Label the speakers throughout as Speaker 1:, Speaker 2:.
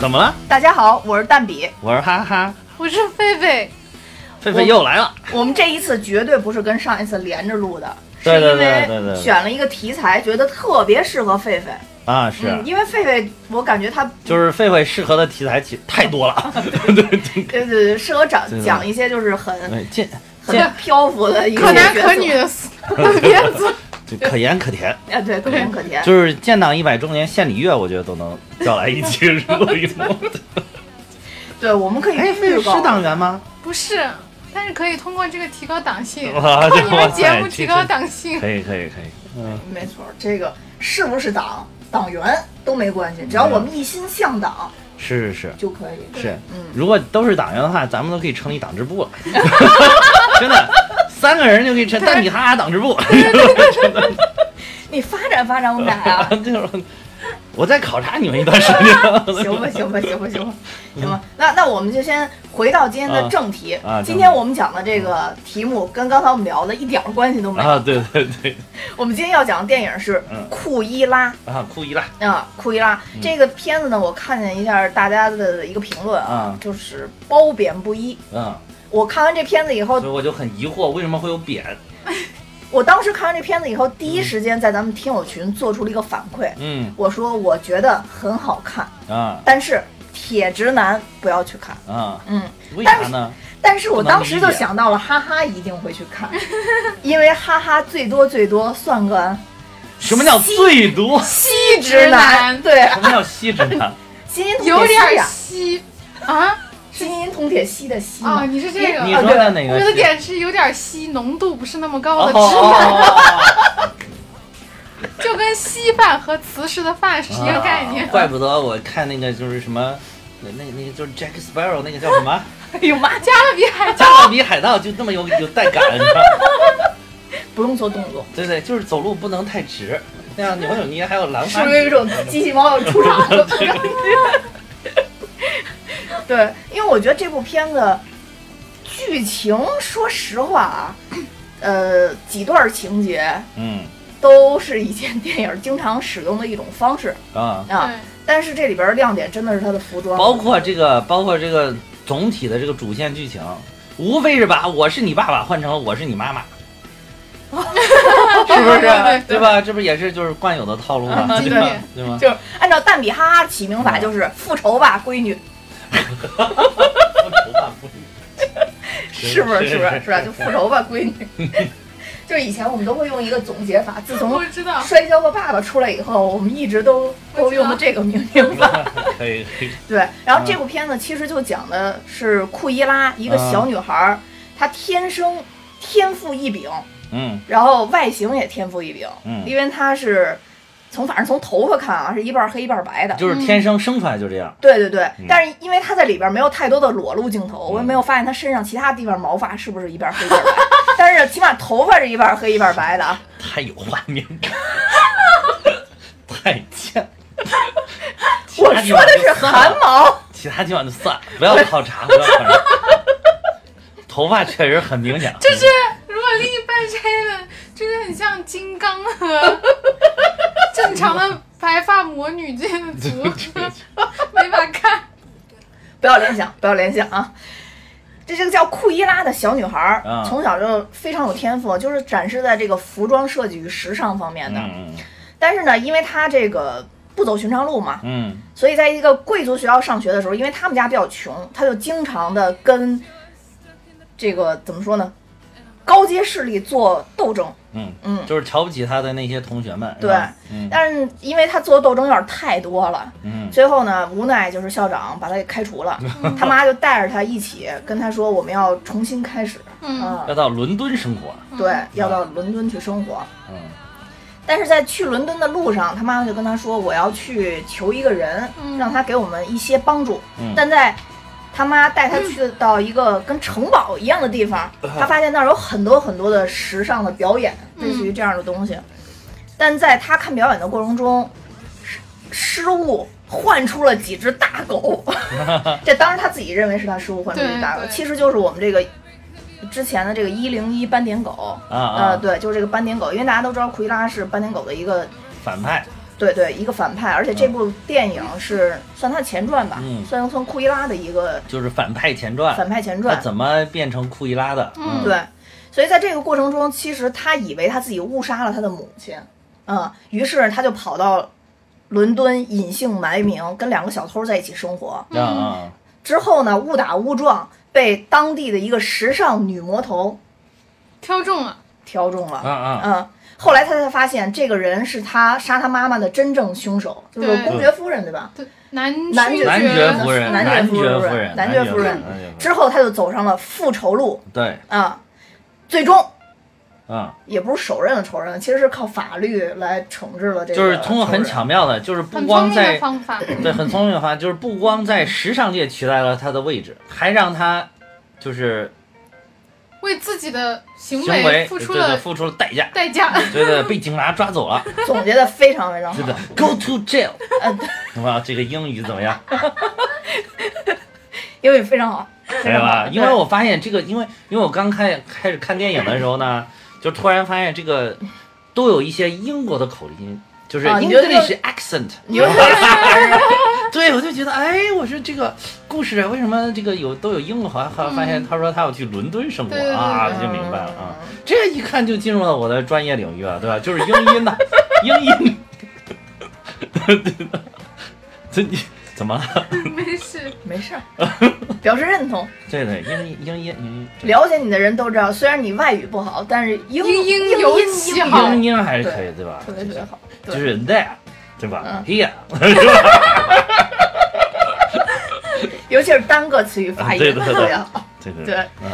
Speaker 1: 怎么了？
Speaker 2: 大家好，我是蛋比。
Speaker 1: 我说哈哈哈，
Speaker 3: 我是菲菲，
Speaker 1: 狒狒又来了。
Speaker 2: 我们这一次绝对不是跟上一次连着录的，是
Speaker 1: 对对
Speaker 2: 因为
Speaker 1: 对对对对
Speaker 2: 选了一个题材，觉得特别适合狒狒。
Speaker 1: 啊，是，嗯
Speaker 2: 嗯，因为狒狒，我感觉他
Speaker 1: 就是狒狒适合的题材其实太多了。
Speaker 2: 呃对对对适合讲
Speaker 1: 对对对
Speaker 2: 讲一些就是很
Speaker 1: 对，进
Speaker 2: 很漂浮的一
Speaker 3: 可
Speaker 2: 些
Speaker 3: 男
Speaker 2: 角色
Speaker 3: 可女的死片 子，
Speaker 1: 这可盐可甜，
Speaker 2: 啊，对，可甜可甜。
Speaker 1: 就是建党一百周年献礼乐，我觉得都能叫来一 起录一录。
Speaker 2: 对，我们可以
Speaker 1: 哎，
Speaker 2: 预
Speaker 1: 狒狒
Speaker 2: 告。
Speaker 1: 是党员吗？
Speaker 3: 不是，但是可以通过这个提高党性，
Speaker 1: 哇，
Speaker 3: 通
Speaker 1: 这
Speaker 3: 过你们哦节
Speaker 1: 哇
Speaker 3: 目
Speaker 1: 塞
Speaker 3: 提
Speaker 1: 这
Speaker 3: 高
Speaker 1: 这
Speaker 3: 党性。
Speaker 1: 可以可以可以，嗯，
Speaker 2: 没错，这个是不是党党员都没关系，只要我们一心向党
Speaker 1: 是是
Speaker 2: 就可以。
Speaker 1: 是是
Speaker 2: 嗯，
Speaker 1: 如果都是党员的话，咱们都可以成立党支部了， 真的，三个人就可以成但你哈哈党支部，
Speaker 2: 你发展发展我们俩呀、
Speaker 1: 就是我再考察你们一段时 间。
Speaker 2: 行吧，行吧，行吧，行吧，行吧。那那我们就先回到今天的正题。
Speaker 1: 嗯啊啊
Speaker 2: 今天我们讲的这个题目跟刚才我们聊的一点儿关系都没有。
Speaker 1: 啊，对对对，
Speaker 2: 我们今天要讲的电影是
Speaker 1: 嗯
Speaker 2: 《库伊拉》
Speaker 1: 啊，酷一啦，
Speaker 2: 啊，《库伊拉》这个片子呢，我看见一下大家的一个评论
Speaker 1: 啊
Speaker 2: 就是褒贬不一。
Speaker 1: 嗯，
Speaker 2: 我看完这片子以后
Speaker 1: 所以，我就很疑惑，为什么会有扁？
Speaker 2: 我当时看完这片子以后，第一时间在咱们听友群做出了一个反馈，
Speaker 1: 嗯
Speaker 2: 我说我觉得很好看，
Speaker 1: 啊
Speaker 2: 但是铁直男不要去看。
Speaker 1: 啊，
Speaker 2: 嗯，
Speaker 1: 为啥呢？
Speaker 2: 但是我当时就想到了，哈哈一定会去看， 因为哈哈最多最多算个
Speaker 1: 什么叫最毒？什
Speaker 2: 西
Speaker 3: 直男
Speaker 2: 对，
Speaker 1: 么叫吸直 男？
Speaker 2: 金银铜
Speaker 3: 有
Speaker 2: 铁锡
Speaker 3: 点
Speaker 2: 呀，
Speaker 3: 稀啊
Speaker 2: 是金银铜铁锡的锡
Speaker 3: 啊！
Speaker 2: 吗？
Speaker 3: 你是这
Speaker 1: 你
Speaker 3: 个，
Speaker 1: 说的哪
Speaker 3: 我
Speaker 1: 个
Speaker 3: 的
Speaker 1: 吸？
Speaker 3: 点是有点稀，浓度不是那么高
Speaker 1: 哦
Speaker 3: 的
Speaker 1: 哦
Speaker 3: 直男，
Speaker 1: 哦
Speaker 3: 就跟稀饭和瓷实的饭是
Speaker 1: 哦
Speaker 3: 一个概念。
Speaker 1: 怪不得我看那个就是什么，那那那个就是 Jack Sparrow 那个叫什么
Speaker 2: 哎呦妈，
Speaker 3: 加勒比海盗
Speaker 1: 加勒比海盗，就那么有有带感，你知道吗？
Speaker 2: 不用做动作，
Speaker 1: 对对，就是走路不能太直，那样扭扭捏还有兰
Speaker 2: 是
Speaker 1: 花
Speaker 2: 不。是有一种机器猫要出场的 感觉？对，因为我觉得这部片子剧情，说实话啊，呃，几段情节
Speaker 1: 嗯
Speaker 2: 都是以前电影经常使用的一种方式
Speaker 1: 啊，
Speaker 2: 啊。
Speaker 3: 对
Speaker 2: 但是这里边儿亮点真的是他的服装，
Speaker 1: 包括这个，包括这个总体的这个主线剧情，无非是把我是你爸爸换成了我是你妈妈，是不是？
Speaker 3: 对对
Speaker 1: 对吧？这不也是就是惯有的套路吗？
Speaker 3: 嗯
Speaker 1: 对
Speaker 3: 对
Speaker 1: 吧？对吗？
Speaker 2: 就是按照蛋比哈哈起名法，就是复仇吧，闺女，是不是？是不是？是吧？就复仇吧，闺女。 就是以前我们都会用一个总结法，自从
Speaker 3: 我知道
Speaker 2: 《摔跤吧，爸爸》出来以后，我们一直都都用的这个命名法。
Speaker 1: 可以，可以
Speaker 2: 对，然后这部片子其实就讲的是库伊拉，一个小女孩儿，她天生天赋异禀，
Speaker 1: 嗯
Speaker 2: 然后外形也天赋异禀，
Speaker 1: 嗯
Speaker 2: 因为她是从反正从头发看啊，是一半黑一半白的，
Speaker 1: 就是天生生出来就这样。
Speaker 2: 对对对
Speaker 1: 嗯，
Speaker 2: 但是因为他在里边没有太多的裸露镜头，我也
Speaker 1: 嗯
Speaker 2: 没有发现他身上其他地方毛发是不是一半黑一半白， 但是起码头发是一半黑一半白的啊。
Speaker 1: 太有画面感，太贱。
Speaker 2: 我说的是汗毛，
Speaker 1: 其他地方就算了，不要考察，不要考察。头发确实很明显，
Speaker 3: 就是如果另一半是黑的，就是很像金刚和 正常的白发魔女这样的组合，没法看。
Speaker 2: 不要联想，不要联想啊！这是个叫库伊拉的小女孩儿，
Speaker 1: 啊
Speaker 2: 从小就非常有天赋，就是展示在这个服装设计与时尚方面的。
Speaker 1: 嗯
Speaker 2: 但是呢，因为她这个不走寻常路嘛，
Speaker 1: 嗯
Speaker 2: 所以在一个贵族学校上学的时候，因为他们家比较穷，他就经常的跟这个怎么说呢，高阶势力做斗争。
Speaker 1: 嗯
Speaker 2: 嗯
Speaker 1: 就是瞧不起他的那些同学们，是
Speaker 2: 对
Speaker 1: 吧嗯
Speaker 2: 但是因为他做的斗争有点太多了，
Speaker 1: 嗯
Speaker 2: 最后呢，无奈就是校长把他给开除了，他妈就带着他一起跟他说，我们要重新开始，
Speaker 3: 嗯，
Speaker 2: 啊
Speaker 1: 要，到伦敦生活，
Speaker 2: 对，要到伦敦去生活。
Speaker 1: 嗯
Speaker 2: 但是在去伦敦的路上，他妈妈就跟他说：“我要去求一个人，
Speaker 3: 嗯
Speaker 2: 让他给我们一些帮助。
Speaker 1: 嗯
Speaker 2: 但在他妈带他去到一个跟城堡一样的地方，他发现那儿有很多很多的时尚的表演，
Speaker 3: 嗯
Speaker 2: 类似于这样的东西。但在他看表演的过程中，失失误换出了几只大狗，这当时他自己认为是他失误换出了几只大狗，
Speaker 3: 对对
Speaker 2: 其实就是我们这个之前的这个一零一斑点狗。
Speaker 1: 啊
Speaker 2: 呃，
Speaker 1: 啊，
Speaker 2: 对，就是这个斑点狗，因为大家都知道库伊拉是斑点狗的一个
Speaker 1: 反派，
Speaker 2: 对对，一个反派，而且这部电影是算它前传吧，
Speaker 1: 嗯
Speaker 2: 算算库伊拉的一个
Speaker 1: 就是反派前传，
Speaker 2: 反派前
Speaker 1: 他
Speaker 2: 传，
Speaker 1: 怎么变成库伊拉的？
Speaker 3: 嗯
Speaker 2: 对，所以在这个过程中，其实他以为他自己误杀了他的母亲，嗯，于是他就跑到伦敦隐姓埋名，跟两个小偷在一起生活。
Speaker 1: 啊啊，
Speaker 2: 之后呢，误打误撞被当地的一个时尚女魔头
Speaker 3: 挑中了，
Speaker 2: 挑中了，
Speaker 1: 啊啊
Speaker 2: 嗯，后来他才发现这个人是他杀他妈妈的真正凶手，就是
Speaker 3: 对
Speaker 2: 公爵夫人，对吧？
Speaker 3: 对，男
Speaker 2: 男爵
Speaker 3: 爵
Speaker 1: 男爵夫人，
Speaker 2: 男
Speaker 1: 爵
Speaker 2: 爵夫人男爵
Speaker 1: 人，男爵
Speaker 2: 夫
Speaker 1: 人
Speaker 2: 人，
Speaker 1: 男爵夫人
Speaker 2: 之后他就走上了复仇路
Speaker 1: 对，
Speaker 2: 啊，最终
Speaker 1: 啊，
Speaker 2: 也不是手刃了仇人，其实是靠法律来惩治了这个仇
Speaker 1: 就
Speaker 2: 人。
Speaker 1: 是通过很巧妙的，就是不
Speaker 3: 很聪
Speaker 1: 光
Speaker 3: 明的
Speaker 1: 在
Speaker 3: 方法，
Speaker 1: 对很聪明的话，就是不光在时尚界取代了他的位置，还让他就是
Speaker 3: 为自己的行
Speaker 1: 行为
Speaker 3: 付出
Speaker 1: 对对
Speaker 3: 了
Speaker 1: 付出了代价，
Speaker 3: 代价。
Speaker 1: 对对，被警察抓走了，
Speaker 2: 总结的非常非常
Speaker 1: 对
Speaker 2: 好。
Speaker 1: 的，Go to jail，
Speaker 2: 嗯，
Speaker 1: 哇，这个英语怎么 样？
Speaker 2: 英语非常好，
Speaker 1: 可以吧？哎因为我发现这个，因为因为我刚开开始看电影的时候呢，就突然发现这个都有一些英国的口音，哦就是
Speaker 2: 啊你觉得这个
Speaker 1: English accent，你知道吧？对，我就觉得，哎，我说这个故事啊为什么这个有都有英国？好像好像发现他说他要去伦敦生活
Speaker 3: 对对对
Speaker 1: 啊，
Speaker 3: 对
Speaker 1: 就明白了啊。这一看就进入了我的专业领域了，对吧？就是英音呐，英音。 这你 怎么了？
Speaker 3: 没事，
Speaker 2: 没事儿，表示认同。
Speaker 1: 对对，英音英音英音。
Speaker 2: 了解你的人都知道，虽然你外语不好，但是英
Speaker 3: 英英
Speaker 2: 英
Speaker 3: 有
Speaker 2: 音
Speaker 3: 喜
Speaker 2: 英
Speaker 3: 好
Speaker 1: 英音还是可以，对吧？
Speaker 2: 特别特别好。
Speaker 1: 就
Speaker 2: 对
Speaker 1: 是 that，对吧
Speaker 2: 嗯
Speaker 1: ？here，
Speaker 2: 尤其是单个词语发音，
Speaker 1: 啊对对对
Speaker 2: 特别好。
Speaker 1: 对对
Speaker 2: 对，
Speaker 1: 嗯，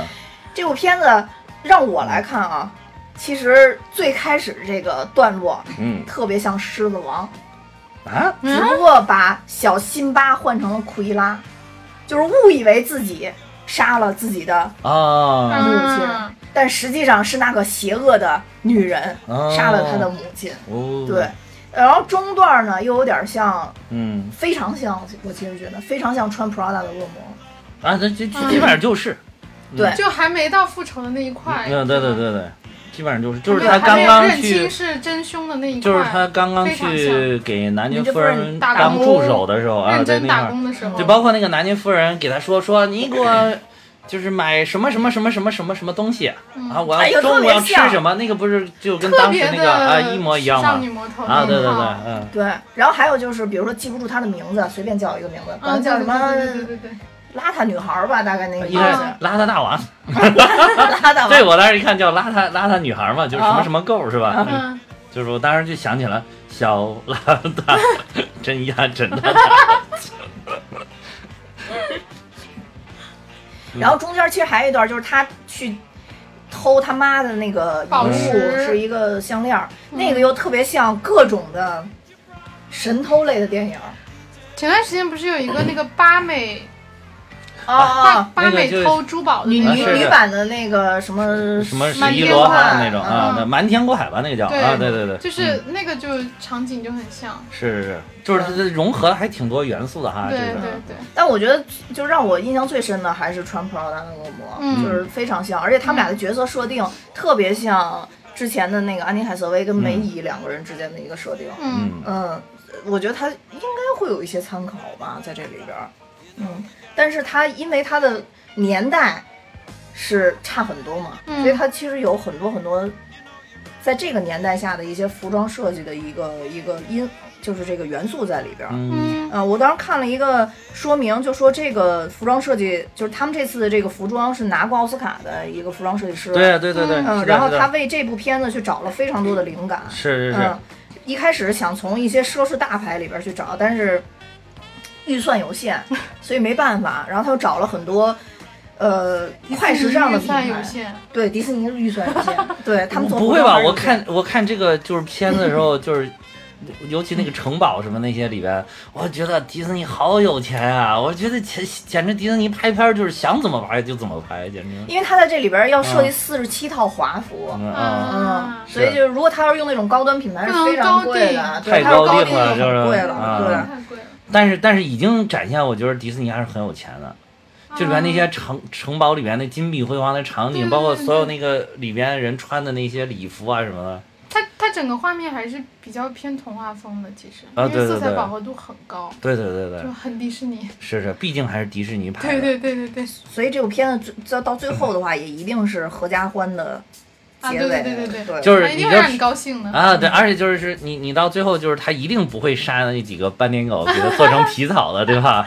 Speaker 2: 这部片子让我来看啊，其实最开始这个段落
Speaker 1: 嗯
Speaker 2: 特别像《狮子王
Speaker 1: 啊，》，
Speaker 2: 只
Speaker 3: 嗯，
Speaker 2: 不过把小辛巴换成了库伊拉，就是误以为自己杀了自己的
Speaker 1: 啊，
Speaker 2: 母亲，
Speaker 3: 啊
Speaker 2: 但实际上是那个邪恶的女人
Speaker 1: 哦
Speaker 2: 杀了他的母亲。
Speaker 1: 哦，
Speaker 2: 对，，然后中段呢又有点像，
Speaker 1: 嗯，
Speaker 2: 非常像，我其实觉得非常像穿 Prada 的恶魔。
Speaker 1: 啊，这这
Speaker 3: 嗯
Speaker 1: 基本上就是，
Speaker 2: 对
Speaker 3: 就还没到复仇的那一块。
Speaker 1: 嗯，对对
Speaker 3: 吧，
Speaker 1: 对对，基本上就是，就是
Speaker 3: 还
Speaker 1: 他
Speaker 3: 没
Speaker 1: 刚刚
Speaker 3: 有认清
Speaker 1: 去，
Speaker 3: 是真凶的那一块，
Speaker 1: 就是他刚刚
Speaker 3: 非常像
Speaker 1: 去给男爵
Speaker 2: 你这
Speaker 1: 夫
Speaker 2: 不是
Speaker 1: 人
Speaker 3: 打
Speaker 1: 当
Speaker 3: 工
Speaker 1: 助手的时候啊，
Speaker 3: 认
Speaker 1: 在
Speaker 3: 真
Speaker 1: 那
Speaker 3: 打
Speaker 1: 块儿，
Speaker 3: 工的时候，
Speaker 1: 就包括那个男爵夫人给他说说你给我。就是买什么什么什么什么什么什么东西
Speaker 3: 嗯
Speaker 1: 啊！我
Speaker 2: 哎
Speaker 1: 要
Speaker 2: 呦
Speaker 1: 中午
Speaker 2: 特别
Speaker 1: 要吃
Speaker 2: 像
Speaker 1: 什么？那个不是就跟
Speaker 3: 特
Speaker 1: 当时
Speaker 3: 别
Speaker 1: 那
Speaker 3: 的
Speaker 1: 个啊一模一样
Speaker 3: 少女
Speaker 1: 吗？
Speaker 3: 魔头
Speaker 1: 啊，对对对，
Speaker 3: 那一套
Speaker 1: 嗯，
Speaker 2: 对，然后还有就是，比如说记不住她的名字，随便叫一个名字，管她
Speaker 3: 嗯，
Speaker 2: 叫什么
Speaker 3: 对对对对对
Speaker 2: 邋遢女孩儿吧，大概那个意
Speaker 1: 一
Speaker 2: 思。
Speaker 1: 开 始
Speaker 3: 啊
Speaker 1: 邋遢大王，
Speaker 2: 邋
Speaker 3: 哦
Speaker 2: 遢
Speaker 1: 对
Speaker 2: 吧，
Speaker 1: 我当时一看叫邋遢邋遢女孩嘛，就是什啊么什么够是吧
Speaker 3: 对，？哦嗯，
Speaker 1: 就是我当时就想起了小邋遢，真呀真 邋遢，
Speaker 2: 然后中间其实还有一段，就是她去偷他妈的那个
Speaker 3: 宝
Speaker 2: 遗物
Speaker 3: 石
Speaker 2: 是一个项链儿，那个又特别像各种的神偷类的电影儿
Speaker 3: 前段时间不是有一个那个巴美巴
Speaker 2: 啊，
Speaker 3: 巴美偷珠宝的
Speaker 2: 女
Speaker 3: 那
Speaker 1: 啊
Speaker 2: 女
Speaker 1: 是
Speaker 3: 个，
Speaker 2: 女版的那个什么
Speaker 1: 什么
Speaker 3: 满
Speaker 1: 十一
Speaker 3: 天
Speaker 1: 罗
Speaker 3: 过海
Speaker 1: 汉那种啊，
Speaker 3: 嗯
Speaker 1: 那瞒天过海吧那个叫
Speaker 3: 对
Speaker 1: 啊，对对对，
Speaker 3: 就是那个就场景就很像，
Speaker 1: 是是是，就是它这融合了还挺多元素的哈，这
Speaker 3: 对
Speaker 1: 个
Speaker 3: 对对，
Speaker 2: 但我觉得就让我印象最深的还是穿 Prada 的恶魔，
Speaker 3: 嗯
Speaker 2: 就是非常像，而且他们俩的角色设定特别像之前的那个安妮海瑟薇跟梅姨两个人之间的一个设定。
Speaker 3: 嗯，
Speaker 1: 嗯
Speaker 2: 嗯，我觉得他应该会有一些参考吧，在这里边儿。嗯，但是他因为他的年代是差很多嘛，
Speaker 3: 嗯
Speaker 2: 所以他其实有很多很多在这个年代下的一些服装设计的一个一个因，就是这个元素在里边儿。
Speaker 1: 嗯
Speaker 3: 嗯
Speaker 2: 呃，我当时看了一个说明，就说这个服装设计，就是他们这次的这个服装是拿过奥斯卡的一个服装设计师，
Speaker 1: 对对对对，
Speaker 2: 嗯，
Speaker 1: 是
Speaker 2: 然后
Speaker 1: 的是
Speaker 2: 他
Speaker 1: 的，
Speaker 2: 为这部片子去找了非常多的灵感，
Speaker 1: 是是是
Speaker 2: 嗯，，一开始想从一些奢侈大牌里边去找，但是预算有 限，所以没办法，然后他又找了很多。呃，快时尚的
Speaker 3: 预
Speaker 2: 品
Speaker 3: 算
Speaker 2: 牌，
Speaker 3: 有限，
Speaker 2: 对迪士尼的预算有 限，对他们做
Speaker 1: 不
Speaker 2: 服
Speaker 1: 会
Speaker 2: 装
Speaker 1: 吧？
Speaker 2: 还是
Speaker 1: 我
Speaker 2: 有限
Speaker 1: 看我看这个就是片子的时候，就是尤其那个城堡什么那些里边，我觉得迪士尼好有钱啊！我觉得简简直迪士尼拍片儿就是想怎么拍就怎么拍，简直。
Speaker 2: 因为他在这里边要设计
Speaker 1: 嗯
Speaker 2: 四十七套华服，
Speaker 1: 嗯啊，
Speaker 2: 嗯
Speaker 3: 啊，
Speaker 2: 所以就是如果他要是用那种高端品牌是非常贵的，
Speaker 1: 太
Speaker 2: 对，它要
Speaker 1: 高
Speaker 2: 定
Speaker 1: 定了就是
Speaker 2: 很贵
Speaker 1: 啊
Speaker 2: 了，
Speaker 3: 太贵了，
Speaker 1: 但是但是已经展现，我觉得迪士尼还是很有钱的。这里边那些城城堡里边那金碧辉煌的场景，
Speaker 3: 对
Speaker 1: 包括
Speaker 3: 对
Speaker 1: 所有
Speaker 3: 对
Speaker 1: 那个里边人穿的那些礼服啊什么的，
Speaker 3: 他他它整个画面还是比较偏童话风的，其实
Speaker 1: 啊
Speaker 3: 因为
Speaker 1: 对
Speaker 3: 色
Speaker 1: 对
Speaker 3: 彩
Speaker 1: 对
Speaker 3: 饱和度很高，
Speaker 1: 对对对对
Speaker 3: 就，很迪士尼。
Speaker 1: 是是，毕竟还是迪士尼拍
Speaker 3: 对
Speaker 1: 的。
Speaker 3: 对对对对，
Speaker 2: 所以这部片子最到到最后的话，也一定是合家欢的
Speaker 3: 啊
Speaker 2: 结
Speaker 3: 对
Speaker 2: 尾，
Speaker 3: 对对对
Speaker 2: 对，
Speaker 1: 就是
Speaker 3: 它一定
Speaker 1: 你
Speaker 3: 会
Speaker 1: 就
Speaker 3: 让
Speaker 1: 是
Speaker 3: 你高兴的。
Speaker 1: 啊，对，而且就是是你你到最后就是他一定不会杀那几个斑点狗，给它做成皮草的，对吧？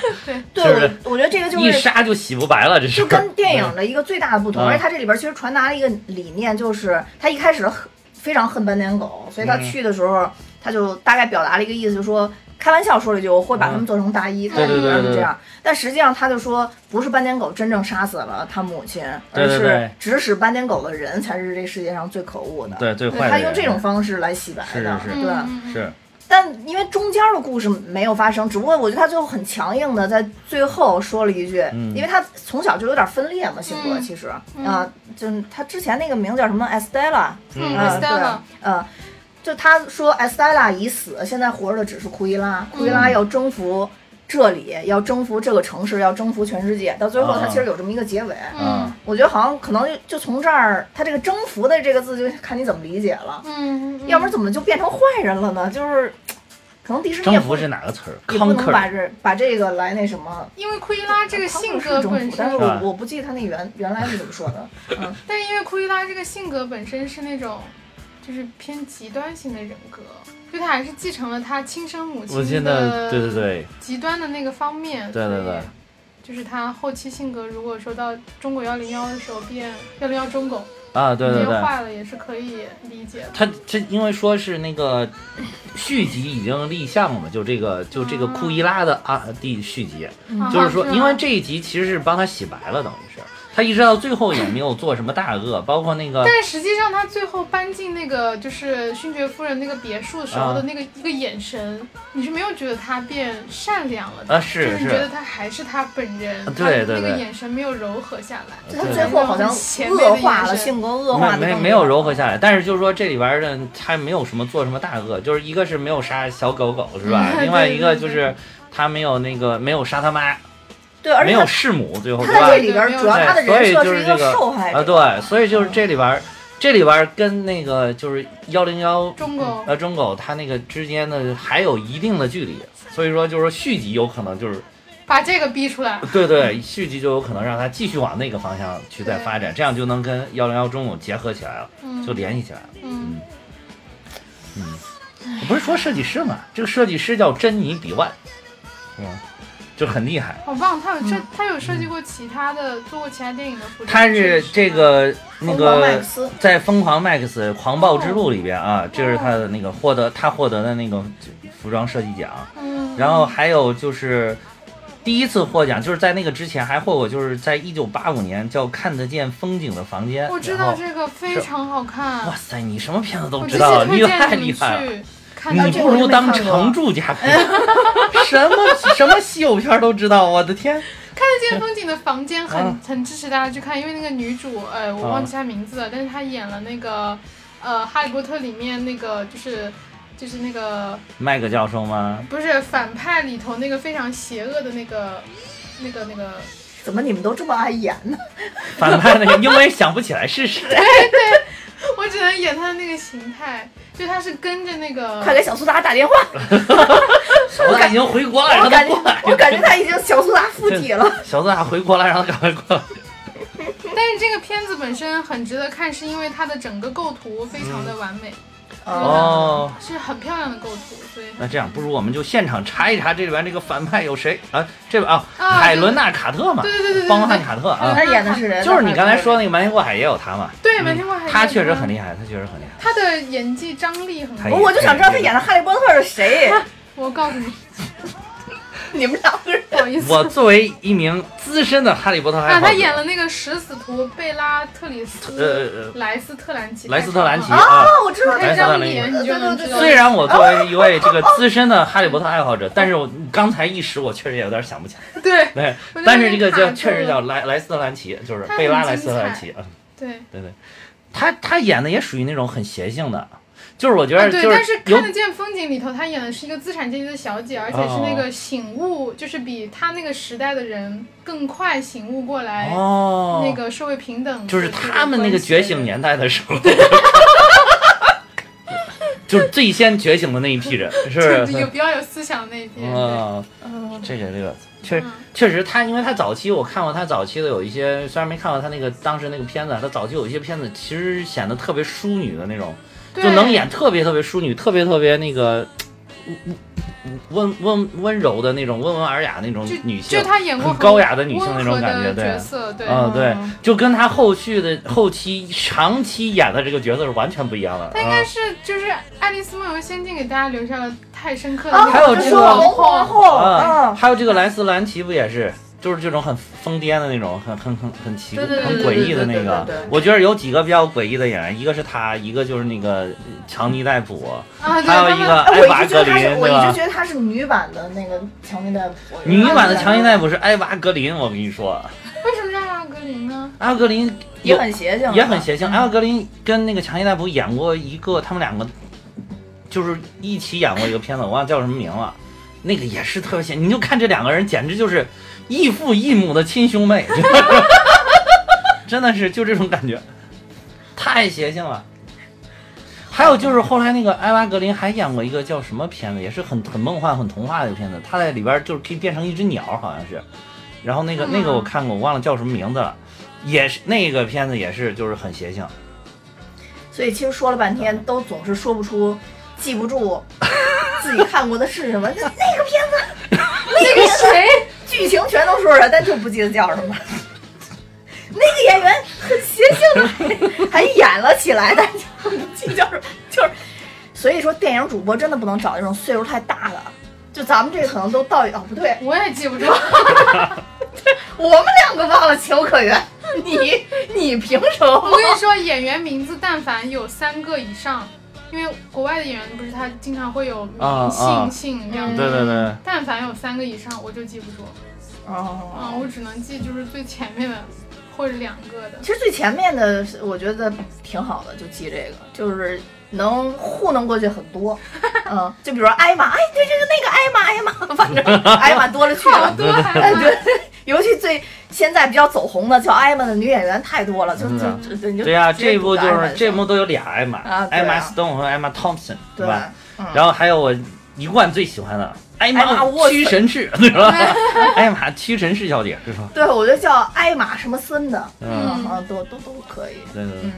Speaker 2: 对
Speaker 1: 是不是
Speaker 2: 我我觉得这个就
Speaker 1: 一
Speaker 2: 是
Speaker 1: 杀就洗不白了，这是
Speaker 2: 就跟电影的一个最大的不同，
Speaker 1: 嗯
Speaker 2: 而且它这里边其实传达了一个理念，就是他一开始很非常恨斑点狗，所以他
Speaker 1: 嗯
Speaker 2: 去的时候，他就大概表达了一个意思，就说开玩笑说了一句，我会把他们做成大衣，
Speaker 1: 嗯对对对对对
Speaker 2: 这样。但实际上他就说，不是斑点狗真正杀死了他母亲，
Speaker 1: 对对
Speaker 2: 而
Speaker 1: 对
Speaker 2: 是指使斑点狗的人才是这世界上最可恶的。
Speaker 1: 对最
Speaker 2: 对
Speaker 1: 坏的
Speaker 2: 他
Speaker 1: 人
Speaker 2: 用这种方式来洗白的，
Speaker 1: 是是
Speaker 3: 嗯
Speaker 2: 对。
Speaker 3: 嗯嗯
Speaker 1: 是
Speaker 2: 但因为中间的故事没有发生，只不过我觉得他最后很强硬的在最后说了一句，
Speaker 1: 嗯
Speaker 2: 因为他从小就有点分裂嘛，性格
Speaker 3: 嗯
Speaker 2: 其实啊、
Speaker 3: 嗯
Speaker 2: 就是他之前那个名字叫什么 Estella，
Speaker 1: 嗯
Speaker 3: 嗯
Speaker 2: 啊、对，
Speaker 3: Estella
Speaker 2: 嗯、就他说 Estella 已死，现在活着的只是库伊拉，
Speaker 3: 嗯
Speaker 2: 库伊拉要征服这里，要征服这个城市，要征服全世界，到最后
Speaker 1: 啊
Speaker 2: 他其实有这么一个结尾。
Speaker 1: 啊
Speaker 3: 嗯
Speaker 2: 我觉得好像可能就就从这儿，他这个“征服”的这个字就看你怎么理解了。
Speaker 3: 嗯，嗯
Speaker 2: 要不然怎么就变成坏人了呢？就是，可能迪士尼也
Speaker 1: 征
Speaker 2: 不
Speaker 1: 服是哪个词儿
Speaker 2: 也不能把
Speaker 1: ？Conquer
Speaker 2: 这把这个来那什么。
Speaker 3: 因为库伊拉啊这个性格
Speaker 2: 是征
Speaker 3: 本
Speaker 2: 服，但是
Speaker 3: 身，
Speaker 2: 我我不记得他那原原来是怎么说的。嗯，
Speaker 3: 但是因为库伊拉这个性格本身是那种，就是偏极端型的人格，就他还是继承了他亲生母
Speaker 1: 我记
Speaker 3: 亲
Speaker 1: 得，
Speaker 3: 的
Speaker 1: 对对对，
Speaker 3: 极端的那个方面。
Speaker 1: 对对对。
Speaker 3: 就是他后期性格，如果说到中国幺零幺的时候变幺零幺中狗，
Speaker 1: 啊，对对
Speaker 3: 变
Speaker 1: 对，
Speaker 3: 坏了也是可以理解的。
Speaker 1: 他这因为说是那个续集已经立项了嘛，就这个就这个库伊拉的啊第续集，
Speaker 2: 嗯
Speaker 1: 就是说，
Speaker 3: 啊
Speaker 1: 因为这一集其实是帮他洗白了，等于是他一直到最后也没有做什么大恶，包括那个
Speaker 3: 但实际上，他最后搬进那个就是勋爵夫人那个别墅时
Speaker 1: 啊
Speaker 3: 候的那个、一个眼神，你是没有觉得他变善良了的，
Speaker 1: 啊
Speaker 3: 就是是你觉得
Speaker 1: 是，
Speaker 3: 他还是他本人，
Speaker 1: 啊对对
Speaker 3: 他
Speaker 1: 对
Speaker 3: 那个眼神没有柔和下来。
Speaker 2: 就他最后好像恶化了，性格恶化
Speaker 1: 没
Speaker 2: 的
Speaker 1: 没没有柔和下来，但是就是说这里边的他没有什么做什么大恶，就是一个是没有杀小狗狗 是吧？
Speaker 3: 嗯
Speaker 1: 另外
Speaker 3: 对
Speaker 1: 一个
Speaker 3: 对
Speaker 1: 就是他没有那个没有杀他妈，
Speaker 2: 对，而
Speaker 1: 没
Speaker 2: 且
Speaker 1: 有
Speaker 2: 他
Speaker 1: 弑母，最后
Speaker 2: 他
Speaker 1: 对
Speaker 2: 在
Speaker 1: 吧
Speaker 2: 这？里边主要他的人设一
Speaker 1: 对所以就是这个
Speaker 2: 受害
Speaker 1: 啊，
Speaker 2: 者，
Speaker 1: 对，所以就是这里边儿，这里边儿跟那个就是幺零幺
Speaker 3: 中狗
Speaker 1: 呃中狗它那个之间的还有一定的距离，所以说就是说续集有可能就是
Speaker 3: 把这个逼出来，
Speaker 1: 对对，续集就有可能让它继续往那个方向去再
Speaker 3: 对
Speaker 1: 发展，这样就能跟幺零幺中狗结合起来了，
Speaker 3: 嗯，
Speaker 1: 就联系起来了。
Speaker 3: 嗯，
Speaker 1: 我 不是说设计师嘛，这个设计师叫珍妮比万，嗯，就很厉害。
Speaker 3: 好棒！他有设，他有设计过其他的，做过其他电影的服装。
Speaker 1: 嗯他是这个那
Speaker 2: 疯狂麦
Speaker 1: 个
Speaker 2: 克斯
Speaker 1: 在《疯狂麦克斯：狂暴之路》里边啊，这是他的那个获得他获得的那个服装设计奖，
Speaker 3: 嗯，
Speaker 1: 然后还有就是第一次获奖，就是在那个之前还获过，就是在一九八五年叫《看得见风景的房间》，
Speaker 3: 我知
Speaker 1: 然
Speaker 3: 道
Speaker 1: 后
Speaker 3: 这个非常好看
Speaker 1: 哇，塞，你什么片子都
Speaker 3: 我
Speaker 1: 知
Speaker 3: 极
Speaker 1: 道，
Speaker 3: 推
Speaker 1: 你太
Speaker 3: 荐
Speaker 1: 厉
Speaker 3: 你们
Speaker 1: 害了。
Speaker 3: 去看
Speaker 1: 你
Speaker 3: 看
Speaker 2: 这
Speaker 1: 不
Speaker 2: 个我
Speaker 1: 如
Speaker 2: 真没
Speaker 1: 当
Speaker 2: 看过
Speaker 1: 常驻 嘉宾，什么什么稀有片都知道，我的天！
Speaker 3: 见风景的房间很、
Speaker 1: 啊
Speaker 3: 很支持大家去看，因为那个女主，呃，我忘记她名字了，但是她演了那个，呃，《哈利波特》里面那个就是就是那个
Speaker 1: 麦克教授吗？
Speaker 3: 不是反派里头那个非常邪恶的那个那个那个，
Speaker 2: 怎么你们都这么爱演呢？
Speaker 1: 反派那个，因为想不起来是 谁。
Speaker 3: 我只能演她的那个形态，就她是跟着那
Speaker 1: 啊
Speaker 3: 个
Speaker 2: 快给小苏打打电 话，
Speaker 1: 小子已经回国了，
Speaker 2: 我
Speaker 1: 让哎他
Speaker 2: 感觉
Speaker 1: 过来。
Speaker 2: 我感觉他已经小苏打附体了。
Speaker 1: 小子啊，回国了，让他赶快过来。
Speaker 3: 但是这个片子本身很值得看，是因为它的整个构图非常的完美，
Speaker 2: 啊
Speaker 1: 嗯哦，
Speaker 3: 是很漂亮的构图，所以
Speaker 1: 那这样，不如我们就现场查一查这里边这个反派有谁啊？这边啊，
Speaker 3: 啊
Speaker 1: 海伦娜·卡特嘛，
Speaker 3: 对对对对对
Speaker 1: 邦汉·卡特啊
Speaker 2: 他，演的是人，
Speaker 1: 就是你刚才说那个《瞒天过海》也有他嘛。
Speaker 3: 对瞒天过海
Speaker 1: 他确实
Speaker 3: 有他
Speaker 1: 很厉害，他确实很厉 害。
Speaker 3: 她的演技张力很
Speaker 1: 她
Speaker 3: 高。
Speaker 1: 演
Speaker 2: 我我就想知道他演的《哈利波特》是 谁？
Speaker 3: 我告诉你，
Speaker 2: 你们两个人
Speaker 3: 不好意 思。
Speaker 1: 我作为一名资深的哈利波特爱
Speaker 3: 啊，
Speaker 1: 好者，
Speaker 3: 他演了那个食死徒贝拉特里斯，
Speaker 1: 呃呃
Speaker 3: 莱斯特兰奇，
Speaker 1: 莱斯特兰奇
Speaker 3: 啊
Speaker 1: 啊。
Speaker 2: 啊，我知道
Speaker 1: 莱
Speaker 3: 看
Speaker 1: 斯
Speaker 3: 这
Speaker 1: 特兰
Speaker 3: 张
Speaker 1: 奇
Speaker 3: 脸你就能知道。
Speaker 1: 虽然我作为一位这个资深的哈利波特爱好者，但是我刚才一时我确实也有点想不起来。
Speaker 3: 对
Speaker 1: 对
Speaker 3: 我觉得，
Speaker 1: 但是这个
Speaker 3: 那个
Speaker 1: 叫
Speaker 3: 卡
Speaker 1: 确实
Speaker 3: 特
Speaker 1: 叫莱莱斯特兰奇，就是
Speaker 3: 他
Speaker 1: 贝
Speaker 3: 很
Speaker 1: 拉莱斯
Speaker 3: 精
Speaker 1: 特兰
Speaker 3: 彩
Speaker 1: 奇啊，嗯
Speaker 3: 对，
Speaker 1: 对对，他他演的也属于那种很邪性的，就是我觉
Speaker 3: 啊
Speaker 1: 得
Speaker 3: 对，
Speaker 1: 就
Speaker 3: 但是
Speaker 1: 有
Speaker 3: 看得见风景里头，他演的是一个资产阶级的小姐，而且是
Speaker 1: 哦
Speaker 3: 那个醒悟，就是比他那个时代的人更快醒悟过来，
Speaker 1: 哦，
Speaker 3: 那个社会平等，
Speaker 1: 就是他们那个觉醒。年代的时候， 就是最先觉醒的那一批人，是
Speaker 3: 就
Speaker 1: 不
Speaker 3: 是有
Speaker 1: 是？
Speaker 3: 比较有思想那一批人。
Speaker 1: 嗯，
Speaker 2: 嗯，
Speaker 1: 这个这个确
Speaker 3: 嗯
Speaker 1: 确实他，因为他早期我看过他早期的有一些，虽然没看过他那个当时那个片子啊，他早期有一些片子其实显得特别淑女的那种，
Speaker 3: 对
Speaker 1: 就能演特别特别淑女，特别特别那个温温温柔的那种，温文尔雅那种
Speaker 3: 就
Speaker 1: 女性
Speaker 3: 就，他演过
Speaker 1: 很
Speaker 3: 很
Speaker 1: 高雅的女
Speaker 3: 温
Speaker 1: 性那种
Speaker 3: 和
Speaker 1: 感觉，
Speaker 3: 的
Speaker 1: 对
Speaker 3: 角。色，对。
Speaker 1: 嗯，对，就跟他后续的后期长期演的这个角色是完全不一样的。
Speaker 3: 他应该
Speaker 1: 嗯
Speaker 3: 是就是《爱丽丝梦游仙境》给大家留下了太深刻的
Speaker 2: 啊，
Speaker 3: 印
Speaker 1: 哦
Speaker 3: 象，
Speaker 1: 还有
Speaker 2: 这
Speaker 1: 这
Speaker 2: 是
Speaker 1: 个
Speaker 2: 王皇后，
Speaker 1: 啊，
Speaker 2: 嗯，
Speaker 1: 还有这个莱斯兰奇不也是，就是这种很疯癫的那种，很很很很奇
Speaker 2: 对对对
Speaker 1: 很
Speaker 2: 对对
Speaker 1: 诡异的
Speaker 2: 对
Speaker 1: 那
Speaker 2: 对
Speaker 1: 个
Speaker 2: 对对对。
Speaker 1: 我觉得有几个比较诡异的演员，一个是他，一个就是那个呃强尼戴普，
Speaker 3: 啊，对，
Speaker 1: 还有
Speaker 3: 他
Speaker 1: 一
Speaker 3: 们
Speaker 1: 个
Speaker 2: 哎，
Speaker 1: 艾
Speaker 2: 我一
Speaker 1: 娃
Speaker 2: 直
Speaker 1: 格
Speaker 2: 觉得她
Speaker 1: 林，
Speaker 2: 是，我
Speaker 1: 对
Speaker 2: 一直
Speaker 1: 吧？
Speaker 2: 觉得她是女版的那个强尼戴普，
Speaker 1: 女版的强尼戴
Speaker 2: 普
Speaker 1: 普是艾娃格林，我跟你说，
Speaker 3: 为什么让阿格林呢？
Speaker 1: 艾娃格林
Speaker 2: 也
Speaker 1: 有
Speaker 2: 很邪性，嗯
Speaker 1: 也很邪性。哎艾娃格林跟那个强尼戴普演过一个，他们两个就是一起演过一个片子，我忘了叫什么名了。那个也是特别邪，你就看这两个人，简直就是异父异母的亲兄妹， 真的是就这种感觉，太邪 性了。还有就是后来那个艾娃格林还演过一个叫什么片子，也是很很梦幻、很童话的一个片子，她在里边就是可以变成一只鸟，好像是。然后那个
Speaker 3: 嗯
Speaker 1: 那个我看过，我忘了叫什么名字了，也是那个片子也是就是很邪性。
Speaker 2: 所以其实说了半天，都总是说不出，记不 住自己看过的是 什么。那那个片子，那个谁，剧情全都说出来，但就不记得叫什 么。那个演员很邪性啊的，还演了起来，但就不记得叫什么，就是。所以说，电影主播真的不能找那种岁数太大的。就咱们这可能都到哦，不对，
Speaker 3: 我也记不住，
Speaker 2: 我们两个忘了情有可原。你你凭什
Speaker 3: 我
Speaker 2: 么？
Speaker 3: 跟你说，演员名字但凡有三个以上，因为国外的演员不是他经常会有
Speaker 1: 啊啊
Speaker 3: 名姓姓这样
Speaker 2: 嗯
Speaker 3: 子，
Speaker 1: 对对对，
Speaker 3: 但凡有三个以上，我就记不住。啊，
Speaker 2: 哦，
Speaker 3: 我只能记就是最前面的或者两个的。
Speaker 2: 其实最前面的是我觉得挺好的，就记这个，就是能糊弄过去很多。 嗯，就比如说艾玛，哎，对对对，那个艾玛，艾玛， 反正艾玛多了去
Speaker 3: 好
Speaker 2: 了。
Speaker 3: 啊多还
Speaker 2: 哎，
Speaker 3: 有
Speaker 2: 对，尤其最现在比较走红的叫艾玛的女演员太多了，就就就就你就
Speaker 1: 啊对呀、
Speaker 2: 直接
Speaker 1: 这部就
Speaker 2: 堵着艾玛
Speaker 1: 是这
Speaker 2: 上
Speaker 1: 部都有俩艾玛，
Speaker 2: 啊对啊
Speaker 1: 艾玛 Stone 和艾玛 Thompson，
Speaker 2: 对
Speaker 1: 吧？
Speaker 2: 吧？嗯，
Speaker 1: 然后还有我一贯最喜欢的艾
Speaker 2: 艾玛
Speaker 1: 玛
Speaker 2: 沃森
Speaker 1: 屈臣氏，对吧？艾玛屈臣氏小姐是吧？
Speaker 2: 对，我觉得叫艾玛什么森的，
Speaker 1: 嗯，
Speaker 3: 嗯
Speaker 2: 啊，都都都可以。
Speaker 1: 对对对
Speaker 2: 嗯。，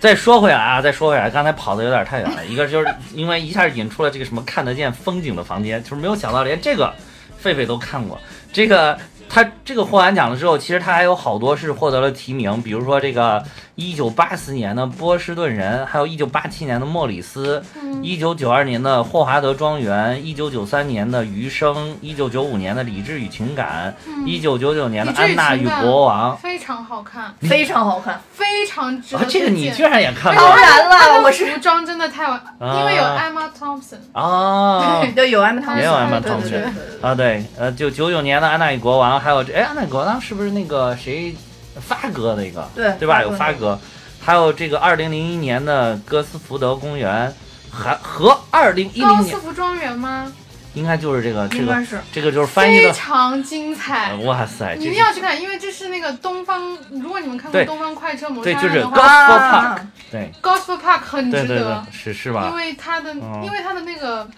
Speaker 1: 再说回来啊，再说回来，刚才跑的有点太远了。一个就是因为一下引出了这个什么看得见风景的房间，就是没有想到连这个狒狒都看过。这个他这个获完奖了之后，其实他还有好多是获得了提名，比如说这个一九八四年的波士顿人，还有一九八七年的莫里斯，
Speaker 3: 嗯
Speaker 1: 一九九二年的霍华德庄园，一九九三年的余生，一九九五年的理智与情感，
Speaker 3: 嗯
Speaker 1: 一九九九年的安娜与国王。
Speaker 3: 非常好看，
Speaker 2: 嗯非常好看。
Speaker 3: 非常值得哎
Speaker 1: 啊，这个
Speaker 3: 推
Speaker 1: 你
Speaker 3: 荐
Speaker 1: 居然也看过
Speaker 2: 当然了，我是
Speaker 3: 服装真的太完，因为有 Emma Thompson，
Speaker 1: 啊！
Speaker 2: 对有艾玛汤
Speaker 1: 也
Speaker 2: 姆
Speaker 1: 有艾
Speaker 2: 森，
Speaker 1: 玛
Speaker 2: 对
Speaker 1: 汤姆
Speaker 2: 对
Speaker 1: 森
Speaker 2: 对对对。
Speaker 1: 啊，对，呃，就九九年的《安娜与国王》，还有这，哎，《安娜与国王》是不是那个谁，发哥那个？
Speaker 2: 对
Speaker 1: 对
Speaker 2: 发
Speaker 1: 吧？
Speaker 2: 哥
Speaker 1: 有
Speaker 2: 那
Speaker 1: 发
Speaker 2: 个
Speaker 1: 哥，还有这个二零零一年的《哥斯福德公园》，还和二零一
Speaker 3: 高
Speaker 1: 零年
Speaker 3: 斯服装园吗？
Speaker 1: 应该就是这个这
Speaker 2: 应该
Speaker 1: 个
Speaker 2: 是
Speaker 1: 这个就是翻译
Speaker 3: 非
Speaker 1: 的，
Speaker 3: 常精彩
Speaker 1: 呃。哇塞，
Speaker 3: 你
Speaker 1: 这
Speaker 3: 一定
Speaker 1: 是
Speaker 3: 要去看，因为这是那个东方，如果你们看过
Speaker 1: 对
Speaker 3: 《东方快车谋
Speaker 1: 对，
Speaker 3: 杀
Speaker 1: 就
Speaker 3: 案》
Speaker 1: 是
Speaker 3: 的
Speaker 1: Gospel
Speaker 3: 话
Speaker 1: Park，对
Speaker 2: 啊
Speaker 3: ，Gospel Park 很
Speaker 1: 对
Speaker 3: 值
Speaker 1: 对
Speaker 3: 得
Speaker 1: 对，，是是
Speaker 3: 因
Speaker 1: 吧？
Speaker 3: 为它的，
Speaker 1: 嗯
Speaker 3: 因为它的那个，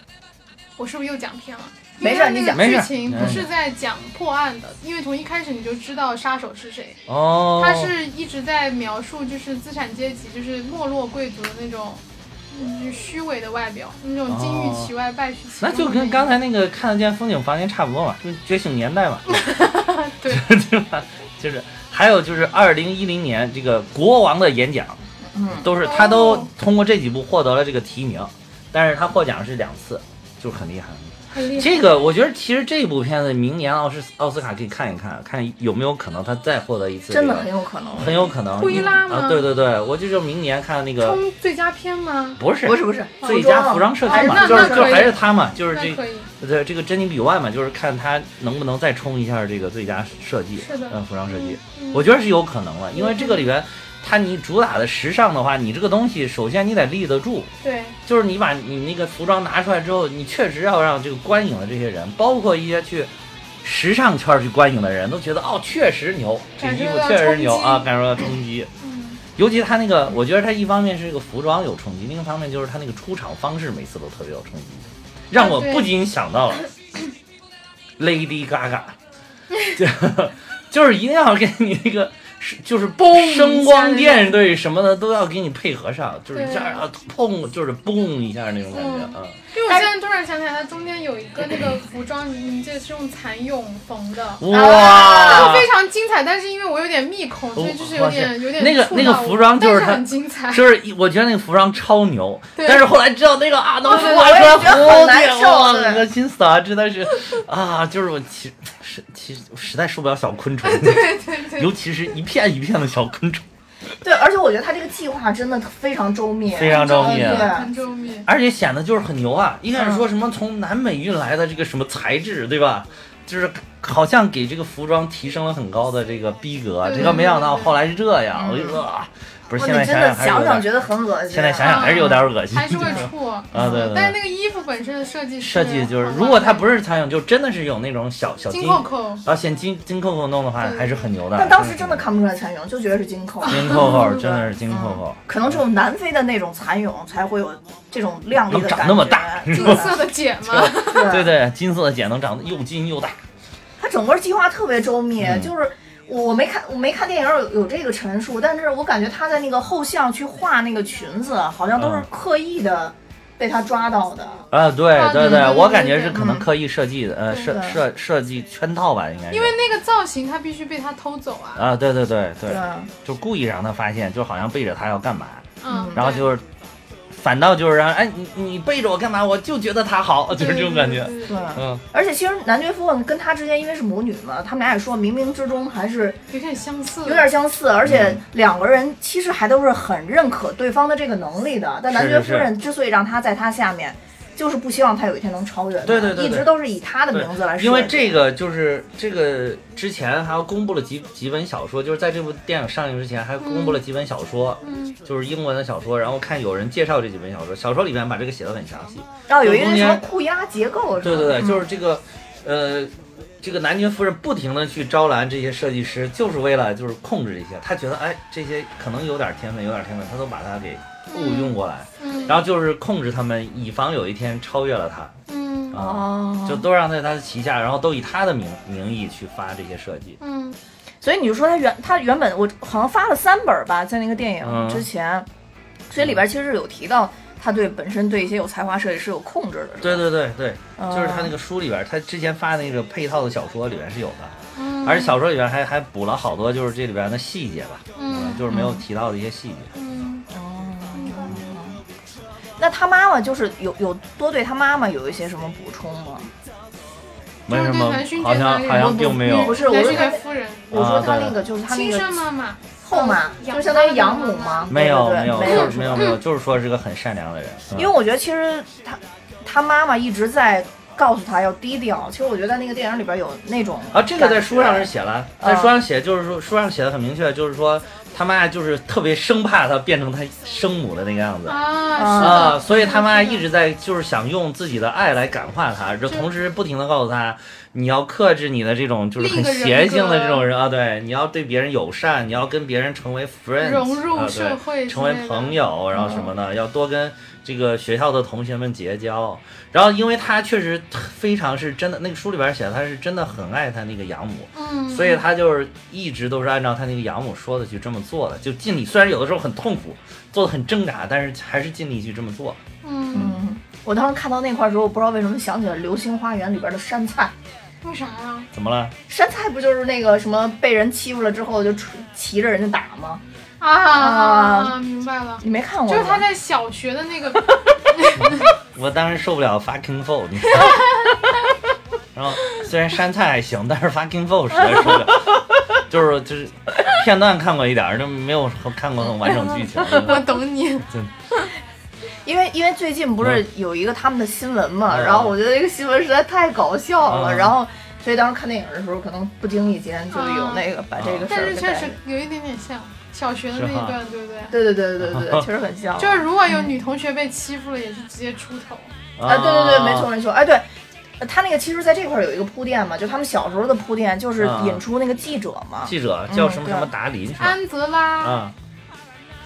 Speaker 3: 我是不是又讲偏了？
Speaker 2: 没事
Speaker 3: 因为它
Speaker 2: 你讲
Speaker 3: 那
Speaker 1: 没
Speaker 3: 个
Speaker 1: 事
Speaker 3: 剧情不是在讲破案的，因为从一开始你就知道杀手是谁，
Speaker 1: 哦，
Speaker 3: 他是一直在描述就是资产阶级，就是没落贵族的那种，嗯，虚伪的外表，那种金玉其外败絮其中。
Speaker 1: 那就跟刚才那个看得见风景房间差不多嘛，就是觉醒年 代嘛，
Speaker 3: 对
Speaker 1: 对吧？ 就是还有就是二零一零年这个国王的演讲，
Speaker 2: 嗯
Speaker 1: 都是他都
Speaker 3: 哦
Speaker 1: 通过这几部获得了这个提名，但是他获奖是两次，就是很厉害。
Speaker 3: 很厉害。
Speaker 1: 这个我觉得其实这部片子明年奥斯奥斯卡可以看一看，看有没有可能他再获得一次、
Speaker 2: 真的很有可能。
Speaker 1: 很有可能。
Speaker 3: 库伊拉吗
Speaker 1: 啊，对对对，我就就明年看那个
Speaker 3: 冲最佳片吗？
Speaker 1: 不是
Speaker 2: 不是不是，哎
Speaker 1: 最佳服装设计
Speaker 2: 还
Speaker 3: 哦
Speaker 1: 嘛，
Speaker 3: 那
Speaker 1: 就是
Speaker 3: 那
Speaker 1: 就
Speaker 3: 可以
Speaker 1: 还是他嘛，就是这
Speaker 3: 那可以，
Speaker 1: 对，这个珍妮比万嘛，就是看他能不能再冲一下这个最佳设计，
Speaker 3: 是的
Speaker 1: 嗯，服装设计，
Speaker 3: 嗯
Speaker 1: 我觉得是有可能的，因为这个里边，它你主打的时尚的话，你这个东西首先你得立得住，
Speaker 3: 对，
Speaker 1: 就是你把你那个服装拿出来之后，你确实要让这个观影的这些人，包括一些去时尚圈去观影的人都觉得，哦，确实牛，这
Speaker 3: 感
Speaker 1: 衣
Speaker 3: 受
Speaker 1: 服
Speaker 3: 到
Speaker 1: 确实
Speaker 3: 冲
Speaker 1: 牛
Speaker 3: 击
Speaker 1: 啊，感受到冲击。
Speaker 3: 嗯，
Speaker 1: 尤其他那个，我觉得他一方面是这个服装有冲击，另一方面就是他那个出场方式每次都特别有冲击，让我
Speaker 3: 啊对
Speaker 1: 不禁想 到了 Lady Gaga，就就是一定要给你那个是就是
Speaker 3: 嘣一下
Speaker 1: 声光
Speaker 3: 那
Speaker 1: 电
Speaker 3: 种
Speaker 1: 对什么的都要给你配合上，就是这
Speaker 3: 对
Speaker 1: 样啊，砰，就是嘣一下那种感觉啊。
Speaker 3: 因为我现在突然想起来，它中间有一个那个服装，你这是用蚕蛹缝的，那
Speaker 1: 哇
Speaker 3: 呃个，非常精彩。但是因为我有点密孔，所以就是有
Speaker 1: 我
Speaker 3: 点有
Speaker 1: 哦
Speaker 3: 点
Speaker 1: 那个
Speaker 3: 触
Speaker 1: 那个
Speaker 3: 到我
Speaker 1: 服装就是
Speaker 3: 但是
Speaker 1: 它
Speaker 3: 很精彩。
Speaker 1: 就是一我觉得那个服装超牛，
Speaker 3: 对
Speaker 1: 但是后来知道那个啊能
Speaker 3: 哦
Speaker 1: 画出来
Speaker 3: 对
Speaker 2: 我也觉得很难受
Speaker 1: 蝴蝶，哇，
Speaker 2: 对
Speaker 1: 恶心死啊！真的是啊，就是我其实其实实在受不了小昆 虫，
Speaker 3: 对对对，
Speaker 1: 尤其是一片一片的小昆虫，
Speaker 2: 对，而且我觉得他这个计划真的非常周密，
Speaker 1: 非常周密
Speaker 2: 嗯对
Speaker 1: 啊。
Speaker 3: 很周密。
Speaker 1: 而且显得就是很牛啊！一开始说什么从南美运来的这个什么材质，对吧？就是好像给这个服装提升了很高的这个逼格，
Speaker 3: 对
Speaker 1: 结果没想到
Speaker 3: 对对
Speaker 1: 后来是这样，
Speaker 2: 嗯
Speaker 1: 我就说啊，不是
Speaker 2: 哇，
Speaker 1: 现
Speaker 2: 你
Speaker 1: 在
Speaker 2: 真
Speaker 1: 想
Speaker 2: 的
Speaker 1: 想还是有
Speaker 2: 想想
Speaker 1: 点，
Speaker 2: 觉得很恶心。啊
Speaker 1: 现在想想还是有点恶心，
Speaker 3: 还是
Speaker 1: 对
Speaker 3: 会触，
Speaker 1: 啊对对
Speaker 3: 但是
Speaker 1: 对，
Speaker 3: 那个衣服本身的设计
Speaker 1: 设计就是
Speaker 3: 很
Speaker 1: 如果它
Speaker 3: 完
Speaker 1: 不是蚕蛹，就真的是有那种小小
Speaker 3: 美
Speaker 1: 金
Speaker 3: 金扣扣，
Speaker 1: 啊，像金金扣扣弄的话
Speaker 3: 对
Speaker 1: 还是很牛的。
Speaker 2: 但当时真的看不出来蚕蛹，就觉得是金扣。
Speaker 1: 金扣扣真
Speaker 3: 啊
Speaker 1: 的是金扣扣，
Speaker 2: 可能只有南非的那种蚕蛹才会有这种亮丽的
Speaker 1: 能
Speaker 2: 感觉，
Speaker 1: 长那么大
Speaker 2: 对
Speaker 3: 金色的茧 嘛，
Speaker 1: 对
Speaker 2: 对，
Speaker 1: 对，金色的茧能长得又金又大，
Speaker 2: 它整个计划特别周密，
Speaker 1: 嗯
Speaker 2: 就是。我我没看，我没看电影有有这个陈述，但是我感觉他在那个后巷去画那个裙子，好像都是
Speaker 1: 嗯
Speaker 2: 刻意的被他抓到的。
Speaker 1: 啊，对
Speaker 3: 啊
Speaker 1: 对
Speaker 3: 对对
Speaker 1: 我
Speaker 3: 对
Speaker 1: 感觉
Speaker 3: 对
Speaker 1: 是可能
Speaker 2: 嗯
Speaker 1: 刻意设计的，呃，
Speaker 2: 对
Speaker 1: 设
Speaker 2: 对
Speaker 1: 设设计圈套吧，应该是。
Speaker 3: 因为那个造型它必须被他偷走啊。
Speaker 1: 啊，对对对对
Speaker 2: 对，，
Speaker 1: 就故意让他发现，就好像背着他要干嘛，
Speaker 3: 嗯，
Speaker 1: 然后
Speaker 3: 对
Speaker 1: 就是反倒就是让哎你你背着我干嘛？我就觉得他好，就是这种感觉。
Speaker 3: 对对对
Speaker 2: 对，
Speaker 1: 嗯，
Speaker 2: 而且其实男爵夫人跟他之间因为是母女嘛，他们俩也说冥冥之中还是
Speaker 3: 有点相似，
Speaker 2: 有点相似，而且
Speaker 1: 嗯
Speaker 2: 两个人其实还都是很认可对方的这个能力的。但
Speaker 1: 是
Speaker 2: 男
Speaker 1: 是
Speaker 2: 爵夫人之所以让他在他下面，就是不希望他有一天能超越他，
Speaker 1: 对对对对
Speaker 2: 一直都是以他的
Speaker 1: 对
Speaker 2: 名字来设计。
Speaker 1: 因为这个就是这个之前还公布了几几本小说，就是在这部电影上映之前还公布了几本小说，
Speaker 3: 嗯，
Speaker 1: 就是英文的小说。然后看有人介绍这几本小说，小说里面把这个写的很详细。
Speaker 2: 啊，有一个
Speaker 1: 中
Speaker 2: 什
Speaker 1: 间
Speaker 2: 么库压结构是吧，
Speaker 1: 对对对，
Speaker 2: 嗯
Speaker 1: 就是这个，呃，这个男爵夫人不停的去招揽这些设计师，就是为了就是控制这些。他觉得哎，这些可能有点天分，有点天分，他都把他给雇佣过来，
Speaker 3: 嗯，
Speaker 1: 然后就是控制他们，以防有一天超越了他
Speaker 3: 嗯
Speaker 1: 啊。
Speaker 2: 哦，
Speaker 1: 就都让在他的旗下，然后都以他的名名义去发这些设计。
Speaker 3: 嗯，
Speaker 2: 所以你就说他原他原本我好像发了三本儿吧，在那个电影
Speaker 1: 嗯
Speaker 2: 之前，所以里边其实是有提到他对本身对一些有才华设计师有控制的，
Speaker 1: 对对对对，
Speaker 2: 哦
Speaker 1: 就是他那个书里边，他之前发那个配套的小说里边是有的，
Speaker 3: 嗯
Speaker 1: 而且小说里边还还补了好多就是这里边的细节吧，
Speaker 3: 嗯
Speaker 1: 就是没有提到的一些细节。
Speaker 3: 嗯
Speaker 2: 哦那他妈妈就是有有多对他妈妈有一些什么补充吗？
Speaker 1: 没什么
Speaker 3: 就是对南薰，
Speaker 1: 好像
Speaker 3: 这个
Speaker 1: 好像并没有。
Speaker 2: 不是，我
Speaker 3: 南
Speaker 2: 说
Speaker 3: 薰
Speaker 2: 他
Speaker 3: 的，夫人，
Speaker 2: 我说
Speaker 1: 啊
Speaker 2: 他
Speaker 1: 对
Speaker 2: 那个就是他那
Speaker 3: 亲
Speaker 2: 个
Speaker 3: 生妈妈，
Speaker 2: 后妈，
Speaker 3: 养
Speaker 2: 就相当于
Speaker 3: 他的
Speaker 2: 养母
Speaker 3: 妈
Speaker 2: 吗？
Speaker 1: 没有
Speaker 2: 对对
Speaker 1: 没有，
Speaker 2: 对
Speaker 1: 就
Speaker 2: 没
Speaker 1: 是没有没有，就是说是个很善良的人。嗯
Speaker 2: 因为我觉得其实他他妈妈一直在告诉他要低调，其实我觉得在那个电影里边有那种
Speaker 1: 啊，这个在书上
Speaker 2: 感
Speaker 1: 是
Speaker 2: 觉
Speaker 1: 写了，在书上写就是说书上写的很明确，就是说他妈就是特别生怕他变成他生母的那个样子。
Speaker 3: 啊，
Speaker 1: 啊，
Speaker 3: 是的
Speaker 1: 所以他妈一
Speaker 3: 是
Speaker 1: 直在就是想用自己的爱来感化他，这同时不停的告诉他，你要克制你的这种就是很邪性的这种人啊，对，你要对别人友善，你要跟别人成为
Speaker 3: 的
Speaker 1: friends，
Speaker 3: 融
Speaker 1: 啊
Speaker 3: 入
Speaker 1: 对
Speaker 3: 社会，
Speaker 1: 成为朋。友，然后什么
Speaker 3: 嗯
Speaker 1: 的，要多跟这个学校的同学们结交。然后，因为他确实非常是真的，那个书里边写的，他是真的很爱他那个养母，
Speaker 3: 嗯，
Speaker 1: 所以他就是一直都是按照他那个养母说的去这么做的，就尽力。虽然有的时候很痛苦，做的很挣扎，但是还是尽力去这么做。
Speaker 3: 嗯，
Speaker 2: 嗯，我当时看到那块儿的时候，我不知道为什么想起了《流星花园》里边的杉菜。
Speaker 3: 为啥呀？
Speaker 1: 怎么了？
Speaker 2: 杉菜不就是那个什么被人欺负了之后就出骑着人家打吗？
Speaker 3: 啊， 明白了，
Speaker 2: 你没看过吗？
Speaker 3: 就是他在小学的那个，
Speaker 1: 我当时受不了 fucking four，你知道吗然后虽然山菜还行，但是 fucking four 实在受不了。就是就是片段看过一点儿，就没有看过很完整剧情。
Speaker 3: 我懂你，
Speaker 2: 因为因为最近不是有一个他们的新闻嘛，
Speaker 1: 嗯
Speaker 2: 然后我觉得这个新闻实在太搞笑了，
Speaker 1: 嗯
Speaker 2: 然后所以当时看电影的时候，可能不经意间就有那个、把这个事
Speaker 3: 嗯但
Speaker 2: 儿
Speaker 3: 是
Speaker 2: 给
Speaker 3: 确
Speaker 2: 带
Speaker 3: 实
Speaker 1: 啊
Speaker 2: 进
Speaker 3: 有一点点像小学的那一段，对不对？
Speaker 2: 对对对对对对， 确实很像。
Speaker 3: 就是如果有女同学被欺负了，也是直接出头。
Speaker 2: 啊，对对对，没错。没错，哎对。呃他那个其实在这块儿有一个铺垫嘛，就他们小时候的铺垫，就是
Speaker 1: 嗯
Speaker 2: 引出那个记者嘛，
Speaker 3: 嗯
Speaker 1: 记者叫什么什么达林是吧？
Speaker 3: 安泽拉，
Speaker 1: 啊，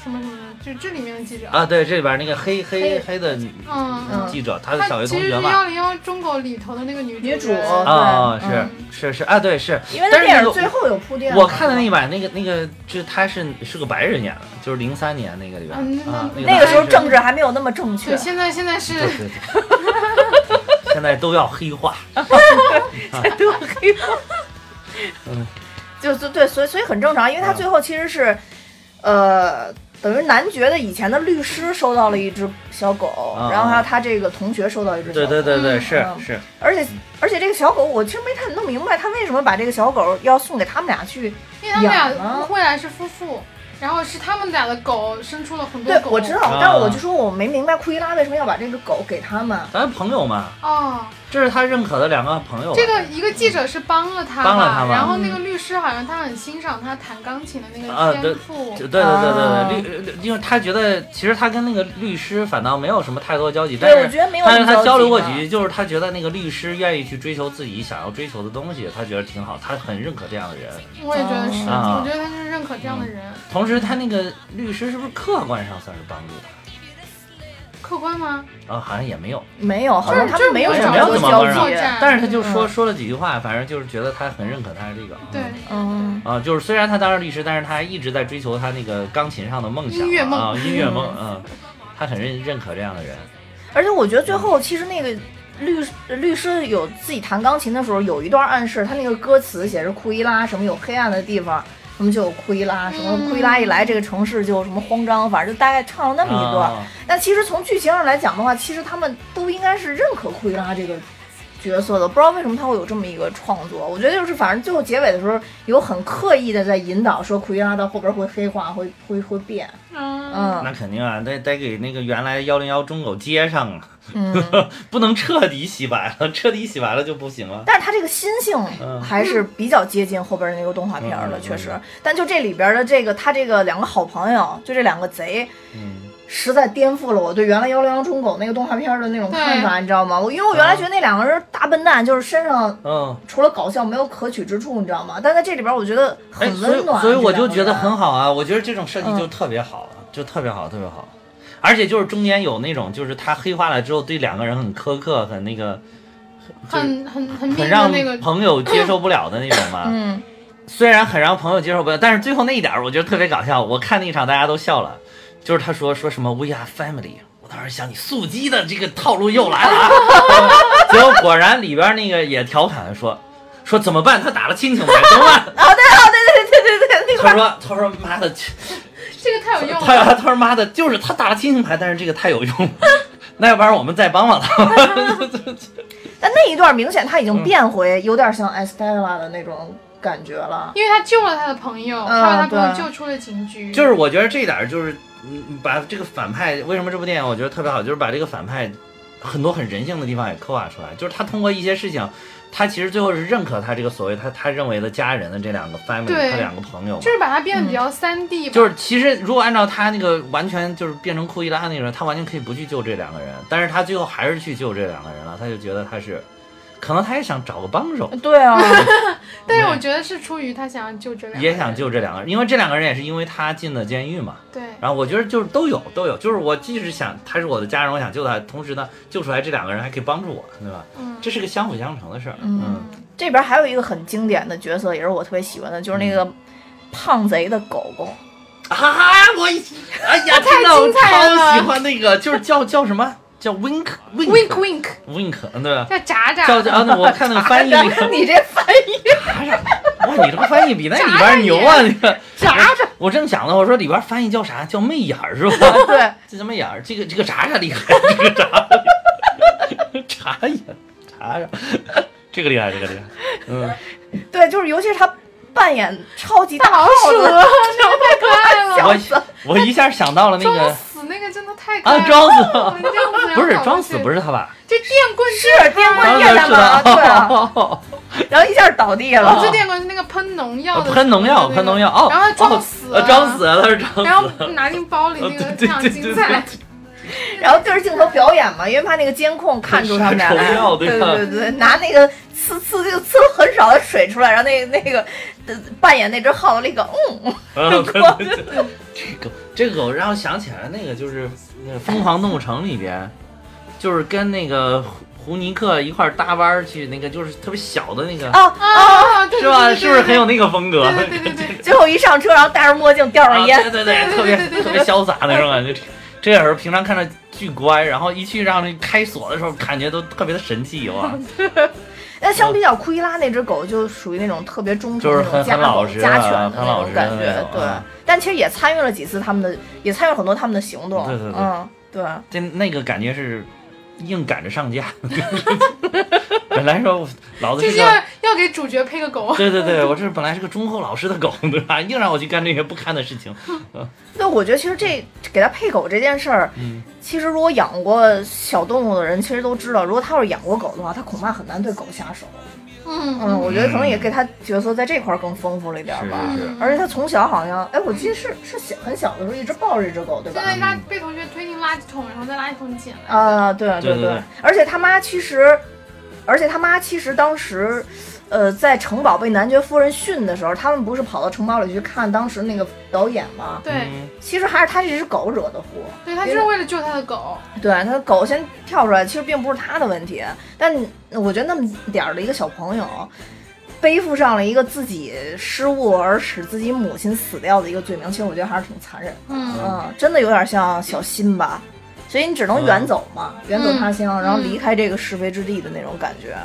Speaker 3: 什么什么的，就这里面的记者。
Speaker 1: 啊，对，这里边那个黑黑
Speaker 2: 黑
Speaker 1: 黑的女
Speaker 3: 嗯嗯，
Speaker 1: 记者，她的呃小
Speaker 3: 他
Speaker 1: 学
Speaker 3: 其
Speaker 1: 同
Speaker 3: 实
Speaker 1: 学
Speaker 3: 是
Speaker 1: 嘛，
Speaker 3: 幺零幺中狗里头的那个女
Speaker 2: 女主
Speaker 3: 人
Speaker 1: 啊啊，
Speaker 2: 对
Speaker 1: 是是是啊，对是，
Speaker 2: 因为那
Speaker 1: 但是
Speaker 2: 电
Speaker 1: 那个
Speaker 2: 影最后有铺垫嘛。
Speaker 1: 我看的那一版，那个那个，就是他是是个白人演的，就是零三年那个里边
Speaker 3: 嗯那
Speaker 1: 啊，
Speaker 3: 那
Speaker 2: 那个时候
Speaker 1: 正
Speaker 2: 政治还没有那么正确
Speaker 3: 对，，现在现在是
Speaker 1: 对对对，现在都要黑化，
Speaker 2: 对，黑化。
Speaker 1: 嗯，
Speaker 2: 就是对，所以所以很正常，因为他
Speaker 1: 嗯
Speaker 2: 最后其实是，呃，等于男爵的以前的律师收到了一只小狗，
Speaker 1: 啊
Speaker 2: 然后还有他这个同学收到一只小
Speaker 1: 对
Speaker 2: 狗，
Speaker 1: 对对对，
Speaker 3: 嗯
Speaker 1: 是
Speaker 2: 嗯
Speaker 1: 是，
Speaker 2: 而且而且这个小狗我其实没太弄明白他为什么把这个小狗要送给他们俩去，
Speaker 3: 因为他们
Speaker 2: 养
Speaker 3: 俩
Speaker 2: 了
Speaker 3: 未来是夫妇，然后是他们俩的狗生出了很多
Speaker 2: 对
Speaker 3: 狗。
Speaker 2: 我知道
Speaker 1: 啊，
Speaker 2: 但我就说我没明白库伊拉为什么要把这个狗给他们，
Speaker 1: 咱朋友嘛，
Speaker 3: 哦，
Speaker 1: 这是他认可的两个朋友啊，
Speaker 3: 这个一个记者是帮了他
Speaker 1: 帮了
Speaker 3: 吧
Speaker 1: 他吧
Speaker 3: 然后那个律师好像他很欣赏他弹钢琴的那
Speaker 1: 啊
Speaker 3: 个
Speaker 1: 对
Speaker 3: 天赋。
Speaker 1: 就对对
Speaker 2: 啊
Speaker 1: 对对对，律，因为他觉得其实他跟那个律师反倒没有什么太多交集，但
Speaker 2: 对我
Speaker 1: 是
Speaker 2: 觉得没有
Speaker 1: 但是
Speaker 2: 那么
Speaker 1: 他交流过
Speaker 2: 急
Speaker 1: 几
Speaker 2: 嘛
Speaker 1: 句，就是他觉得那个律师愿意去追求自己想要追求的东西，他觉得挺好，他很认可这样的人。
Speaker 3: 我也觉得是，
Speaker 1: 啊
Speaker 3: 我觉得他就是认可这样的人，
Speaker 1: 同时，他那个律师是不是客观上算是帮助他？
Speaker 3: 客观吗？
Speaker 1: 啊，好像也没有，
Speaker 2: 没有，好像
Speaker 3: 就是
Speaker 2: 他们没有
Speaker 1: 就
Speaker 2: 什
Speaker 1: 是没有
Speaker 2: 多
Speaker 1: 怎么
Speaker 2: 交
Speaker 1: 玩啊
Speaker 2: 集，
Speaker 1: 但是他就说
Speaker 2: 嗯
Speaker 1: 说了几句话，反正就是觉得他很认可他的这个。
Speaker 3: 对，
Speaker 2: 嗯，
Speaker 1: 啊，就是虽然他当上律师，但是他一直在追求他那个钢琴上的梦想
Speaker 3: 音乐梦
Speaker 1: 啊，音乐梦， 嗯，他很认认可这样的人，
Speaker 2: 而且我觉得最后其实那个律律师有自己弹钢琴的时候，有一段暗示，他那个歌词写着库伊拉什么有黑暗的地方，什么就有库伊拉，什么库伊拉一来这个城市就有什么慌张，反正就大概唱了那么一段。
Speaker 1: 啊
Speaker 2: 但其实从剧情上来讲的话，其实他们都应该是认可库伊拉这个。角色的不知道为什么他会有这么一个创作，我觉得就是反正最后结尾的时候有很刻意的在引导说库伊拉到后边会黑化，会会会变，
Speaker 3: 嗯，
Speaker 1: 那
Speaker 2: 嗯
Speaker 1: 肯定啊，得得给那个原来幺零幺中狗接上啊，
Speaker 2: 嗯，
Speaker 1: 不能彻底洗白了，彻底洗白了就不行了。
Speaker 2: 但是它这个心性
Speaker 1: 嗯
Speaker 2: 还是比较接近后边那个动画片儿的，
Speaker 1: 嗯嗯嗯
Speaker 2: 确实。但就这里边的这个，他这个两个好朋友，就这两个贼，
Speaker 1: 嗯，
Speaker 2: 实在颠覆了我对原来《幺零幺忠狗》那个动画片儿的那种看法，你知道吗？我因为我原来觉得那两个人大笨蛋，就是身上
Speaker 1: 嗯，
Speaker 2: 除了搞笑没有可取之处，你知道吗？但在这里边，我觉得
Speaker 1: 哎，
Speaker 2: 很
Speaker 1: 所以
Speaker 2: 温暖。
Speaker 1: 所以我
Speaker 2: 这两
Speaker 1: 就
Speaker 2: 个
Speaker 1: 觉得
Speaker 2: 人
Speaker 1: 很好啊，我觉得这种设计
Speaker 2: 嗯
Speaker 1: 就特别好，啊就特别好，特别好。而且就是中间有那种，就是他黑化了之后，对两个人很苛刻，很那个，就是
Speaker 3: 很很很
Speaker 1: 很
Speaker 3: 命的
Speaker 1: 让
Speaker 3: 那个，
Speaker 1: 朋友接受不了的那种嘛。
Speaker 2: 嗯，
Speaker 1: 虽然很让朋友接受不了，但是最后那一点儿我觉得特别搞笑。我看那一场大家都笑了，就是他说说什么 “We are family”，我当时想你素鸡的这个套路又来了啊！ 结果果然里边那个也调侃说说怎么办？他打了亲情牌，怎么办？
Speaker 2: 啊，对啊，对对对对对对，那块
Speaker 1: 他
Speaker 2: 儿
Speaker 1: 说他说妈的，
Speaker 3: 这个太有用
Speaker 1: 他
Speaker 3: 了。
Speaker 1: 他说妈的，就是他打了亲情牌，但是这个太有用了， 那要不然我们再帮帮他。
Speaker 2: 但那一段明显他已
Speaker 1: 嗯
Speaker 2: 经变回有点像艾斯黛拉的那种感觉了。
Speaker 3: 因为他救了他的朋友，
Speaker 2: 嗯
Speaker 3: 他把他朋友
Speaker 2: 对
Speaker 3: 救出了警局，
Speaker 1: 就是我觉得这一点儿就是，嗯，把这个反派为什么这部电影我觉得特别好，就是把这个反派很多很人性的地方也刻画出来，就是他通过一些事情，他其实最后是认可他这个所谓他他认为的家人的这两个 family，
Speaker 3: 对
Speaker 1: 他两个朋友嘛。
Speaker 3: 就是把他变得比较三 D 吧，
Speaker 1: 就是其实如果按照他那个完全就是变成库伊拉那种，他完全可以不去救这两个人，但是他最后还是去救这两个人了，他就觉得他是，可能他也想找个帮手，
Speaker 2: 对啊，
Speaker 3: 但是我觉得是出于他想要救这两个人，
Speaker 1: 也想救这两个人，因为这两个人也是因为他进了监狱嘛。
Speaker 3: 对，
Speaker 1: 然后我觉得就是都有都有，就是我即使想他是我的家人，我想救他，同时呢救出来这两个人还可以帮助我，对吧？
Speaker 3: 嗯
Speaker 1: 这是个相辅相成的事儿。
Speaker 2: 嗯，这边还有一个很经典的角色，也是我特别喜欢的，就是那个胖贼的狗狗，，
Speaker 1: 啊，我一 哎呀，真的我
Speaker 3: 精彩了
Speaker 1: 超喜欢那个，就是叫叫什么叫 wink
Speaker 3: ，wink
Speaker 1: wink
Speaker 3: wink，
Speaker 1: wink，嗯对吧？
Speaker 3: 叫渣渣，
Speaker 1: 叫叫啊，那我看那个翻译 那个
Speaker 2: 你这翻译
Speaker 1: 哇，你这个翻译比那里边牛啊！那个，
Speaker 2: 啥啥？
Speaker 1: 我正想呢，我说里边翻译叫啥？叫媚眼儿是吧？
Speaker 2: 对，
Speaker 1: 这什么眼儿？这个这个查查厉害，这个查查厉害，查眼查查，这个厉害，这个厉害。 嗯，
Speaker 2: 对，就是尤其是他扮演超级
Speaker 3: 大老
Speaker 2: 耗
Speaker 3: 鼠，
Speaker 2: 子
Speaker 3: 真的太可爱了，
Speaker 1: 我我一下想到了那
Speaker 3: 装
Speaker 1: 个
Speaker 3: 死那个真的太可爱
Speaker 1: 啊，
Speaker 3: 了，
Speaker 1: 装
Speaker 3: 我
Speaker 1: 死
Speaker 3: 们这样子
Speaker 1: 不是装死，不
Speaker 3: 是，
Speaker 1: 是他吧？
Speaker 3: 这电棍是
Speaker 2: 是电
Speaker 1: 装
Speaker 2: 棍
Speaker 1: 死
Speaker 2: 越南
Speaker 1: 是吧
Speaker 2: 嘛，对 啊，
Speaker 1: 哦，
Speaker 2: 然后一下倒地
Speaker 3: 不
Speaker 2: 了
Speaker 3: 是。哦电棍是那个喷农药的，
Speaker 1: 喷农药，喷农药哦，
Speaker 3: 然后他装死
Speaker 1: 哦，呃装死，他是装
Speaker 3: 然
Speaker 1: 死。
Speaker 3: 后拿进包里那
Speaker 1: 呃
Speaker 3: 个非
Speaker 1: 对
Speaker 3: 常
Speaker 1: 对对
Speaker 3: 精彩，
Speaker 2: 然后对着镜头表演嘛，因为怕那个监控看出他们俩来
Speaker 1: 是丑。
Speaker 2: 对
Speaker 1: 对吧
Speaker 2: 对对，拿那个呲呲就呲了很少的水出来，然后那那个呃扮演那只耗子那个，嗯，
Speaker 1: 嗯对对对这狗，这狗让我想起来那个就是那个《疯狂动物城》里边，就是跟那个胡胡尼克一块儿搭班儿去，那个就是特别小的那个，
Speaker 2: 哦哦，
Speaker 3: 啊，对
Speaker 1: 是吧？
Speaker 3: 对对对
Speaker 1: 是不是很有啊那个风格？
Speaker 3: 对对对 对对，
Speaker 2: 最后一上车，然后戴着墨镜，叼
Speaker 1: 啊
Speaker 2: 上烟，
Speaker 1: 对对对，特别特别潇洒那种感觉。这也是平常看着巨乖，然后一去让那开锁的时候，感觉都特别的神气哇！
Speaker 2: 那相比较库伊拉那只狗，就属于那种特别忠诚
Speaker 1: 就是
Speaker 2: 的那种
Speaker 1: 很
Speaker 2: 家
Speaker 1: 很老
Speaker 2: 狗
Speaker 1: 实啊
Speaker 2: 家犬的
Speaker 1: 很
Speaker 2: 那
Speaker 1: 老
Speaker 2: 种
Speaker 1: 实
Speaker 2: 感
Speaker 1: 的
Speaker 2: 觉
Speaker 1: 那种，
Speaker 2: 对
Speaker 1: 啊。
Speaker 2: 但其实也参与了几次他们的，也参与了很多他们的行动。
Speaker 1: 对对对
Speaker 2: 嗯，对。
Speaker 1: 这那个感觉是硬赶着上架。本来说老子
Speaker 3: 就是是
Speaker 1: 个
Speaker 3: 要要给主角配个 狗，
Speaker 1: 对对对，我这本来是个忠厚老实的狗，对吧？ 硬让我去干这些不堪的事情。
Speaker 2: 那我觉得其实这给它配狗这件事儿，
Speaker 1: 嗯
Speaker 2: 其实如果养过小动物的人，其实都知道，如果他要是养过狗的话，他恐怕很难对狗下手。
Speaker 3: 嗯
Speaker 2: 嗯，我觉得可能也
Speaker 1: 嗯
Speaker 2: 给他角色在这块儿更丰富了一点儿吧。
Speaker 1: 是
Speaker 3: 是
Speaker 2: 而且他从小好像，哎，我记得是是小很小的时候一直抱着一只狗，对吧
Speaker 3: 现？在拉被同学推进垃圾桶，然后在垃圾桶捡
Speaker 1: 嗯
Speaker 3: 来。
Speaker 2: 啊，对对
Speaker 1: 对对对
Speaker 2: 而且他妈其实，而且他妈其实当时，呃，在城堡被男爵夫人训的时候，他们不是跑到城堡里去看当时那个导演吗？
Speaker 3: 对，
Speaker 1: 嗯
Speaker 2: 其实还是他这只狗惹的祸。
Speaker 3: 对他就是为了救他的狗，
Speaker 2: 对，他狗先跳出来，其实并不是他的问题，但我觉得那么点儿的一个小朋友，背负上了一个自己失误而使自己母亲死掉的一个罪名，其实我觉得还是挺残忍的。
Speaker 3: 嗯，
Speaker 2: 嗯，真的有点像小新吧，所以你只能远走嘛，远走他乡，然后离开这个是非之地的那种感觉。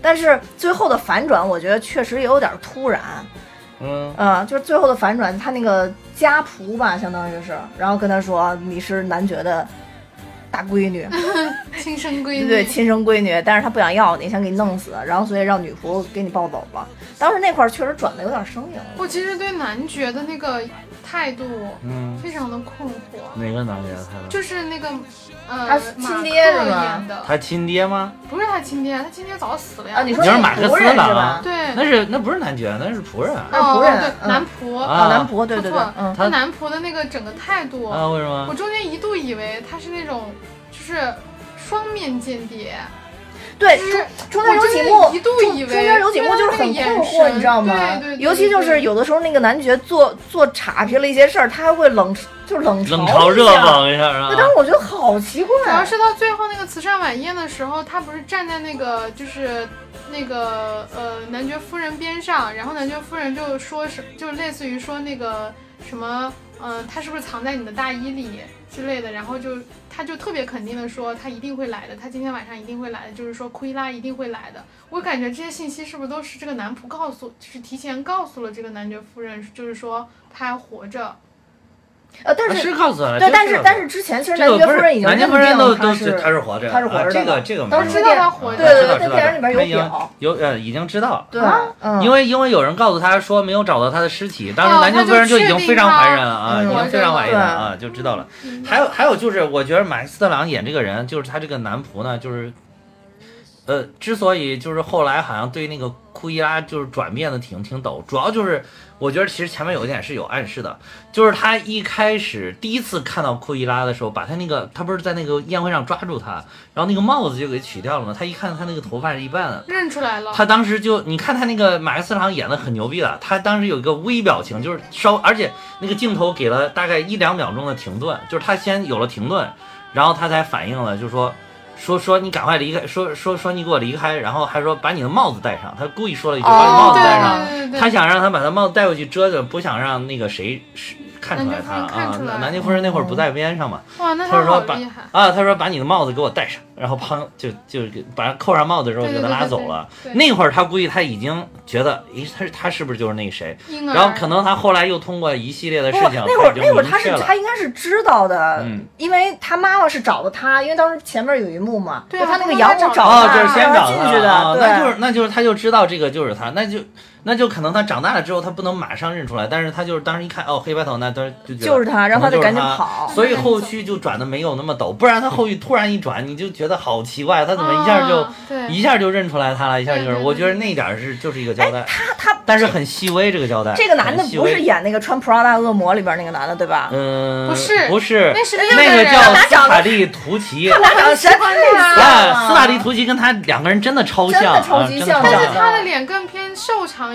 Speaker 2: 但是最后的反转，我觉得确实也有点突然，
Speaker 1: 嗯，
Speaker 2: 嗯，就是最后的反转，他那个家仆吧，相当于是，然后跟他说你是男爵的大闺女，
Speaker 1: 嗯
Speaker 3: 亲生闺
Speaker 2: 对
Speaker 3: 女，
Speaker 2: 对，亲生闺女，但是他不想要你，想给你弄死，然后所以让女仆给你抱走了。当时那块儿确实转的有点生硬，
Speaker 3: 我其实对男爵的那个态度
Speaker 1: 嗯，
Speaker 3: 非常的困惑，
Speaker 1: 哪个男人他的？
Speaker 3: 就是那个呃，
Speaker 2: 他亲爹是吗
Speaker 3: 马克演的，
Speaker 1: 他亲爹吗？
Speaker 3: 不是他亲爹，他亲爹早死了呀。
Speaker 2: 啊，你说
Speaker 1: 你
Speaker 2: 那
Speaker 1: 说
Speaker 2: 是
Speaker 1: 马克
Speaker 2: 仆
Speaker 1: 思
Speaker 2: 人是
Speaker 1: 了
Speaker 2: 吧
Speaker 1: 啊？
Speaker 3: 对，
Speaker 1: 那是那不是男爵，那是仆人。
Speaker 2: 那是仆
Speaker 3: 哦
Speaker 2: 人
Speaker 3: 对，
Speaker 2: 嗯
Speaker 3: 男仆，
Speaker 1: 啊
Speaker 2: 啊，男仆，对对
Speaker 3: 说错
Speaker 2: 对
Speaker 3: 了，
Speaker 2: 嗯，
Speaker 1: 他
Speaker 3: 男仆的那个整个态度，
Speaker 1: 啊？为什
Speaker 3: 我
Speaker 1: 么？
Speaker 3: 中间一度以为他是那种就是双面间谍，
Speaker 2: 对，
Speaker 3: 就
Speaker 2: 哎中中
Speaker 3: 是
Speaker 2: 间有几
Speaker 3: 我真
Speaker 2: 幕，
Speaker 3: 的一
Speaker 2: 中
Speaker 3: 度以为
Speaker 2: 中间有几幕就是很困
Speaker 3: 对他那个眼
Speaker 2: 惑，
Speaker 3: 神
Speaker 2: 你知道吗
Speaker 3: 对对？对
Speaker 2: 尤其就是有的时候那个男爵做做岔劈了一些事儿，他还会冷就冷
Speaker 1: 冷嘲热
Speaker 2: 一下。
Speaker 1: 讽一下啊
Speaker 2: 对，！当时我觉得好奇
Speaker 3: 主要
Speaker 2: 怪，
Speaker 3: 是到最后那个慈善晚宴的时候，他不是站在那个就是那个呃男爵夫人边上，然后男爵夫人就说是就类似于说那个什么呃他是不是藏在你的大衣里之类的，然后就他就特别肯定的说他一定会来的，他今天晚上一定会来的，就是说库伊拉一定会来的。我感觉这些信息是不是都是这个男仆告诉，就是提前告诉了这个男爵夫人，就是说他还活着。
Speaker 2: 呃，但
Speaker 1: 啊
Speaker 2: 是
Speaker 1: 是告诉他了，
Speaker 2: 对，
Speaker 1: 这
Speaker 2: 但
Speaker 1: 告
Speaker 2: 是
Speaker 1: 诉
Speaker 2: 但是之前其实
Speaker 1: 这
Speaker 2: 男
Speaker 1: 个
Speaker 2: 爵
Speaker 1: 不
Speaker 2: 夫
Speaker 1: 是
Speaker 2: 人已经
Speaker 1: 男爵
Speaker 2: 认
Speaker 1: 夫人都
Speaker 2: 定
Speaker 1: 都
Speaker 2: 他
Speaker 1: 是
Speaker 2: 是
Speaker 1: 他是活着，
Speaker 2: 他是活
Speaker 1: 啊
Speaker 2: 着的
Speaker 1: 这个这个没
Speaker 2: 当
Speaker 1: 有
Speaker 2: 时
Speaker 3: 知道他活
Speaker 1: 啊
Speaker 3: 着，
Speaker 2: 对对
Speaker 1: 知道
Speaker 2: 对，
Speaker 1: 知
Speaker 2: 在
Speaker 1: 道
Speaker 2: 电影里边
Speaker 1: 他已
Speaker 2: 有
Speaker 1: 经
Speaker 2: 表，
Speaker 1: 有呃已经知道了。
Speaker 2: 对
Speaker 3: 啊，
Speaker 2: 嗯，
Speaker 1: 因为因为有人告诉他说没有找到他的尸体，当时
Speaker 3: 哦
Speaker 1: 男爵夫人就已经非常怀疑了
Speaker 2: 他
Speaker 1: 啊，
Speaker 2: 就确
Speaker 1: 已
Speaker 2: 定
Speaker 1: 经非常怀疑了
Speaker 2: 他
Speaker 1: 啊，就知道了。
Speaker 3: 嗯
Speaker 1: 还有还有就是，我觉得马克思特朗演这个人，就是他这个男仆呢，就是，呃，之所以就是后来好像对那个库伊拉就是转变的挺挺陡，主要就是我觉得其实前面有一点是有暗示的，就是他一开始第一次看到库伊拉的时候，把他那个他不是在那个宴会上抓住他，然后那个帽子就给取掉了嘛，他一看他那个头发是一半的，
Speaker 3: 认出来了。
Speaker 1: 他当时就，你看他那个马克思场演的很牛逼了，他当时有一个微表
Speaker 3: 嗯
Speaker 1: 情，就是稍，而且那个镜头给了大概一两秒钟的停顿，就是他先有了停顿，然后他才反应了，就说说说你赶快离开，说说说你给我离开，然后还说把你的帽子戴上，他故意说了一句
Speaker 2: 哦
Speaker 1: 把你帽子戴上，
Speaker 3: 对对对对
Speaker 1: 他想让他把他帽子带回去遮着，不想让那个谁是看出来他
Speaker 3: 男爵夫人看
Speaker 1: 啊
Speaker 3: 出来，哦
Speaker 1: 南京夫人那会儿不在边上嘛，
Speaker 3: 哇，那
Speaker 1: 他
Speaker 3: 他
Speaker 1: 说
Speaker 3: 好
Speaker 1: 把
Speaker 3: 厉害。
Speaker 1: 啊，他说把你的帽子给我戴上，然后砰就就给把扣上帽子之后就给
Speaker 3: 对
Speaker 1: 他
Speaker 3: 对对
Speaker 1: 拉
Speaker 3: 对
Speaker 1: 走了。
Speaker 3: 对
Speaker 1: 那会儿他估计他已经觉得，咦，他是他是不是就是那个谁？
Speaker 3: 婴儿，
Speaker 1: 然后可能他后来又通过一系列的事
Speaker 2: 不，
Speaker 1: 情，
Speaker 2: 那会儿
Speaker 1: 已经
Speaker 2: 那会儿
Speaker 1: 明
Speaker 2: 他
Speaker 1: 确
Speaker 2: 是
Speaker 1: 了
Speaker 2: 他应该是知道的，
Speaker 1: 嗯
Speaker 2: 因为他妈妈是找的他，因为当时前面有一幕嘛，
Speaker 3: 对啊
Speaker 2: 就他那个
Speaker 3: 他妈
Speaker 2: 养
Speaker 3: 妈
Speaker 2: 母
Speaker 3: 找
Speaker 2: 他，
Speaker 1: 哦，
Speaker 3: 的
Speaker 1: 就是先
Speaker 2: 让他
Speaker 1: 找他
Speaker 2: 进去
Speaker 1: 啊
Speaker 2: 的，
Speaker 1: 那就是
Speaker 2: 对。
Speaker 1: 那就是他就知道这个就是他，那就那就可能他长大了之后他不能马上认出来，但是他就是当时一看哦黑白头，那当时就觉得
Speaker 2: 就是他，然后
Speaker 1: 可
Speaker 2: 就
Speaker 1: 能就是
Speaker 2: 赶紧
Speaker 1: 他
Speaker 2: 跑。
Speaker 1: 所以后续就转的没有那么陡，不然他后续突然一转，你就觉觉得好奇怪，他怎么一下就、
Speaker 3: 啊对
Speaker 1: 一下就认出来他了？一下就
Speaker 3: 对
Speaker 1: 是，
Speaker 3: 对对
Speaker 1: 我觉得那点儿是就是一个交代，
Speaker 2: 他他
Speaker 1: 但是很细微这个交代。
Speaker 2: 哎这个男的
Speaker 1: 很细
Speaker 2: 不
Speaker 1: 微
Speaker 2: 是，演那个穿 Prada 恶魔里边那个男的对吧？
Speaker 1: 嗯，
Speaker 3: 不是
Speaker 1: 不是，
Speaker 3: 那是另一
Speaker 1: 那
Speaker 3: 个
Speaker 1: 个
Speaker 3: 人
Speaker 1: 叫
Speaker 3: 啊他
Speaker 2: 俩
Speaker 1: 斯
Speaker 2: 长得
Speaker 1: 塔利图奇。
Speaker 2: 他啊俩长得实在太像了，
Speaker 1: 啊，斯塔利图奇跟他两个人真的超
Speaker 2: 真的
Speaker 1: 像，
Speaker 2: 超
Speaker 1: 啊
Speaker 2: 级
Speaker 1: 真的
Speaker 2: 像
Speaker 1: 超
Speaker 3: 但
Speaker 2: 长
Speaker 3: 是
Speaker 2: 得
Speaker 3: 他的脸更偏瘦长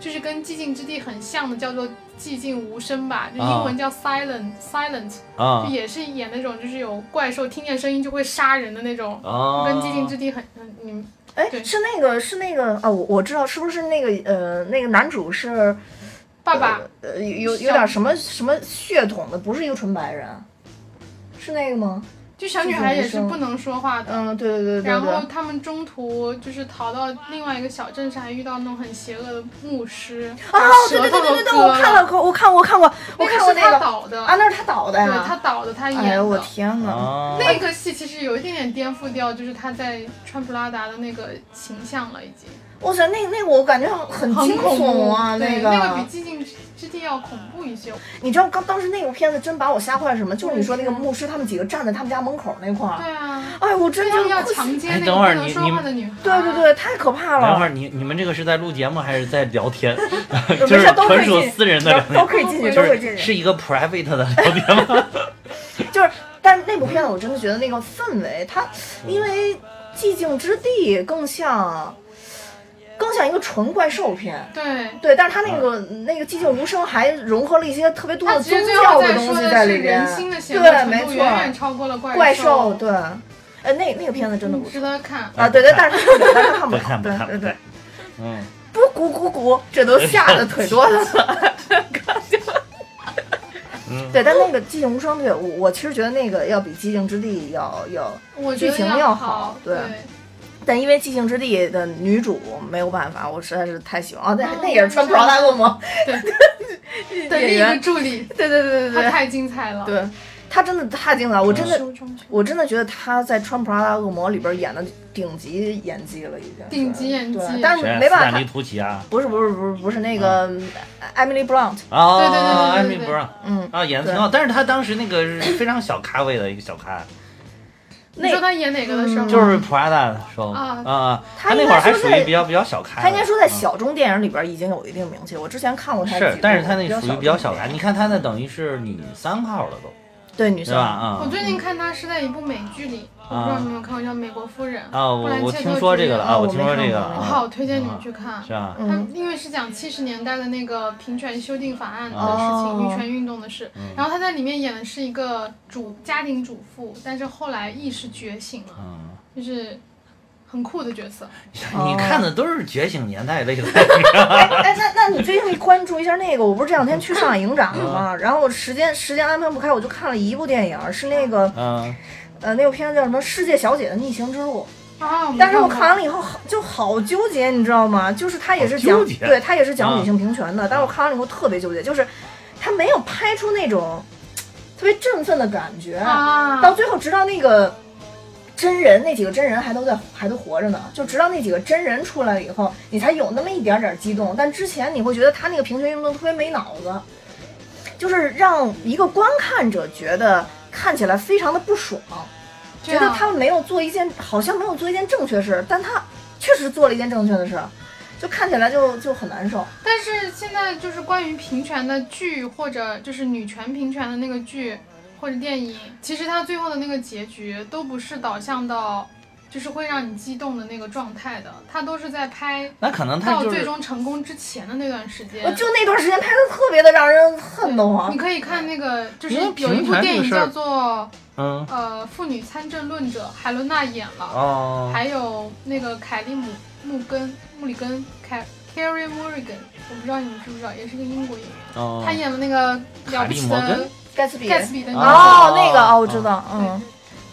Speaker 3: 就是跟《寂静之地》很像的，叫做《寂静无声》吧，就
Speaker 1: 哦
Speaker 3: 英文叫 Silent Silent，
Speaker 1: 啊
Speaker 3: 就也是演那种就是有怪兽听见声音就会杀人的那种，
Speaker 1: 啊，
Speaker 3: 跟《寂静之地》很很你们
Speaker 2: 哎，
Speaker 3: 对
Speaker 2: 是那个是那个啊，我我知道是不是那个呃那个男主是
Speaker 3: 爸爸
Speaker 2: 呃有有
Speaker 3: 小
Speaker 2: 有点什么什么血统的，不是一个纯白人，是那个吗？
Speaker 3: 就小女孩也是不能说话的。
Speaker 2: 嗯，对对对对对。
Speaker 3: 然后他们中途就是逃到另外一个小镇上，还遇到那种很邪恶的牧师，
Speaker 2: 啊，对
Speaker 3: 舌
Speaker 2: 对对
Speaker 3: 头
Speaker 2: 对
Speaker 3: 都
Speaker 2: 对对，
Speaker 3: 割
Speaker 2: 我看了，我看我看过，我看过
Speaker 3: 是他
Speaker 2: 那个
Speaker 3: 导的，
Speaker 2: 啊，那是他导的
Speaker 3: 对
Speaker 2: 呀。
Speaker 3: 他导的，他演的。
Speaker 2: 哎呦我天哪！
Speaker 1: 啊
Speaker 3: 那个戏其实有一点点颠覆掉，就是他在穿普拉达的那个形象了，已经
Speaker 2: 哇塞，那那个我感觉很
Speaker 3: 很
Speaker 2: 惊
Speaker 3: 恐
Speaker 2: 悚
Speaker 3: 怖
Speaker 2: 啊，
Speaker 3: 对，
Speaker 2: 个。
Speaker 3: 那个比《寂静之地》要恐怖一些。
Speaker 2: 你知道刚当时那部片子真把我吓坏了什么？就是你说那个
Speaker 3: 嗯
Speaker 2: 牧师他们几个站在他们家门口那块儿，
Speaker 3: 对啊，
Speaker 2: 哎，我真
Speaker 3: 要啊
Speaker 2: 就
Speaker 3: 要强奸那
Speaker 1: 哎
Speaker 3: 个
Speaker 1: 等会儿
Speaker 3: 不能
Speaker 1: 你
Speaker 3: 说话的女孩。
Speaker 2: 对对。对，太可怕
Speaker 1: 等会
Speaker 2: 了。
Speaker 1: 儿你你们这个是在录节目还是在 聊天？
Speaker 2: 没
Speaker 1: 就是
Speaker 2: 事都可
Speaker 1: 纯
Speaker 2: 以
Speaker 1: 属
Speaker 2: 进
Speaker 1: 私人的聊
Speaker 2: 都都
Speaker 1: 天，
Speaker 2: 可以进 去，
Speaker 1: 就
Speaker 2: 都可以进
Speaker 1: 是
Speaker 2: 去。
Speaker 1: 是一个 private 的聊天吗？
Speaker 2: 就是，但是那部片子我真的觉得那个氛围，它因为《寂静之地》更像，更像一个纯怪兽片。
Speaker 3: 对
Speaker 2: 对，但是它那个、那个寂静无声还融合了一些特别多
Speaker 3: 他
Speaker 2: 的
Speaker 3: 其
Speaker 2: 宗
Speaker 3: 实最
Speaker 2: 教
Speaker 3: 后
Speaker 2: 的
Speaker 3: 在
Speaker 2: 东
Speaker 3: 说
Speaker 2: 西
Speaker 3: 的
Speaker 2: 在
Speaker 3: 是
Speaker 2: 里边
Speaker 3: 人，心的邪恶
Speaker 2: 对，没
Speaker 3: 程度远远
Speaker 2: 错，
Speaker 3: 超过了怪
Speaker 2: 怪
Speaker 3: 兽，
Speaker 2: 对，哎，那那个片子真的不错
Speaker 3: 值得看。
Speaker 2: 啊，对对，但是看不了，但是看不了，
Speaker 1: 不看 不
Speaker 2: 对
Speaker 1: 看
Speaker 2: 对对，
Speaker 1: 嗯，
Speaker 2: 不咕咕咕，这都吓得腿哆嗦了。
Speaker 1: 嗯
Speaker 2: 对，但那个《寂静无声》对我，我其实觉得那个要比《寂静之地》要要，
Speaker 3: 我觉得
Speaker 2: 剧情要
Speaker 3: 要
Speaker 2: 好对
Speaker 3: 对，
Speaker 2: 但因为《寂静之地》的女主没有办法，我实在是太喜欢啊，那
Speaker 3: 嗯
Speaker 2: 那也是穿普拉达恶魔，
Speaker 3: 的另一
Speaker 2: 演
Speaker 3: 个
Speaker 2: 员
Speaker 3: 助理，
Speaker 2: 对对对
Speaker 3: 他
Speaker 2: 对
Speaker 3: 太精彩了。
Speaker 2: 对，对，她真的太精彩了，我真的
Speaker 3: 书中
Speaker 2: 我真的觉得她在穿普拉达恶魔里边演的顶级演技了，已经是
Speaker 3: 顶级演技
Speaker 2: 对但是
Speaker 1: 谁？
Speaker 2: 没
Speaker 1: 斯
Speaker 2: 办
Speaker 1: 坦
Speaker 2: 法
Speaker 1: 利。图奇啊？嗯
Speaker 2: 不是不是不是不是那个 Emily Blunt，
Speaker 1: 啊，
Speaker 3: 对对对对对
Speaker 1: 艾米
Speaker 3: 对
Speaker 1: 不让
Speaker 2: 嗯，
Speaker 1: 啊，演的挺好，但是他当时那个是非常小咖位的一个小咖，
Speaker 3: 你说
Speaker 1: 啊
Speaker 3: 他演哪个的
Speaker 2: 嗯
Speaker 3: 时候？
Speaker 1: 就是 Prada 的时候
Speaker 3: 啊
Speaker 1: 啊，
Speaker 2: 他
Speaker 1: 那
Speaker 2: 应
Speaker 1: 会儿
Speaker 2: 该
Speaker 1: 还
Speaker 2: 说
Speaker 1: 属于比
Speaker 2: 在
Speaker 1: 较比较小咖的，
Speaker 2: 他应该说在
Speaker 1: 嗯
Speaker 2: 小众电影里边已经有一定名气，我之前看过他几部，
Speaker 1: 是，但是他那属于比较小
Speaker 2: 众
Speaker 1: 咖。
Speaker 2: 电影
Speaker 1: 你看他那等于是女三号了都，
Speaker 2: 对女
Speaker 1: 对
Speaker 2: 生
Speaker 1: 吧？
Speaker 3: 我
Speaker 1: 啊
Speaker 3: 最近看他是在一部美剧里，我不知道你有没有看过叫《美国夫人》
Speaker 1: 啊，
Speaker 3: 布
Speaker 1: 我
Speaker 3: 兰
Speaker 1: 我
Speaker 3: 切
Speaker 1: 听
Speaker 3: 特
Speaker 1: 说
Speaker 3: 主
Speaker 1: 这个
Speaker 3: 演
Speaker 1: 了
Speaker 2: 啊
Speaker 1: 啊，我
Speaker 2: 我
Speaker 1: 听
Speaker 2: 没
Speaker 1: 说
Speaker 2: 看
Speaker 1: 这个
Speaker 2: 过
Speaker 1: 了
Speaker 3: 我
Speaker 2: 啊
Speaker 1: 啊，
Speaker 3: 好推荐你去看。
Speaker 1: 是吧？
Speaker 3: 它
Speaker 2: 嗯，
Speaker 3: 因为是讲七十年代的那个平权修订法案的事
Speaker 2: 哦嗯
Speaker 3: 情，女权运动的事。然后她在里面演的是一个主家庭主妇，但是后来意识觉醒了，
Speaker 1: 嗯，
Speaker 3: 就是很酷的角色。
Speaker 1: 你
Speaker 2: 哦
Speaker 1: 看的都是觉醒年代类的，
Speaker 2: 哎哎，那那你最近关注一下那个？我不是这两天去上海影展了
Speaker 1: 嗯
Speaker 2: 吗？然后我时间时间安排不开，我就看了一部电影，是那个
Speaker 1: 嗯，
Speaker 2: 呃那部片子叫什么《世界小姐的逆行之路》。
Speaker 3: 啊，没
Speaker 2: 但是我
Speaker 3: 过
Speaker 2: 看完了以后好就好纠结，你知道吗？就是他也是
Speaker 1: 好
Speaker 2: 讲
Speaker 1: 纠结，
Speaker 2: 对他也是讲
Speaker 1: 啊
Speaker 2: 女性平权的，但是我看完了以后特别纠结，就是他没有拍出那种特别振奋的感觉，
Speaker 3: 啊，
Speaker 2: 到最后直到那个真人那几个真人还都在还都活着呢，就直到那几个真人出来了以后，你才有那么一点点激动，但之前你会觉得他那个平权运动特别没脑子，就是让一个观看者觉得看起来非常的不爽。
Speaker 3: 这
Speaker 2: 觉得
Speaker 3: 样
Speaker 2: 他们没有做一件，好像没有做一件正确事，但他确实做了一件正确的事，就看起来就就很难受。
Speaker 3: 但是现在就是关于平权的剧，或者就是女权平权的那个剧或者电影，其实它最后的那个结局都不是导向到，就是会让你激动的那个状态的，它都是在拍
Speaker 1: 那可能他
Speaker 3: 到
Speaker 1: 就
Speaker 3: 最
Speaker 1: 是哦
Speaker 3: 终成功之前的那段时间
Speaker 2: 我。就那段时间拍的特别的让人恨得
Speaker 3: 你
Speaker 2: 慌。
Speaker 3: 可以看那个，就是
Speaker 1: 啊因为
Speaker 3: 有一
Speaker 1: 平
Speaker 3: 部
Speaker 1: 权
Speaker 3: 电
Speaker 1: 这个
Speaker 3: 影
Speaker 1: 事儿
Speaker 3: 叫做
Speaker 1: 嗯
Speaker 3: 呃《妇女参政论者》，海伦娜演了，
Speaker 1: 哦
Speaker 3: 还有那个凯利姆穆根穆里根凯 Carrie Mulligan，我不知道你们知不知道，也是个英国演员。
Speaker 1: 哦
Speaker 3: 他演了那个了不
Speaker 1: 卡利
Speaker 3: 起
Speaker 1: 摩根
Speaker 3: 的
Speaker 2: 盖茨比，
Speaker 3: 盖茨比的女
Speaker 1: 啊
Speaker 3: 儿，
Speaker 2: 哦哦，那个哦，我知道，嗯，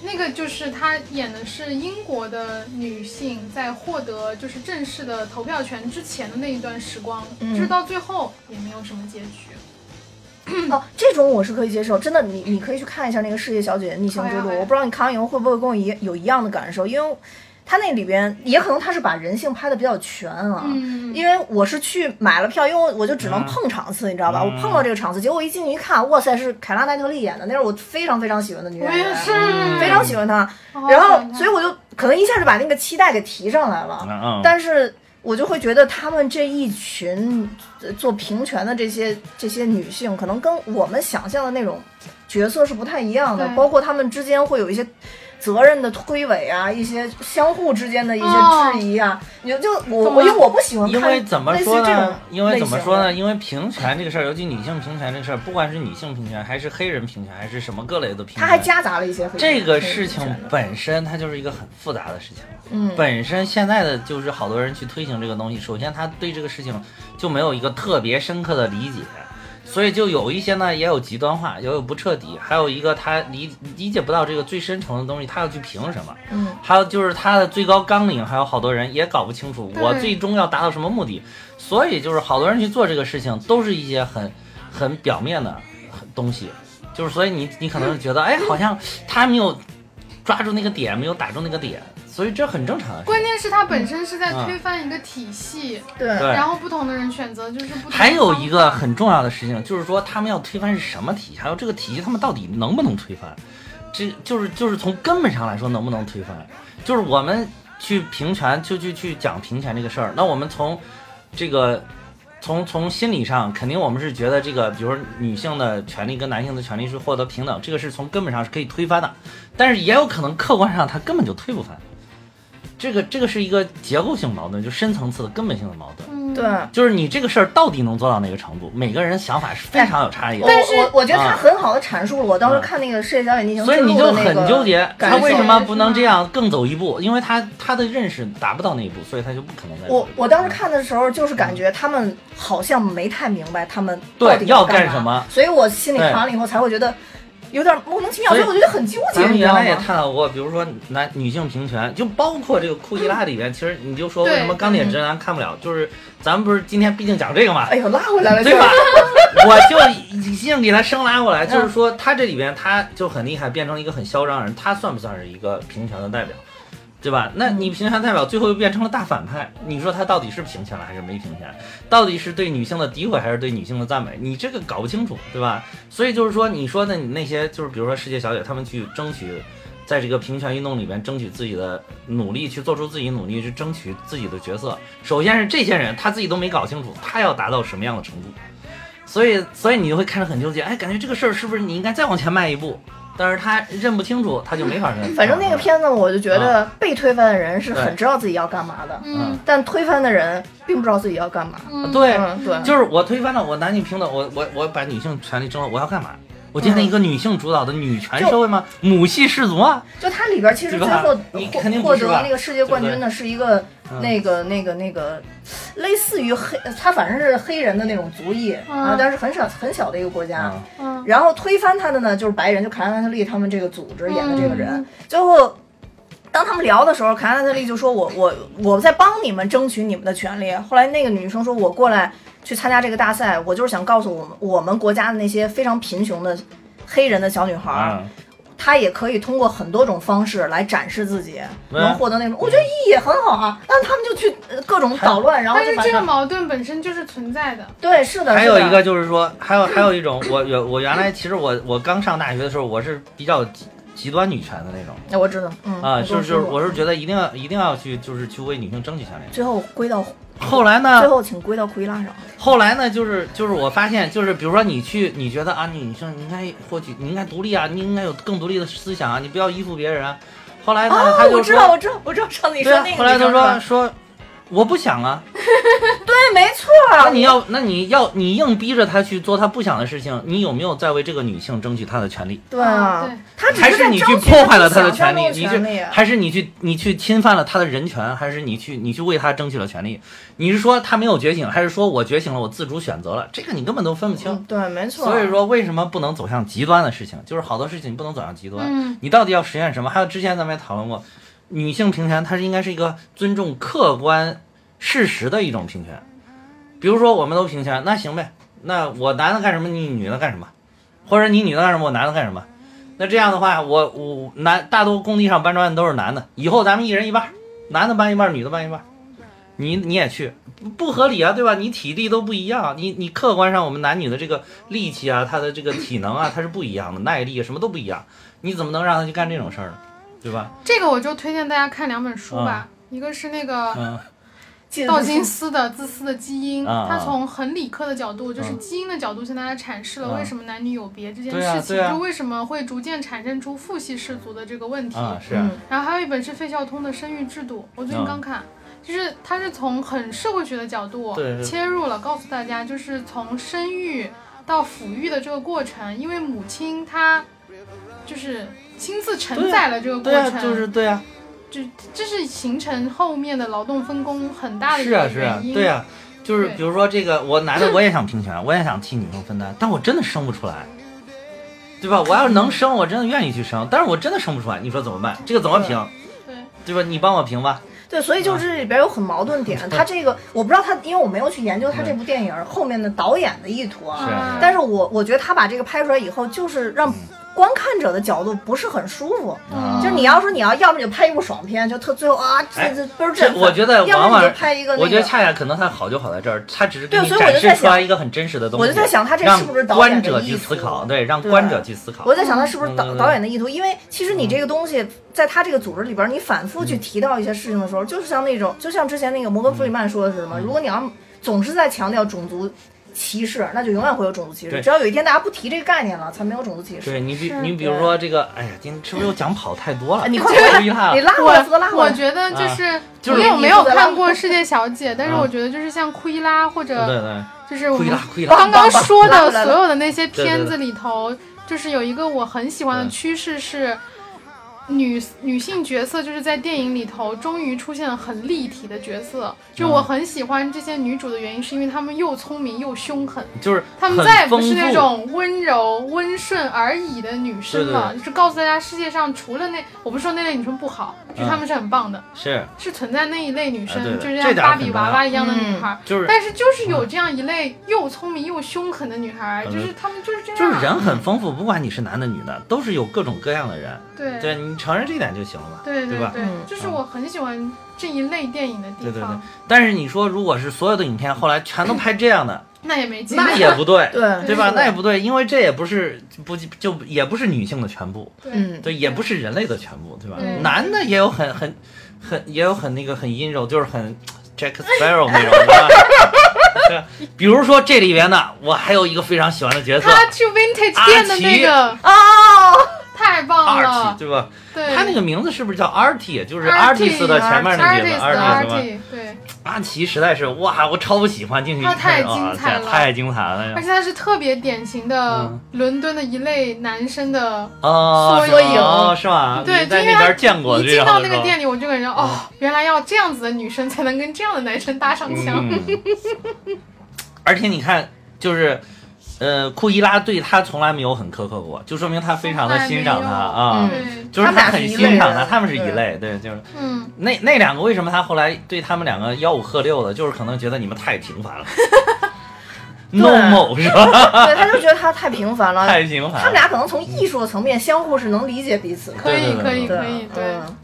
Speaker 3: 那个就是她演的是英国的女性在获得就是正式的投票权之前的那一段时光，
Speaker 2: 嗯
Speaker 3: 就是到最后也没有什么结局。嗯
Speaker 2: 哦，这种我是可以接受，真的，你你可以去看一下那个《世界小姐姐逆行之路
Speaker 3: 好呀好》，呀
Speaker 2: 我不知道你看完以后会不会跟我一有一样的感受，因为他那里边也可能他是把人性拍的比较全啊。
Speaker 3: 嗯，
Speaker 2: 因为我是去买了票，因为我就只能
Speaker 1: 啊
Speaker 2: 碰场次，你知道吧？
Speaker 1: 嗯
Speaker 2: 我碰到这个场次，结果我一进去一看，哇塞，是凯拉奈特利演的，那是我非常非常喜欢的女
Speaker 3: 我
Speaker 2: 演
Speaker 3: 也
Speaker 2: 员，
Speaker 3: 是，
Speaker 1: 嗯
Speaker 2: 非常喜欢她。
Speaker 3: 好好
Speaker 2: 然后
Speaker 3: 想，看
Speaker 2: 所以我就可能一下就把那个期待给提上来了。
Speaker 1: 嗯，
Speaker 2: 但是我就会觉得他们这一群呃做平权的这些这些女性，可能跟我们想象的那种角色是不太一样的，
Speaker 3: 对
Speaker 2: 包括她们之间会有一些。责任的推诿啊，一些相互之间的一些
Speaker 3: 哦
Speaker 2: 质疑啊，你就就我
Speaker 3: 懂
Speaker 2: 我因为
Speaker 3: 了
Speaker 2: 我不喜欢
Speaker 1: 因
Speaker 2: 看
Speaker 1: 为怎么
Speaker 2: 类似于
Speaker 1: 说
Speaker 2: 这种
Speaker 1: 呢？因为怎么
Speaker 2: 类型
Speaker 1: 说
Speaker 2: 的
Speaker 1: 呢？因为平权这个事儿，尤其女性平权这个事儿，不管是女性平权，还是黑人平权，还是什么各类的平权，
Speaker 2: 他还夹杂了一些
Speaker 1: 这个
Speaker 2: 黑
Speaker 1: 事
Speaker 2: 人
Speaker 1: 情
Speaker 2: 权的
Speaker 1: 本身它就是一个很复杂的事情。
Speaker 2: 嗯
Speaker 1: 本身现在的就是好多人去推行这个东西，首先他对这个事情就没有一个特别深刻的理解，所以就有一些呢也有极端化，也有不彻底，还有一个他理理解不到这个最深层的东西，他要去凭什么？
Speaker 2: 嗯，
Speaker 1: 还有就是他的最高纲领，还有好多人也搞不清楚
Speaker 3: 对
Speaker 1: 我最终要达到什么目的，所以就是好多人去做这个事情，都是一些很很表面的很东西，就是所以你你可能是觉得，哎，好像他没有抓住那个点，没有打中那个点，所以这很正常的事。
Speaker 3: 关键是它本身是在推翻一个体系，
Speaker 2: 对
Speaker 1: 对
Speaker 3: 然后不同的人选择就是不同的方法。
Speaker 1: 还有一个很重要的事情，就是说他们要推翻是什么体系，还有这个体系他们到底能不能推翻，这就是就是从根本上来说能不能推翻，就是我们去平权，就去去讲平权这个事儿，那我们从这个。从从心理上，肯定我们是觉得这个，比如说女性的权利跟男性的权利是获得平等，这个是从根本上是可以推翻的，但是也有可能客观上它根本就推不翻，这个这个是一个结构性矛盾，就深层次的根本性的矛盾。
Speaker 3: 嗯，
Speaker 2: 对，
Speaker 1: 就是你这个事儿到底能做到哪个程度，每个人想法是非常有差异的，
Speaker 3: 但是
Speaker 2: 我我我觉得他
Speaker 1: 啊
Speaker 2: 很好的阐述了我当时看那个《世界小姐逆行之
Speaker 1: 所以
Speaker 2: 路
Speaker 1: 你》
Speaker 2: 的
Speaker 1: 就
Speaker 2: 那个
Speaker 1: 很纠结，
Speaker 2: 感
Speaker 1: 他
Speaker 2: 受
Speaker 1: 为什么不能这样更走一步？因为他他的认识达不到那一步，所以他就不可能再走一
Speaker 2: 我
Speaker 1: 步
Speaker 2: 我当时看的时候，就是感觉他们好像没太明白他们
Speaker 1: 对
Speaker 2: 到底
Speaker 1: 要
Speaker 2: 干
Speaker 1: 干什么，
Speaker 2: 所以我心里
Speaker 1: 对
Speaker 2: 看完了以后才会觉得有点莫名其妙，所
Speaker 1: 所以
Speaker 2: 以我觉得很纠结，
Speaker 1: 咱们
Speaker 2: 你知
Speaker 1: 原
Speaker 2: 道吗
Speaker 1: 来？也探讨过，比如说男女性平权，就包括这个库伊拉里边，其实你就说为什么
Speaker 3: 对
Speaker 1: 钢铁
Speaker 2: 嗯
Speaker 1: 直男看不了，就是咱们不是今天毕竟讲这个嘛，
Speaker 2: 哎呦，拉回来了，
Speaker 1: 对
Speaker 2: 这
Speaker 1: 吧
Speaker 2: 个？
Speaker 1: 我就硬给他生拉过来，就是说他这里边他就很厉害，变成一个很嚣张的人，他算不算是一个平权的代表，对吧？那你平权代表最后又变成了大反派，你说他到底是平权了还是没平权？到底是对女性的诋毁还是对女性的赞美？你这个搞不清楚，对吧？所以就是说，你说的你那些就是比如说世界小姐，她们去争取。在这个平权运动里面，争取自己的努力，去做出自己努力，去争取自己的角色。首先是这些人，他自己都没搞清楚，他要达到什么样的程度。所以，所以你就会看着很纠结，哎，感觉这个事儿是不是你应该再往前迈一步？但是他认不清楚，他就没法认。 嗯
Speaker 2: 反正那个片子，我就觉得
Speaker 1: 啊
Speaker 2: 被推翻的人是很知道自己要干嘛的，
Speaker 3: 嗯
Speaker 2: 但推翻的人并不知道自己要干嘛。
Speaker 3: 嗯，
Speaker 1: 对，
Speaker 2: 嗯，对，
Speaker 1: 就是我推翻了我男女平等，我我我把女性权利争了，我要干嘛？我
Speaker 2: 嗯
Speaker 1: 建立一个女性主导的女权社会吗？母系氏族啊，
Speaker 2: 就它里边其实
Speaker 1: 对
Speaker 2: 最
Speaker 1: 吧
Speaker 2: 后
Speaker 1: 你
Speaker 2: 获
Speaker 1: 肯定不
Speaker 2: 获
Speaker 1: 是
Speaker 2: 得
Speaker 1: 吧
Speaker 2: 那个世界冠军的是一个
Speaker 1: 嗯
Speaker 2: 那个那个那个类似于黑，他反正是黑人的那种族裔
Speaker 3: 嗯
Speaker 2: 啊，但是很少很小的一个国家。
Speaker 1: 啊
Speaker 3: 嗯，
Speaker 2: 然后推翻他的呢，就是白人，就凯拉奈特利他们这个组织演的这个人
Speaker 3: 嗯。
Speaker 2: 最后，当他们聊的时候，凯拉奈特利就说我我我在帮你们争取你们的权利。后来那个女生说，我过来去参加这个大赛，我就是想告诉我们我们国家的那些非常贫穷的黑人的小女孩儿，
Speaker 1: 啊，
Speaker 2: 她也可以通过很多种方式来展示自己，
Speaker 1: 对
Speaker 2: 能获得那种，我觉得意义也很好啊。但他们就去呃各种捣乱，然后
Speaker 3: 但
Speaker 2: 就是把
Speaker 3: 这个
Speaker 2: 它
Speaker 3: 矛盾本身就是存在的，
Speaker 2: 对，是的，
Speaker 1: 还有
Speaker 2: 是的
Speaker 1: 一个就是说，还有还有一种，我原我原来其实我我刚上大学的时候，我是比较极极端女权的那种
Speaker 2: 哎我知道，嗯
Speaker 1: 啊，
Speaker 2: 我
Speaker 1: 就是
Speaker 2: 跟
Speaker 1: 就是
Speaker 2: 说
Speaker 1: 我是觉得一定要一定要去就是去为女性争取权利。
Speaker 2: 最后归到
Speaker 1: 后来呢，
Speaker 2: 最后请归到库伊拉上，
Speaker 1: 后来呢，就是就是我发现，就是比如说你去，你觉得啊，女生你应该获取，你应该独立啊，你应该有更独立的思想啊，你不要依附别人啊。后来呢，
Speaker 2: 啊，
Speaker 1: 他
Speaker 2: 我
Speaker 1: 就
Speaker 2: 知道，
Speaker 1: 说，
Speaker 2: 我知道，我知道，上次你
Speaker 1: 对
Speaker 2: 说
Speaker 1: 啊
Speaker 2: 那，个
Speaker 1: 后来
Speaker 2: 女生
Speaker 1: 他
Speaker 2: 是吧，
Speaker 1: 说说我不想啊，
Speaker 2: 对，没错。
Speaker 1: 那你要，那你要，你硬逼着她去做她不想的事情，你有没有在为这个女性争取她的权利？
Speaker 2: 对啊
Speaker 3: 对，
Speaker 2: 他只
Speaker 1: 还是
Speaker 2: 在
Speaker 1: 你
Speaker 2: 争
Speaker 1: 去
Speaker 2: 取
Speaker 1: 破坏了
Speaker 2: 他
Speaker 1: 她
Speaker 2: 的
Speaker 1: 的
Speaker 2: 权
Speaker 1: 权利？
Speaker 2: 利啊
Speaker 1: 你去，还是你去，你去侵犯了她的人权？还是你去，你去为她争取了权利？你是说她没有觉醒，还是说我觉醒了，我自主选择了？这个你根本都分不清。
Speaker 2: 嗯对，没错。
Speaker 1: 所以，说，为什么不能走向极端的事情？就是好多事情不能走向极端。
Speaker 3: 嗯
Speaker 1: 你到底要实现什么？还有之前咱们也讨论过，女性平权它是应该是一个尊重客观事实的一种平权。比如说，我们都平权，那行呗，那我男的干什么，你女的干什么，或者你女的干什么，我男的干什么。那这样的话，我我男大多工地上搬砖的都是男的，以后咱们一人一半儿，男的搬一半儿，女的搬一半儿。你你也去，不合理啊，对吧？你体力都不一样，你你客观上我们男女的这个力气啊，他的这个体能啊，它是不一样的，耐力啊什么都不一样，你怎么能让他去干这种事儿呢？对吧？
Speaker 3: 这个我就推荐大家看两本书吧，一个是那
Speaker 2: 啊
Speaker 3: 个
Speaker 1: 嗯
Speaker 2: 记得
Speaker 3: 道金斯的《自私的基因》，
Speaker 1: 啊啊
Speaker 3: 他从很理科的角度，就是
Speaker 1: 嗯
Speaker 3: 基因的角度，向大家阐释了
Speaker 1: 嗯
Speaker 3: 为什么男女有别这件
Speaker 1: 对啊
Speaker 3: 事情，
Speaker 1: 对啊
Speaker 3: 就为什么会逐渐产生出父系氏族的这个问题。
Speaker 1: 啊是啊
Speaker 2: 嗯，
Speaker 3: 然后还有一本是费孝通的《生育制度》，我最近
Speaker 1: 嗯
Speaker 3: 刚看，就是他是从很社会学的角度
Speaker 1: 对对
Speaker 3: 切入了，告诉大家就是从生育到抚育的这个过程，因为母亲她就是亲自承载了这
Speaker 2: 嗯
Speaker 3: 个过
Speaker 1: 对啊，
Speaker 3: 程，
Speaker 1: 就是对啊，
Speaker 3: 就这是形成后面的劳动分工很大的一
Speaker 1: 是啊
Speaker 3: 个
Speaker 1: 是啊
Speaker 3: 原因。，
Speaker 1: 对啊，就是
Speaker 3: 对
Speaker 1: 比如说这个，我男的我也想平权，我也想替女生分担，但我真的生不出来，对吧？我要是能生，我真的愿意去生，但是我真的生不出来，你说怎么办？这个怎么平？
Speaker 3: 对
Speaker 1: 对吧？你帮我平吧。
Speaker 2: 对，所以就
Speaker 1: 啊
Speaker 2: 是这里边有很矛盾
Speaker 1: 嗯
Speaker 2: 点。他这个我不知道他，因为我没有去研究他这部电影后面的导演的意图啊。
Speaker 1: 是啊
Speaker 2: 但是我我觉得他把这个拍出来以后，就是让观看者的角度不是很舒服。
Speaker 1: 嗯啊
Speaker 2: 就是你要说你要要么就拍一部爽片，就特最后啊，这
Speaker 1: 哎
Speaker 2: 这倍儿
Speaker 1: 这
Speaker 2: 振奋
Speaker 1: 我觉得
Speaker 2: 要
Speaker 1: 往
Speaker 2: 么
Speaker 1: 往
Speaker 2: 你就拍一个那个。
Speaker 1: 我觉得恰恰可能它好就好在这儿，它只是给
Speaker 2: 对
Speaker 1: 你
Speaker 2: 所以我
Speaker 1: 展
Speaker 2: 就
Speaker 1: 示
Speaker 2: 在
Speaker 1: 出来一个很真实的东
Speaker 2: 我
Speaker 1: 西。
Speaker 2: 就在想他这是不是
Speaker 1: 让
Speaker 2: 导演
Speaker 1: 观
Speaker 2: 的
Speaker 1: 者
Speaker 2: 意
Speaker 1: 去
Speaker 2: 图
Speaker 1: 思考，对，让
Speaker 2: 对
Speaker 1: 观者去思考。
Speaker 2: 我在想，他是不是
Speaker 1: 嗯
Speaker 2: 导
Speaker 1: 嗯嗯
Speaker 2: 导演的意图？因为其实
Speaker 1: 嗯
Speaker 2: 你这个东西，在他这个组织里边，你反复去提到一些事情的时候，就是像那种，就像之前那个摩根弗里曼说的是什
Speaker 1: 嗯
Speaker 2: 么？如果你要总是在强调种族歧视，那就永远会有种族歧视。
Speaker 1: 对
Speaker 2: 只要有一天大家不提这个概念了，才没有种族歧视。
Speaker 1: 对你比
Speaker 3: 是啊
Speaker 1: 你比如说这个，哎呀，今天是不是又讲跑太多了？
Speaker 2: 你快
Speaker 1: 快回来
Speaker 2: 你
Speaker 1: 了。
Speaker 2: 拉回来，负责拉回
Speaker 3: 我
Speaker 2: 来。
Speaker 3: 觉得就是
Speaker 1: 啊就
Speaker 3: 没
Speaker 1: 是
Speaker 3: 有没有
Speaker 2: 你负责拉
Speaker 3: 看过《世界小姐》，但是
Speaker 1: 啊
Speaker 3: 我觉得就是像库伊拉或
Speaker 1: 对对
Speaker 3: 者
Speaker 1: 对，
Speaker 3: 就是我
Speaker 1: 库伊
Speaker 3: 们
Speaker 1: 拉库伊拉，
Speaker 3: 刚刚说
Speaker 2: 拉回
Speaker 3: 的
Speaker 2: 来了
Speaker 3: 所有的那些片子里头，就是有一个我很喜欢的
Speaker 1: 对
Speaker 3: 趋势是。女女性角色就是在电影里头终于出现了很立体的角色，就我很喜欢这些女主的原因，是因为她们又聪明又凶狠，
Speaker 1: 就是
Speaker 3: 她们
Speaker 1: 很
Speaker 3: 再也不
Speaker 1: 丰
Speaker 3: 是那
Speaker 1: 富
Speaker 3: 种温柔温顺而已的女生了，
Speaker 1: 对
Speaker 3: 就是告诉大家世界上除了那我不是说那类女生不好，就是她们是很棒的，
Speaker 1: 是
Speaker 3: 是存在那一类女生，
Speaker 1: 嗯啊对的
Speaker 3: 就是
Speaker 1: 这
Speaker 3: 像
Speaker 1: 点儿
Speaker 3: 芭
Speaker 1: 很
Speaker 3: 比
Speaker 1: 重要
Speaker 3: 娃娃一样的女孩，
Speaker 1: 就是
Speaker 3: 但是就是有这样一类又聪明又凶狠的女孩，
Speaker 1: 嗯
Speaker 3: 就是她们就是这样，
Speaker 1: 就是人很丰富，不管你是男的女的，都是有各种各样的人。
Speaker 3: 对
Speaker 1: 对你承认这一点就行了嘛，
Speaker 3: 对
Speaker 1: 对吧？
Speaker 3: 对
Speaker 2: 嗯，
Speaker 3: 就是我很喜欢这一类电影的地
Speaker 1: 对对对
Speaker 3: 方，。
Speaker 1: 但是你说如果是所有的影片后来全都拍这样的，
Speaker 3: 那也没劲，
Speaker 1: 那也不对。
Speaker 2: 对
Speaker 1: 对吧？
Speaker 2: 是的
Speaker 1: 那也不对，因为这也不是不就也不是女性的全部，
Speaker 3: 对
Speaker 2: 嗯，
Speaker 1: 对，也不是人类的全部，对吧？
Speaker 3: 对
Speaker 1: 男的也有很很很也有很那个很阴柔，就是很 Jack Sparrow 那种，对吧？ 对比如说这里边呢，我还有一个非常喜欢的角色，
Speaker 3: 她去 vintage 店的那个
Speaker 2: 哦，
Speaker 3: 太棒
Speaker 1: Artie，
Speaker 3: 了，
Speaker 1: 对吧？
Speaker 3: 对，
Speaker 1: 他那个名字是不是叫 Artie？就是
Speaker 3: Artie，
Speaker 1: artist 的前面那
Speaker 3: artist
Speaker 1: 几个
Speaker 3: artist，
Speaker 1: artist 吗？
Speaker 3: 对，
Speaker 1: 阿奇实在是哇，我超喜欢进去一
Speaker 3: 他太
Speaker 1: 看，哇
Speaker 3: 精彩
Speaker 1: 塞
Speaker 3: 了
Speaker 1: 太精彩了
Speaker 3: 而
Speaker 1: 呀！
Speaker 3: 且他是特别典型的
Speaker 1: 嗯
Speaker 3: 伦敦的一类男生的
Speaker 1: 哦，
Speaker 3: 缩影
Speaker 1: 哦是吗？
Speaker 3: 对
Speaker 1: 你在
Speaker 3: 就因为
Speaker 1: 那
Speaker 3: 他
Speaker 1: 边见过，
Speaker 3: 一
Speaker 1: 这
Speaker 3: 进
Speaker 1: 样
Speaker 3: 到
Speaker 1: 的
Speaker 3: 那个
Speaker 1: 是吧嗯
Speaker 3: 店里，我就感觉哦，原来要这样子的女生才能跟这样的男生搭上枪。
Speaker 1: 嗯，而且你看，就是，呃，库伊拉对他从来没有很苛刻过，就说明他非常的欣赏他
Speaker 2: 从来
Speaker 1: 啊
Speaker 2: 没，有嗯
Speaker 3: 对，
Speaker 1: 就是
Speaker 2: 他们俩是
Speaker 1: 很
Speaker 2: 一类
Speaker 1: 欣赏他，
Speaker 2: 人
Speaker 1: 他们是一
Speaker 2: 对
Speaker 1: 类，对，就是
Speaker 3: 嗯，
Speaker 1: 那那两个为什么他后来对他们两个吆五喝六的，就是可能觉得你们太平凡了 ，no more 是吧？
Speaker 2: 对，他就觉得他太平凡了。
Speaker 1: 太平
Speaker 2: 他
Speaker 1: 凡
Speaker 2: 们
Speaker 1: 了，
Speaker 2: 俩可能从艺术的层面相互是能理解彼此的。
Speaker 3: 可
Speaker 1: 对对
Speaker 3: 以
Speaker 1: 对
Speaker 3: 可以
Speaker 2: 对
Speaker 3: 可以，对，
Speaker 2: 嗯。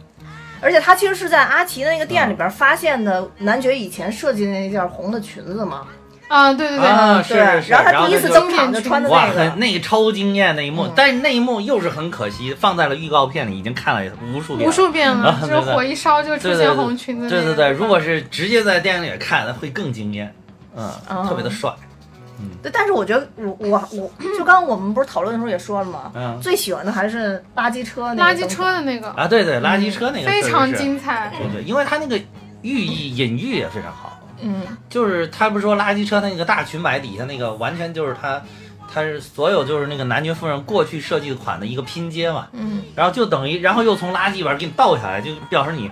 Speaker 2: 而且他其实是在阿奇的那个店里边发现的男爵以前设计的那件红的裙子嘛，
Speaker 3: 啊，对对对，
Speaker 1: 啊，
Speaker 2: 对
Speaker 1: 是是是，
Speaker 2: 然后
Speaker 1: 然
Speaker 2: 他
Speaker 1: 后
Speaker 2: 第一
Speaker 1: 他
Speaker 2: 次
Speaker 1: 就
Speaker 2: 登场就穿的
Speaker 1: 哇，
Speaker 2: 那
Speaker 1: 很
Speaker 2: 个，
Speaker 1: 那个超惊艳那一幕
Speaker 2: 嗯，
Speaker 1: 但是那一幕又是很可惜，放在了预告片里，已经看了无数遍
Speaker 3: 无
Speaker 1: 了。
Speaker 3: 数遍了
Speaker 1: 啊，
Speaker 3: 就
Speaker 1: 对
Speaker 3: 是火一烧就出
Speaker 1: 对对
Speaker 3: 现
Speaker 1: 对
Speaker 3: 红
Speaker 2: 嗯
Speaker 3: 裙子那个。
Speaker 1: 对对对，如果是直接在电影里看，会更惊艳，嗯，
Speaker 2: 哦
Speaker 1: 特别的帅，
Speaker 2: 对，但是我觉得我我我就刚刚我们不是讨论的时候也说了嘛，
Speaker 1: 嗯
Speaker 2: 最喜欢的还是垃圾车那
Speaker 3: 嗯垃
Speaker 2: 个
Speaker 3: 圾
Speaker 2: 灯
Speaker 3: 车的那个
Speaker 2: 嗯
Speaker 1: 啊，对对，垃圾车那个
Speaker 3: 非
Speaker 1: 确实
Speaker 3: 常
Speaker 1: 是，
Speaker 3: 精彩，
Speaker 1: 对对，因为他那个寓意隐喻也非常好，
Speaker 2: 嗯，
Speaker 1: 就是他不是说垃圾车那个大裙摆底下那个，完全就是他，他是所有就是那个男爵夫人过去设计款的一个拼接嘛，
Speaker 2: 嗯，
Speaker 1: 然后就等于，然后又从垃圾里边给你倒下来，就表示你，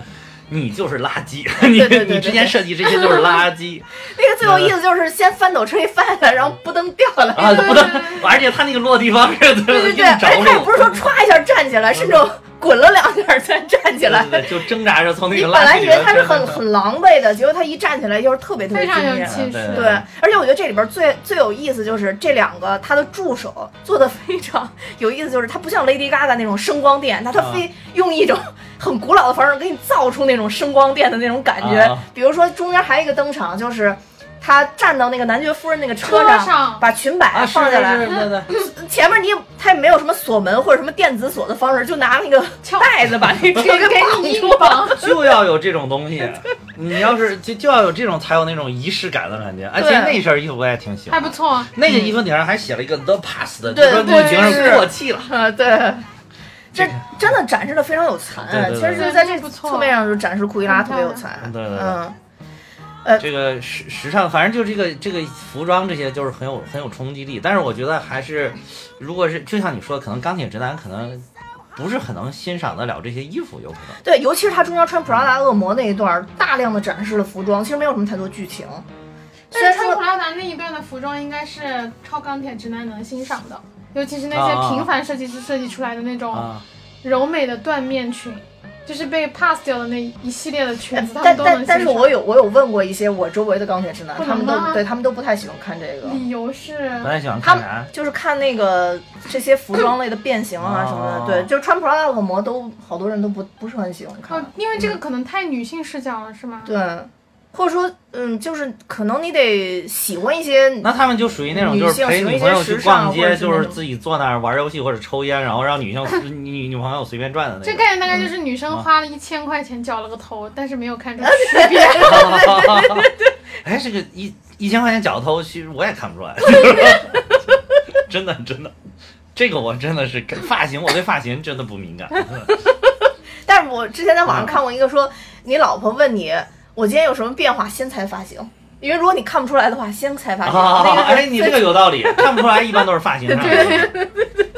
Speaker 1: 你就是垃 圾，
Speaker 2: 对对
Speaker 1: 你
Speaker 2: 对
Speaker 1: 你之前设计这些就是 垃圾
Speaker 2: 那个最有意思就是先翻斗车一翻下来，然后扑噔掉下来。
Speaker 1: 啊，
Speaker 3: 对
Speaker 1: 不能， 而且他那个嗯落地方式就是
Speaker 2: 对对对，
Speaker 1: 硬
Speaker 2: 而
Speaker 1: 着
Speaker 2: 且他也不
Speaker 1: 陆，
Speaker 2: 是说歘一下站起来，甚至滚了两下才站起来
Speaker 1: 对。对对，就挣扎着从
Speaker 3: 嗯
Speaker 1: 那
Speaker 2: 你
Speaker 1: 个
Speaker 2: 本
Speaker 1: 垃
Speaker 2: 来
Speaker 1: 圾里
Speaker 2: 以为
Speaker 1: 边
Speaker 2: 他是
Speaker 1: 挣扎
Speaker 2: 很很狼狈的，结果他一站起来又是特别特别
Speaker 3: 非
Speaker 2: 惊
Speaker 3: 常有
Speaker 2: 艳。
Speaker 3: 气势。
Speaker 2: 对，而且我觉得这里边最最有意思就是这两个他的助手做的非常有意思，就是他不像 Lady Gaga 那种声光电，那他
Speaker 1: 啊
Speaker 2: 非用一种很古老的方式给你造出那种声光电的那种感觉
Speaker 1: 啊。
Speaker 2: 比如说中间还有一个登场，就是他站到那个男爵夫人那个车
Speaker 3: 车
Speaker 2: 上
Speaker 3: 上，
Speaker 2: 把裙
Speaker 1: 啊，
Speaker 2: 摆
Speaker 1: 是
Speaker 2: 放
Speaker 1: 是
Speaker 2: 下来，
Speaker 1: 是，对对。
Speaker 2: 前面你也他也没有什么锁门或者什么电子锁的方式，就拿那个袋子 把那车给
Speaker 3: 给你
Speaker 2: 绑
Speaker 3: 一
Speaker 2: 住。
Speaker 3: 绑，
Speaker 1: 就要有这种东西，你要是就就要有这种才有那种仪式感的感觉。而且
Speaker 2: 对
Speaker 1: 那身衣服我也挺喜
Speaker 3: 还
Speaker 1: 欢
Speaker 3: 不，错。
Speaker 1: 那个衣服顶上还写了一个 the past 的，就
Speaker 2: 对
Speaker 1: 说
Speaker 3: 对
Speaker 1: 已经
Speaker 2: 是
Speaker 1: 是过气了。
Speaker 2: 啊，对，
Speaker 1: 这
Speaker 2: 这
Speaker 1: 个
Speaker 2: 真的展示的非常有才
Speaker 1: 对，对对
Speaker 2: 其实就是在这
Speaker 3: 不错
Speaker 2: 侧面上就展示库伊拉特别有才，
Speaker 1: 对对对
Speaker 2: 嗯，
Speaker 1: 这个时时尚，反正就这个这个服装这些就是很有很有冲击力。但是我觉得还是，如果是就像你说，可能钢铁直男可能不是很能欣赏得了这些衣服，有可能。
Speaker 2: 对，尤其是他中间穿普拉达恶魔那一段，大量的展示了服装，其实没有什么太多剧情。 虽
Speaker 3: 但
Speaker 2: 然
Speaker 3: 是穿普
Speaker 2: 说，
Speaker 3: 拉达那一段的服装应该是超钢铁直男能欣赏的，尤其是那
Speaker 1: 啊啊
Speaker 3: 些
Speaker 1: 啊
Speaker 3: 平凡设计师设计出来的那种
Speaker 1: 啊，
Speaker 3: 柔美的缎面裙，就是被 pass 掉的那一系列的裙子，他
Speaker 2: 哎但
Speaker 3: 们都能
Speaker 2: 但但
Speaker 3: 欣赏。
Speaker 2: 是我有我有问过一些我周围的钢铁直男，
Speaker 3: 不能
Speaker 2: 他们
Speaker 3: 吗
Speaker 2: 都对他们都不太喜欢看这个。
Speaker 3: 理由是
Speaker 1: 不太喜欢
Speaker 2: 他
Speaker 1: 看
Speaker 2: 们
Speaker 1: 啥。
Speaker 2: 就是看那个这些服装类的变形啊什么的，
Speaker 1: 哦
Speaker 2: 对，就穿普拉达恶魔都好多人都不不是很喜欢看
Speaker 3: 哦，，因为这个可能太女性视角了，是吗？
Speaker 2: 对，或者说嗯，就是可能你得喜欢一些，
Speaker 1: 那他们就属于那种，
Speaker 2: 女
Speaker 1: 就
Speaker 2: 性喜
Speaker 1: 是陪
Speaker 2: 欢
Speaker 1: 女
Speaker 2: 一些
Speaker 1: 朋友去
Speaker 2: 时尚
Speaker 1: 逛
Speaker 2: 或者
Speaker 1: 街，
Speaker 2: 是
Speaker 1: 就
Speaker 2: 那
Speaker 1: 是
Speaker 2: 种
Speaker 1: 自己坐那儿玩游戏或者抽烟，然后让女性 女女朋友随便转的那
Speaker 3: 这
Speaker 1: 种。
Speaker 3: 概念大概
Speaker 1: 嗯
Speaker 3: 就是女
Speaker 1: 啊
Speaker 3: 生花了一千块钱绞了个头，但是没 有看出区别。
Speaker 1: 哎，这个一一千块钱绞头，其实我也看不出来， 真的真的，这个我真的是跟发型，我对发型真的 不敏感。
Speaker 2: 但是我之前在
Speaker 1: 嗯
Speaker 2: 网上看过一个说，你老婆问你我今天有什么变化，先猜发型，因为如果你看不出来的话，先猜发型，
Speaker 1: 啊，
Speaker 2: 那个
Speaker 1: 哎，
Speaker 2: 是
Speaker 1: 你这个有道理，看不出来，一般都是发型上的。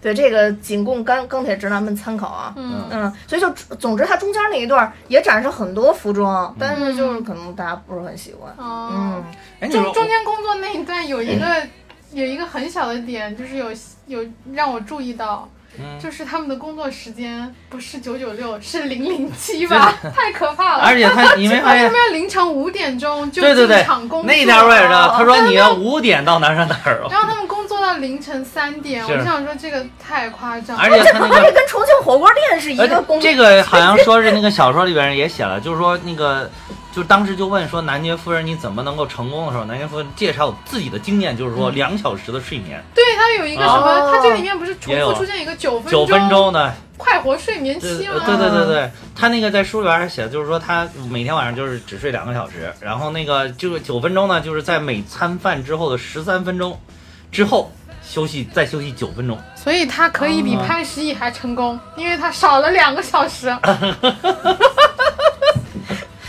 Speaker 2: 对这个仅供钢钢铁直男们参考啊。
Speaker 3: 嗯，
Speaker 2: 嗯，所以就总之，它中间那一段也展示很多服装，但是就是可能大家不是很喜欢。
Speaker 3: 哦
Speaker 2: 嗯，，
Speaker 1: 哎，你嗯
Speaker 3: 中
Speaker 1: 说
Speaker 3: 中间工作那一段有一个有一个很小的点，就是有有让我注意到
Speaker 1: 嗯。
Speaker 3: 就是他们的工作时间不是九九六，是零零七吧？ 太可怕了！
Speaker 1: 而且他，你没发
Speaker 3: 他
Speaker 1: 现
Speaker 3: 们？要凌晨五点钟就
Speaker 1: 对对对
Speaker 3: 进场工作，
Speaker 1: 那点儿我也知道，他说你要五点到哪儿哪儿哪儿，
Speaker 3: 然后他们工作到凌晨三点，
Speaker 1: 是
Speaker 3: 我就想说这个太夸张了。
Speaker 1: 而且他那个
Speaker 2: 这跟重庆火锅店是一
Speaker 1: 而
Speaker 2: 个
Speaker 1: 且
Speaker 2: 工
Speaker 1: 这个好像说是那个小说里边也写了，就是说那个，就当时就问说男爵夫人你怎么能够成功的时候，男爵夫人介绍自己的经验，就是说两小时的睡眠，
Speaker 3: 对他有一个什
Speaker 2: 哦
Speaker 3: 么，他这里面不是重
Speaker 1: 也有
Speaker 3: 复出现一个九分
Speaker 1: 九分钟呢，
Speaker 3: 快活睡眠
Speaker 1: 对
Speaker 3: 期
Speaker 1: 对
Speaker 3: 吗？
Speaker 1: 对对对，他那个在书里边还写的就是说他每天晚上就是只睡两个小时，然后那个就是九分钟呢，就是在每餐饭之后的十三分钟之后休息再休息九分钟，
Speaker 3: 所以他可以比
Speaker 1: 哦
Speaker 3: 潘石屹还成功，因为他少了两个小时。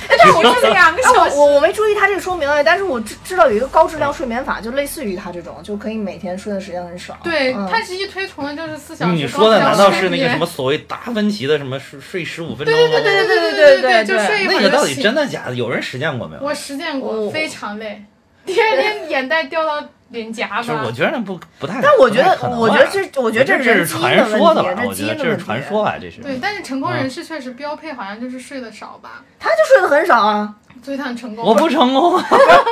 Speaker 2: 但是我哎
Speaker 3: 就是两个小时
Speaker 2: 我我我没注意他这个说明哎，但是我知知道有一个高质量睡眠法，就类似于他这种，就可以每天睡的时间很少。
Speaker 3: 对，
Speaker 2: 嗯
Speaker 3: 潘石屹推崇的就是四小时。
Speaker 1: 你说的
Speaker 3: 高
Speaker 1: 难
Speaker 3: 质
Speaker 1: 道
Speaker 3: 量
Speaker 1: 是那
Speaker 3: 睡
Speaker 1: 个
Speaker 3: 眠
Speaker 1: 什么？所谓达芬奇的什么睡睡十五分钟吗？
Speaker 3: 对对对
Speaker 2: 对对对
Speaker 3: 对
Speaker 2: 对对
Speaker 3: 就睡一会
Speaker 1: 那
Speaker 3: 儿
Speaker 1: 个到
Speaker 3: 就
Speaker 1: 底
Speaker 3: 醒。
Speaker 1: 真的假的？有人实践过没有？
Speaker 3: 我实践
Speaker 2: 哦
Speaker 3: 过，非常累，第二天眼袋掉到脸颊
Speaker 1: 就是我
Speaker 3: 吧。
Speaker 1: 觉得那不不太，
Speaker 2: 但我觉
Speaker 1: 不太可
Speaker 2: 得，
Speaker 1: 能
Speaker 2: 我觉
Speaker 1: 吧
Speaker 2: 得这，我觉得
Speaker 1: 这
Speaker 2: 是人
Speaker 1: 是
Speaker 2: 基因
Speaker 1: 传说
Speaker 2: 问
Speaker 1: 吧？
Speaker 2: 题，
Speaker 1: 我
Speaker 2: 基
Speaker 1: 觉
Speaker 2: 因的
Speaker 1: 得这
Speaker 2: 问
Speaker 1: 是
Speaker 2: 题。
Speaker 1: 传说吧？这是
Speaker 3: 对，但是成功
Speaker 1: 嗯
Speaker 3: 人士确实标配好像就是睡得少吧，
Speaker 2: 他就睡得很少啊，
Speaker 3: 所以他很成功。
Speaker 1: 我不成功 啊！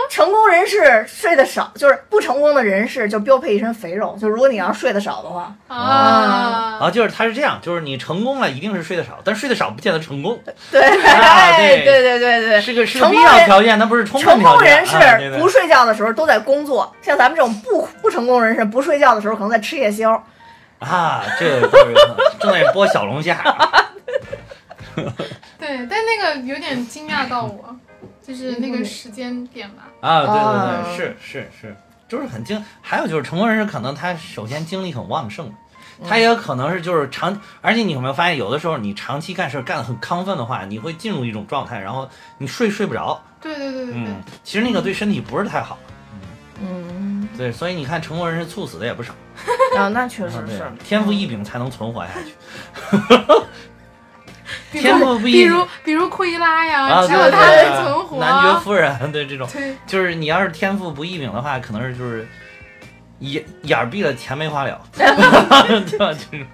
Speaker 2: 成功人士睡得少，就是不成功的人士就标配一身肥肉。就如果你要是睡得少的话，
Speaker 3: 啊，
Speaker 1: 啊，就是他是这样，就是你成功了，一定是睡得少，但睡得少不见得成功，
Speaker 2: 对，
Speaker 1: 啊对
Speaker 2: 对哎对对对
Speaker 1: 是个是个
Speaker 2: 成
Speaker 1: 必
Speaker 2: 功
Speaker 1: 要
Speaker 2: 人
Speaker 1: 条件，那不是充分
Speaker 2: 成
Speaker 1: 条
Speaker 2: 功
Speaker 1: 件。
Speaker 2: 人
Speaker 1: 啊对
Speaker 2: 士
Speaker 1: 对
Speaker 2: 不睡觉的时候都在工作，像咱们这种不不成功人士不睡觉的时候可能在吃夜宵。
Speaker 1: 啊，这个都是正在播小龙虾，
Speaker 3: 对，但那个有点惊讶到我，就是那个时间点吧。
Speaker 1: 啊，对对
Speaker 2: 啊
Speaker 1: 对，是是是，就是很精。还有就是成功人士可能他首先精力很旺盛，他
Speaker 3: 嗯
Speaker 1: 也有可能是就是长，而且你有没有发现，有的时候你长期干事儿干得很亢奋的话，你会进入一种状态，然后你睡睡不着，
Speaker 3: 对对对对对，
Speaker 1: 嗯，其实那个对身体不是太好，
Speaker 2: 嗯，
Speaker 1: 对，所以你看成功人士猝死的也不少，
Speaker 2: 啊，那确实
Speaker 1: 对
Speaker 2: 是，
Speaker 1: 天赋异禀才能存活下去，
Speaker 3: 比
Speaker 1: 天
Speaker 3: 如
Speaker 1: 赋不一
Speaker 3: 比如比如库伊拉呀，
Speaker 1: 啊，
Speaker 3: 只
Speaker 1: 对
Speaker 3: 有
Speaker 1: 对
Speaker 3: 他
Speaker 1: 对
Speaker 3: 能存活。
Speaker 1: 男爵夫人，对这种，
Speaker 3: 对
Speaker 1: 就是你要是天赋不异禀的话，可能是就是眼眼儿闭了，钱没花 了， 对吧？就是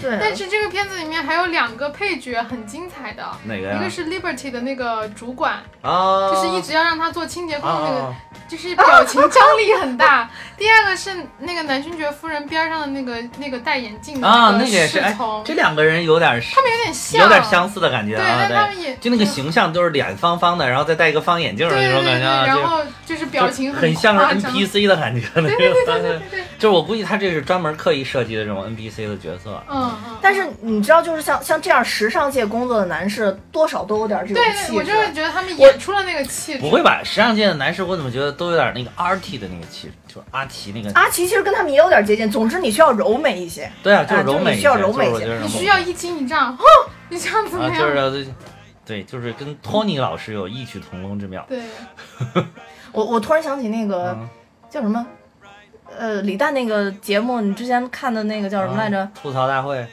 Speaker 2: 对，
Speaker 3: 但是这个片子里面还有两个配角很精彩的，
Speaker 1: 哪个
Speaker 3: 一
Speaker 1: 呀
Speaker 3: 个？是 Liberty 的那个主管，
Speaker 1: 啊，
Speaker 3: 就是一直要让他做清洁工的那个，
Speaker 1: 啊，
Speaker 3: 就是表情张力很大。第二个是那个男勋爵夫人边上的那个那个戴眼镜的
Speaker 1: 啊，那
Speaker 3: 个
Speaker 1: 个也是，
Speaker 3: 侍
Speaker 1: 哎
Speaker 3: 从，，
Speaker 1: 这两个人有点
Speaker 3: 他们有点像，
Speaker 1: 有点，相似的感觉
Speaker 3: 对，
Speaker 1: 啊，
Speaker 3: 但他
Speaker 1: 对，
Speaker 3: 们也
Speaker 1: 就那个形象都是脸方方的，然后再戴一个方眼镜
Speaker 3: 对
Speaker 1: 儿那
Speaker 3: 对对
Speaker 1: 种
Speaker 3: 对，
Speaker 1: 感觉啊，
Speaker 3: 然
Speaker 1: 就
Speaker 3: 后就是表情
Speaker 1: 就很像
Speaker 3: 夸
Speaker 1: 是
Speaker 3: 张。
Speaker 1: NPC 的感觉，那
Speaker 3: 对对对
Speaker 1: 个
Speaker 3: 对对，
Speaker 1: 就是我估计他这是专门刻意设计的这种 NPC 的角色，
Speaker 3: 嗯嗯。
Speaker 2: 但是你知道，就是像像这样时尚界工作的男士，多少都有点这种
Speaker 3: 对对，
Speaker 2: 气
Speaker 3: 我
Speaker 2: 质
Speaker 3: 就。是觉得他们演出了那个气质
Speaker 1: 不。会吧？时尚界的男士，我怎么觉得都有点那个 RT 的那个气质，就是阿奇那个，
Speaker 3: 啊
Speaker 2: 阿奇其实跟他们也有点接近，总之你需要柔美一些。
Speaker 1: 对啊，就
Speaker 2: 啊
Speaker 1: 是柔
Speaker 2: 就是
Speaker 1: 美
Speaker 2: 你
Speaker 1: 一
Speaker 2: 需要
Speaker 1: 些
Speaker 2: 柔
Speaker 1: 就
Speaker 2: 美
Speaker 1: 是
Speaker 2: 一
Speaker 1: 我
Speaker 2: 些
Speaker 1: 觉得
Speaker 3: 你
Speaker 1: 柔
Speaker 3: 需
Speaker 1: 美
Speaker 3: 要一惊一乍， 哦，你这样怎么
Speaker 1: 啊，就
Speaker 3: 样？
Speaker 1: 是对，就是跟托尼老师有异曲同工之妙。
Speaker 3: 对，
Speaker 2: 我我突然想起那个、
Speaker 1: 嗯，
Speaker 2: 叫什么，呃，李诞那个节目，你之前看的那个叫什么来着？
Speaker 1: 啊吐槽大会，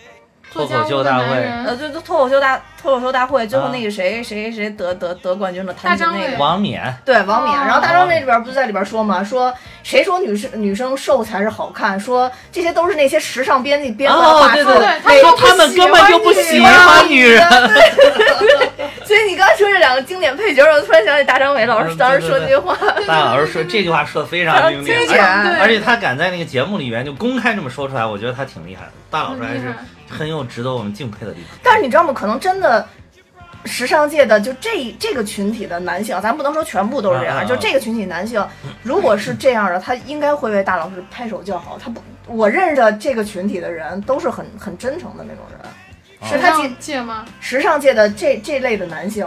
Speaker 3: 做
Speaker 1: 脱
Speaker 3: 家
Speaker 1: 口
Speaker 3: 务
Speaker 1: 秀
Speaker 3: 的
Speaker 1: 大
Speaker 3: 男
Speaker 1: 会，
Speaker 2: 呃，
Speaker 3: 人，
Speaker 2: 就就脱口秀大脱口秀大会，最后
Speaker 1: 啊
Speaker 2: 那个谁谁谁得得得冠军了，
Speaker 3: 大
Speaker 2: 弹琴
Speaker 3: 张
Speaker 2: 那
Speaker 3: 伟
Speaker 2: 个。
Speaker 1: 王冕，
Speaker 2: 对王冕，
Speaker 3: 哦
Speaker 2: 然后大张那里边不是在里边说嘛，说谁说女生女生瘦才是好看，说这些都是那些时尚编辑编出来的
Speaker 1: 哦
Speaker 2: 话
Speaker 1: 对
Speaker 2: 术，
Speaker 1: 对
Speaker 3: 对
Speaker 2: 美
Speaker 3: 他
Speaker 1: 说他们根本就不喜欢女人。
Speaker 2: 啊 所以你刚才说这两个经典配角，我突然想起大张伟老师
Speaker 1: 嗯
Speaker 2: 当时
Speaker 1: 对
Speaker 2: 说那
Speaker 1: 对对
Speaker 2: 句话，
Speaker 1: 大老师说这句话说的非常经典，
Speaker 2: 非常经典
Speaker 1: 而
Speaker 3: 对
Speaker 1: 且而且他敢在那个节目里面就公开这么说出来，我觉得他挺厉害的。大老师还
Speaker 3: 很厉
Speaker 1: 是
Speaker 3: 害
Speaker 1: 很有值得我们敬佩的地方。
Speaker 2: 但是你知道吗？可能真的。时尚界的就这这个群体的男性，咱不能说全部都是这样，
Speaker 1: 啊啊啊
Speaker 2: 就这个群体男性，如果是这样的，他应该会为大老师拍手叫好。他不，我认识的这个群体的人都是很很真诚的那种人，
Speaker 1: 哦
Speaker 2: 是
Speaker 3: 时
Speaker 2: 他其
Speaker 3: 尚界吗？
Speaker 2: 时尚界的这这类的男性，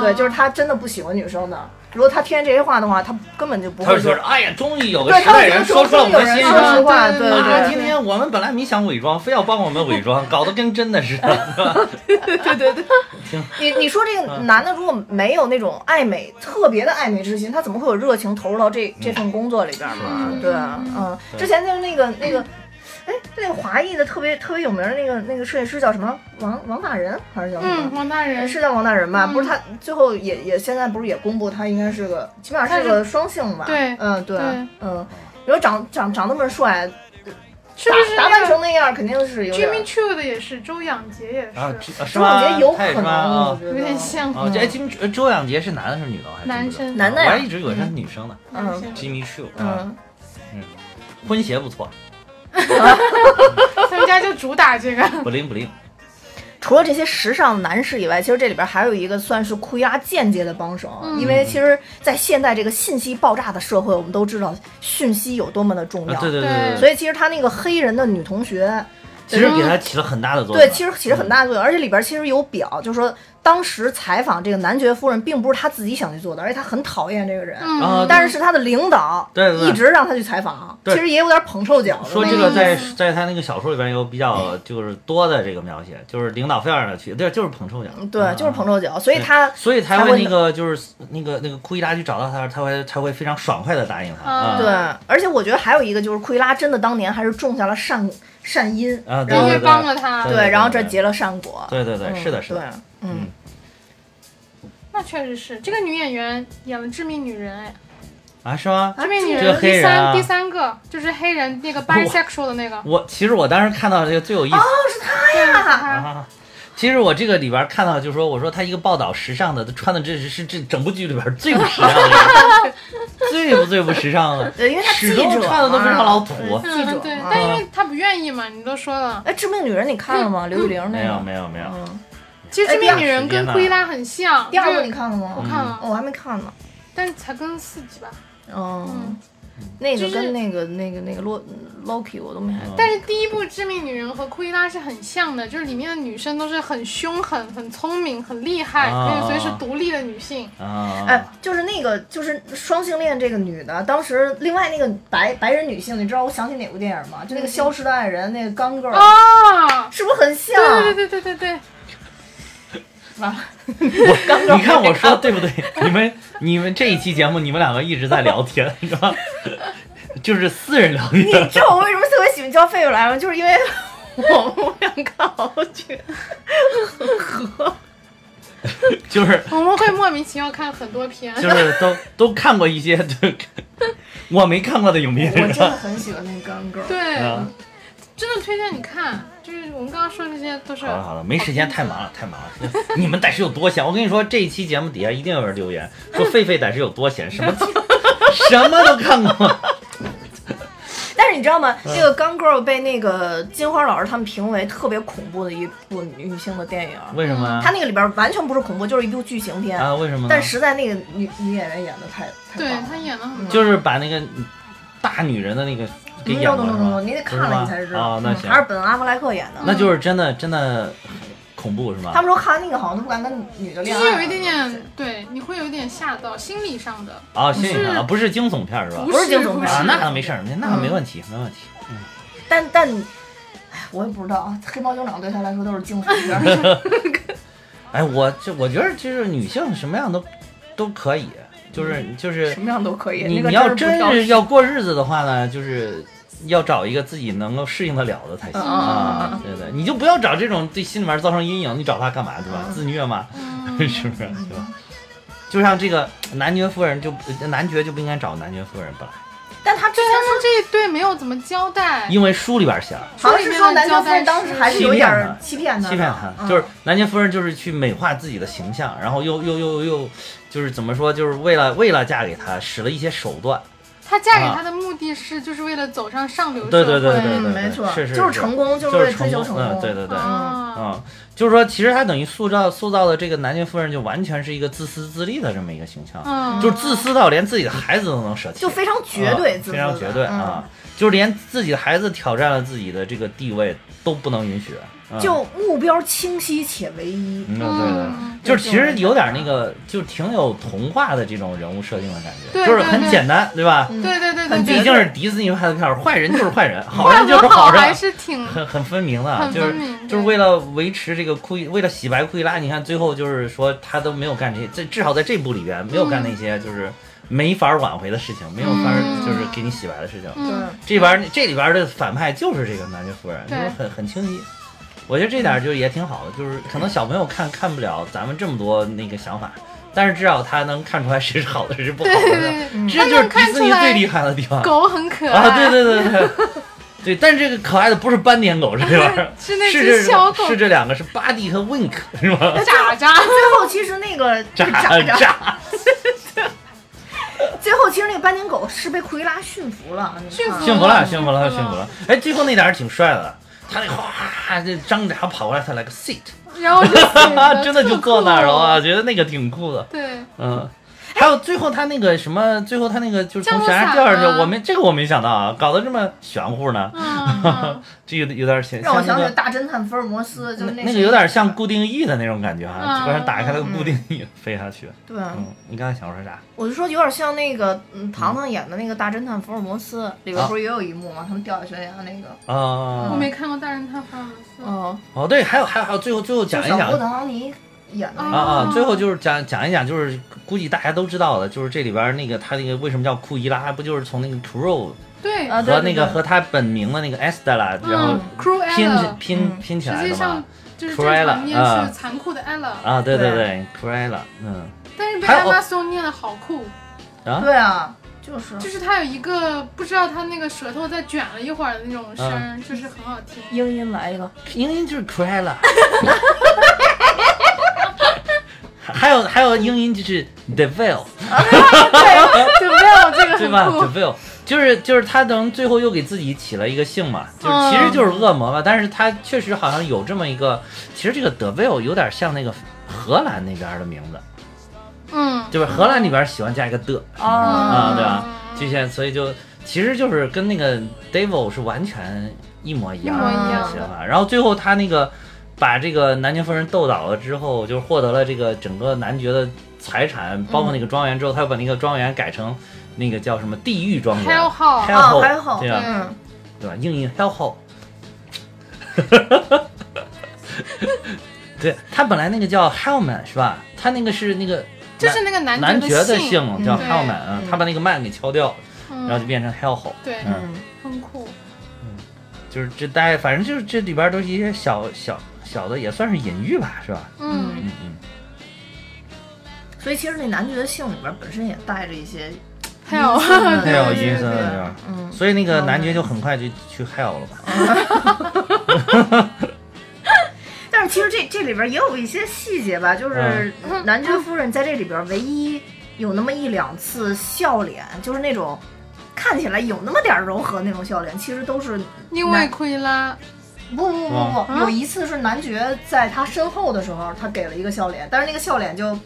Speaker 2: 嗯，对，就是他真的不喜欢女生的。如果他听见这些话的话，他根本就不
Speaker 1: 他
Speaker 2: 会
Speaker 1: 就
Speaker 2: 说
Speaker 1: 觉得，。哎呀，终于有个
Speaker 2: 对，
Speaker 1: 时
Speaker 2: 他
Speaker 1: 代
Speaker 2: 会觉
Speaker 1: 人
Speaker 2: 得
Speaker 1: 说出了我
Speaker 2: 有
Speaker 1: 们
Speaker 2: 人
Speaker 1: 心
Speaker 3: 说
Speaker 1: 声
Speaker 3: 出。
Speaker 2: 说实话，
Speaker 3: 对
Speaker 2: 对
Speaker 3: 对
Speaker 2: 对
Speaker 1: 啊，
Speaker 3: 对
Speaker 1: 今天我们本来没想伪装，非要帮我们伪装，搞得跟真的似的。
Speaker 2: 你你说这个
Speaker 1: 嗯
Speaker 2: 男的如果没有那种爱美，特别的爱美之心，他怎么会有热情投入到这这份工作里边嘛？
Speaker 3: 嗯
Speaker 2: 对，嗯，
Speaker 1: 嗯对
Speaker 2: 之前就是那个那个，哎，那个华裔的特别特别有名的那个那个设计师叫什么？王王大仁还是叫什么
Speaker 3: 嗯，？王大人
Speaker 2: 是叫王大仁吧？
Speaker 3: 嗯
Speaker 2: 不是他最后也也现在不是也公布他应该是个起码
Speaker 3: 他
Speaker 2: 是
Speaker 3: 是
Speaker 2: 个双性吧？
Speaker 3: 对
Speaker 2: 嗯对
Speaker 3: 对，
Speaker 2: 嗯，你说长长长那么帅，
Speaker 3: 是
Speaker 2: 打
Speaker 3: 不是
Speaker 2: 打扮
Speaker 3: 那个
Speaker 2: 成那样肯定是有点
Speaker 3: Jimmy Choo 的也是，周仰杰也
Speaker 1: 啊，
Speaker 3: 是，
Speaker 1: 这啊是
Speaker 2: 周
Speaker 1: 吗
Speaker 2: 杰有？
Speaker 1: 他也
Speaker 2: 可
Speaker 1: 是吗？
Speaker 2: 能，我
Speaker 1: 啊
Speaker 2: 觉得
Speaker 3: 有点。像
Speaker 1: 啊，这哎金呃周仰杰是男的还是女的？我还真不知道
Speaker 3: 男生
Speaker 2: 男的
Speaker 1: 我
Speaker 2: 呀
Speaker 1: 还一直以为他是女生呢。
Speaker 3: 男生
Speaker 1: Jimmy Choo 啊，
Speaker 2: 嗯，
Speaker 1: 婚鞋 不错，
Speaker 3: 他们家就主打这个。
Speaker 1: 不灵 不灵。
Speaker 2: 除了这些时尚男士以外，其实这里边还有一个算是库伊拉间接的帮手，啊
Speaker 3: 嗯
Speaker 2: 因为其实，在现代这个信息爆炸的社会，我们都知道讯息有多么的重
Speaker 1: 啊
Speaker 2: 要，，
Speaker 1: 对对
Speaker 3: 对
Speaker 1: 对
Speaker 2: 所以其实他那个黑人的女同学，
Speaker 1: 其实给他起了很大的作用。
Speaker 2: 对，其实起着很大的作用，而且里边其实有表，就是说当时采访这个男爵夫人，并不是他自己想去做的，而且他很讨厌这个人，
Speaker 1: 啊
Speaker 3: 嗯，
Speaker 2: 但是是他的领导
Speaker 1: 对对对
Speaker 2: 一直让他去采访，
Speaker 1: 对
Speaker 2: 其实也有点捧臭脚的
Speaker 1: 说
Speaker 2: 那
Speaker 1: 这
Speaker 2: 种
Speaker 1: 个在在他那个小说里边有比较就是多的这个描写，就是领导非要让他去，对，就是捧臭脚，
Speaker 2: 嗯对，就是捧臭脚，所以
Speaker 1: 啊对
Speaker 2: 他
Speaker 1: 所以才
Speaker 2: 才
Speaker 1: 会
Speaker 2: 会
Speaker 1: 那个就是那个那个库伊拉去找到他，他会才会非常爽快的答应他。
Speaker 3: 啊
Speaker 1: 啊
Speaker 2: 嗯对，而且我觉得还有一个就是库伊拉真的当年还是种下了善善因，
Speaker 1: 啊，对
Speaker 3: 音乐
Speaker 1: 对
Speaker 3: 帮
Speaker 1: 对，
Speaker 3: 了他，
Speaker 1: 对
Speaker 2: 对，然后这结了善果，
Speaker 1: 对对对，
Speaker 2: 嗯
Speaker 1: 是的，是的，
Speaker 2: 对，嗯，
Speaker 3: 那确实是。这个女演员演了《致命女人》哎，
Speaker 1: 啊，是吗？
Speaker 3: 《致命女
Speaker 1: 这
Speaker 3: 人
Speaker 1: 个》黑
Speaker 3: 第
Speaker 1: 人啊
Speaker 3: 三第三个就是黑人那个 bisexual 的那 个，
Speaker 1: 我其实我当时看到这个最有意思
Speaker 3: 对，是他
Speaker 1: 啊。其实我这个里边看到，就是说，我说他一个报道时尚的，他穿的这是是这整部剧里边最不时尚的人， 最不最不时尚的，
Speaker 2: 对，因为他记
Speaker 1: 始
Speaker 2: 者
Speaker 1: 终穿的都非常老
Speaker 2: 嘛。
Speaker 1: 土。
Speaker 2: 记者
Speaker 3: 嗯，对
Speaker 2: 嘛，
Speaker 3: 但因为他不愿意嘛，你都说了。
Speaker 2: 哎，致命女人你看了
Speaker 3: 嗯
Speaker 2: 吗？刘玉玲那
Speaker 1: 没有
Speaker 2: 个？
Speaker 1: 没有没有，
Speaker 2: 嗯，
Speaker 3: 其实《致命女人》跟
Speaker 1: 哎
Speaker 3: 库伊拉很像，
Speaker 2: 第二部
Speaker 3: 就
Speaker 2: 你看了吗？嗯哦
Speaker 3: 我看了，
Speaker 2: 我还没看呢。
Speaker 3: 但是才更四集吧。
Speaker 2: 嗯，那
Speaker 3: 就
Speaker 2: 个跟
Speaker 3: 是
Speaker 2: 那个那个那个洛 Loki 我都没看。
Speaker 1: 嗯
Speaker 3: 但是第一部《致命女人》和《库伊拉》是很像的，就是里面的女生都是很凶狠、很聪明、很厉害，
Speaker 1: 啊
Speaker 3: 可以随时独立的女性。
Speaker 1: 啊，
Speaker 2: 哎，就是那个，就是双性恋这个女的，当时另外那个白白人女性，你知道我想起哪部电影吗？就那
Speaker 3: 嗯
Speaker 2: 个《消失的爱人》，那个钢 girl，、
Speaker 3: 啊，
Speaker 2: 是不是很像？
Speaker 3: 对对对对对对，
Speaker 2: 完了，
Speaker 1: 我你看我说对不对？你们你们这一期节目，你们两个一直在聊天，你知道吗？ 就是私人聊
Speaker 2: 你
Speaker 1: 天。
Speaker 2: 知道我为什么特别喜欢叫费费来吗？就是因为我们俩看好剧，
Speaker 1: 就是
Speaker 3: 我们会莫名其妙看很多篇。
Speaker 1: 就是都都看过一些，对，我没看过的影
Speaker 2: 我
Speaker 1: 片
Speaker 2: 真的很喜欢那个钢 girl。
Speaker 3: 对，
Speaker 1: 啊。
Speaker 3: 真的推荐你看，就是我们刚刚说的这些都是。
Speaker 1: 好了啊好了，没时间，太忙了太忙了。 你们得是有多闲？我跟你说，这一期节目底下一定有人留言说狒狒得是有多闲，什么 什么都看过。
Speaker 2: 但是你知道吗？那个钢 girl 被那个金花老师他们评为特别恐怖的一部女性的电影，
Speaker 1: 为什么啊
Speaker 2: 它？那个里边完全不是恐怖，就是一部剧情片。
Speaker 1: 啊，为什么呢？
Speaker 2: 但实在那个女女演员演的太太
Speaker 3: 对
Speaker 2: 棒了
Speaker 3: 她演的
Speaker 2: 嗯
Speaker 3: 很好。
Speaker 1: 就是把那个大女人的那个给演
Speaker 2: ，no
Speaker 1: 过
Speaker 2: no
Speaker 1: 是
Speaker 2: no
Speaker 1: 吧
Speaker 2: no，你得看了你才知道。
Speaker 1: 啊，那
Speaker 2: 嗯
Speaker 1: 行
Speaker 2: 还，是本·阿弗莱克演的。
Speaker 1: 那就是真的真的恐怖是
Speaker 2: 他
Speaker 1: 吗？
Speaker 2: 们说看完那个好像都不敢跟女的
Speaker 3: 就
Speaker 2: 恋爱了。
Speaker 3: 是有一点
Speaker 2: 嗯
Speaker 3: 点，对，你会有一点吓到，心理上的，
Speaker 1: 啊，心理上啊，
Speaker 3: 不
Speaker 1: 不是惊悚片是吧？
Speaker 3: 不
Speaker 2: 不是
Speaker 3: 是
Speaker 2: 惊悚
Speaker 3: 不
Speaker 2: 片
Speaker 3: 是
Speaker 1: 啊，那没事儿，那那
Speaker 2: 嗯
Speaker 1: 没问题，没问题。
Speaker 2: 但但，哎，我也不知道啊。黑猫警长对他来说都是惊悚片儿。
Speaker 1: 哎，我这我觉得就是女性什么样都都可以，就是就是
Speaker 2: 什么样都可以。
Speaker 1: 你
Speaker 2: 那个
Speaker 1: 你要
Speaker 2: 真
Speaker 1: 真
Speaker 2: 是
Speaker 1: 是要过日子的话呢，就是要找一个自己能够适应得了的才行
Speaker 2: 嗯嗯嗯
Speaker 1: 啊。对对，你就不要找这种对心里面造成阴影，你找他干嘛对吧？
Speaker 2: 嗯
Speaker 1: 自虐嘛，
Speaker 3: 嗯，
Speaker 1: 是不是？对吧？就像这个男爵夫人就呃男爵就不应该找男爵夫人，本来
Speaker 2: 但啊他之
Speaker 3: 对
Speaker 2: 前
Speaker 3: 他
Speaker 2: 说
Speaker 3: 们这一对没有怎么交
Speaker 2: 哎
Speaker 3: 代，
Speaker 1: 因为书里边写了。
Speaker 2: 好像是说南京夫人当时还是有点儿
Speaker 1: 欺
Speaker 2: 欺骗他，
Speaker 1: 欺骗他，
Speaker 2: 嗯
Speaker 1: 就是南京夫人，就是去美化自己的形象，然后又又又又，就是怎么说，就是为了为了嫁给他，使了一些手段。
Speaker 3: 她嫁给他的目的是就是为了走上上流社
Speaker 1: 啊对
Speaker 3: 会，
Speaker 1: 对对对
Speaker 2: 嗯
Speaker 1: 对，
Speaker 2: 没错，
Speaker 1: 是是
Speaker 2: 就是成功，
Speaker 1: 就是
Speaker 2: 为了追求成
Speaker 1: 成功
Speaker 2: 功，
Speaker 1: 嗯对对对
Speaker 3: 啊，
Speaker 1: 啊、就是说，其实他等于塑造塑造的这个南京夫人，就完全是一个自私自利的这么一个形象，
Speaker 3: 嗯，
Speaker 1: 就是自私到连自己的孩子都能舍弃，啊
Speaker 2: 就非常绝对自私
Speaker 1: 非
Speaker 2: 的，
Speaker 1: 常绝对
Speaker 2: 嗯
Speaker 1: 啊、就是连自己的孩子挑战了自己的这个地位都不能允许，嗯、
Speaker 2: 就目标清晰且唯一。
Speaker 1: 嗯
Speaker 3: 嗯
Speaker 1: 对对。
Speaker 3: 嗯
Speaker 1: 就是其实有点那个，就挺有童话的这种人物设定的感觉，
Speaker 3: 对
Speaker 1: 就是
Speaker 3: 对
Speaker 1: 很
Speaker 3: 对
Speaker 1: 简单，对吧？
Speaker 3: 对对对对
Speaker 2: 很
Speaker 3: 对，
Speaker 1: 毕竟是迪士尼拍的片儿，坏人就是坏人，好
Speaker 3: 坏
Speaker 1: 人就是
Speaker 3: 和好
Speaker 1: 好
Speaker 3: 还
Speaker 1: 人，
Speaker 3: 是挺
Speaker 1: 很很分明的，啊
Speaker 3: 很
Speaker 1: 就
Speaker 3: 分
Speaker 1: 是
Speaker 3: 明，
Speaker 1: 就是
Speaker 3: 对
Speaker 1: 为了维持这个库伊，为了洗白库伊拉，你看最后就是说他都没有干这些，这至少在这部里边没有干那些就是没法挽回的事情，没有法
Speaker 3: 嗯
Speaker 1: 就是给你洗白的事情。
Speaker 3: 嗯，
Speaker 1: 这边儿这里边儿的反派就是这个男爵夫人，就
Speaker 3: 对
Speaker 1: 是很很清晰。我觉得这点儿就也挺好的，就是可能小朋友看看不了咱们这么多那个想法，但是至少他能看出来谁是好的，谁是不好
Speaker 3: 对对
Speaker 1: 的。
Speaker 3: 对，
Speaker 2: 嗯
Speaker 1: 这就
Speaker 3: 他
Speaker 1: 是迪
Speaker 3: 能看
Speaker 1: 士尼
Speaker 3: 出来
Speaker 1: 最厉害的地方。
Speaker 3: 狗很 可爱
Speaker 1: 啊，对对对对，对，但是这个可爱的不是斑点狗这玩意儿，
Speaker 3: 是那
Speaker 1: 是
Speaker 3: 只
Speaker 1: 这
Speaker 3: 小狗
Speaker 1: 是这两个是巴蒂和 Wink 是吧？
Speaker 3: 渣渣，
Speaker 2: 最后其实那个
Speaker 1: 炸
Speaker 2: 炸炸，
Speaker 1: 炸，
Speaker 2: 最后其实那个斑点狗是被库伊拉驯服了，你看
Speaker 3: 驯服
Speaker 1: 幸福了，
Speaker 3: 嗯
Speaker 1: 幸福了，
Speaker 3: 幸福了
Speaker 1: 幸福了！哎，最后那点儿挺帅的，他那哗这张着牙跑过来，他来个 sit，
Speaker 3: 然后就
Speaker 1: 哈
Speaker 3: 死
Speaker 1: 哈，
Speaker 3: 了
Speaker 1: 真的就坐那儿了，啊
Speaker 3: 特
Speaker 1: 我
Speaker 3: 酷
Speaker 1: 觉得那个挺酷的，
Speaker 3: 对，
Speaker 1: 嗯。还有最后他那个什么，最后他那个就是从悬崖掉下
Speaker 3: 降落伞
Speaker 1: 去，
Speaker 3: 啊
Speaker 1: 我没这个我没想到啊，搞得这么玄乎呢，
Speaker 3: 嗯嗯，
Speaker 1: 这有有点像
Speaker 2: 让我
Speaker 1: 像
Speaker 2: 想
Speaker 1: 那
Speaker 2: 起
Speaker 1: 个
Speaker 2: 了大侦探福尔摩斯，就是
Speaker 1: 那
Speaker 2: 那
Speaker 1: 个有点像固定翼的那种感觉啊，
Speaker 3: 嗯
Speaker 1: 突然打开了固定翼飞下去。
Speaker 2: 对，
Speaker 1: 嗯，你刚才想说啥？
Speaker 2: 我就说有点像那个嗯糖糖演的那个大侦探福尔摩斯里边不是也有一幕吗？他们掉下悬崖那个，
Speaker 3: 我
Speaker 1: 啊，
Speaker 3: 没看过《大人探福尔摩斯》
Speaker 2: 嗯，
Speaker 1: 哦对，还有还有还有，最后最后
Speaker 2: 就
Speaker 1: 讲一
Speaker 2: 小嗯布
Speaker 1: 讲。
Speaker 2: 唐尼演的那
Speaker 1: 啊
Speaker 2: 个，
Speaker 1: 啊！最后就是讲讲一讲，就是估计大家都知道的，就是这里边那个他那个为什么叫库伊拉，不就是从那个 Crow
Speaker 3: 对，
Speaker 2: 啊对
Speaker 1: 和
Speaker 2: 对
Speaker 1: 那个
Speaker 2: 对
Speaker 1: 和他本名的那个 Estella，然后
Speaker 3: 嗯，Cruella，
Speaker 1: 拼拼
Speaker 2: 嗯
Speaker 1: 拼起来
Speaker 3: 实际
Speaker 1: 的嘛
Speaker 3: 上？就是正
Speaker 1: Cruella，
Speaker 3: 常念
Speaker 1: 啊
Speaker 3: 是残酷的 Ella，
Speaker 1: 啊，对对
Speaker 2: 对
Speaker 1: 对，Cruella，嗯
Speaker 3: 但是被
Speaker 1: 还有
Speaker 3: Emma Stone 念的好酷，
Speaker 1: 啊
Speaker 2: 对啊，就是
Speaker 3: 就是她有一个不知道她那个舌头在卷了一会儿的那种声儿，
Speaker 1: 嗯
Speaker 3: 就是很好听。
Speaker 2: 英音来一个，
Speaker 1: 英音就是 Cruella，还有还有英音就是 Devil，
Speaker 3: 对，准备了这个
Speaker 1: 对吧
Speaker 3: 很酷。
Speaker 1: ？Devil 就是就是他等最后又给自己起了一个姓嘛，就是
Speaker 3: 嗯
Speaker 1: 其实就是恶魔嘛，但是他确实好像有这么一个，其实这个 Devil 有点像那个荷兰那边的名字，
Speaker 3: 嗯，
Speaker 1: 就是荷兰那边喜欢加一个的
Speaker 2: 啊
Speaker 1: 啊，对吧？巨蟹，所以就其实就是跟那个 Devil 是完全一模一样
Speaker 3: 一模
Speaker 2: 一
Speaker 1: 的
Speaker 2: 样
Speaker 1: 想啊法。然后最后他那个把这个男爵夫人斗倒了之后，就是获得了这个整个男爵的财产，包括那个庄园之后，他又把那个庄园改成那个叫什么地狱庄园
Speaker 3: Hell Hole，
Speaker 2: 哦
Speaker 1: Hellhole，
Speaker 2: ，Hellhole，
Speaker 1: 对啊吧？
Speaker 2: 嗯，
Speaker 1: 对吧？硬硬 Hellhole。对他本来那个叫 Hellman 是吧？他那个是那个
Speaker 3: 就是那个
Speaker 1: 男爵
Speaker 3: 的
Speaker 1: 的姓叫
Speaker 3: 嗯
Speaker 1: Hellman，啊
Speaker 2: 对
Speaker 1: 他把那个 man 给敲掉了，然后就
Speaker 3: 嗯，
Speaker 1: 变成 Hellhole。
Speaker 3: 对，
Speaker 1: 嗯
Speaker 2: 嗯
Speaker 3: 很酷。
Speaker 1: 就是这大概，反正就是这里边都是一些小小小的，也算是隐喻吧，是吧？
Speaker 3: 嗯，
Speaker 1: 嗯嗯，
Speaker 2: 所以其实那男爵的姓里边本身也带着一些，
Speaker 3: 还有
Speaker 2: 嗯
Speaker 1: 太
Speaker 2: 对
Speaker 1: 有
Speaker 2: 对
Speaker 1: 意
Speaker 2: 对
Speaker 1: 思
Speaker 2: 对
Speaker 1: 了，对吧？
Speaker 2: 嗯，
Speaker 1: 所以那个男爵就很快就去 hell 了吧？
Speaker 2: 但是其实这这里边也有一些细节吧，就是
Speaker 1: 嗯
Speaker 2: 男爵夫人在这里边唯一有那么一两次笑脸，就是那种看起来有那么点儿柔和那种笑脸，其实都是
Speaker 3: 因为库伊拉，
Speaker 2: 不不不不，
Speaker 3: 嗯
Speaker 2: 有一次是男爵在他身后的时候，他给了一个笑脸，但是那个笑脸就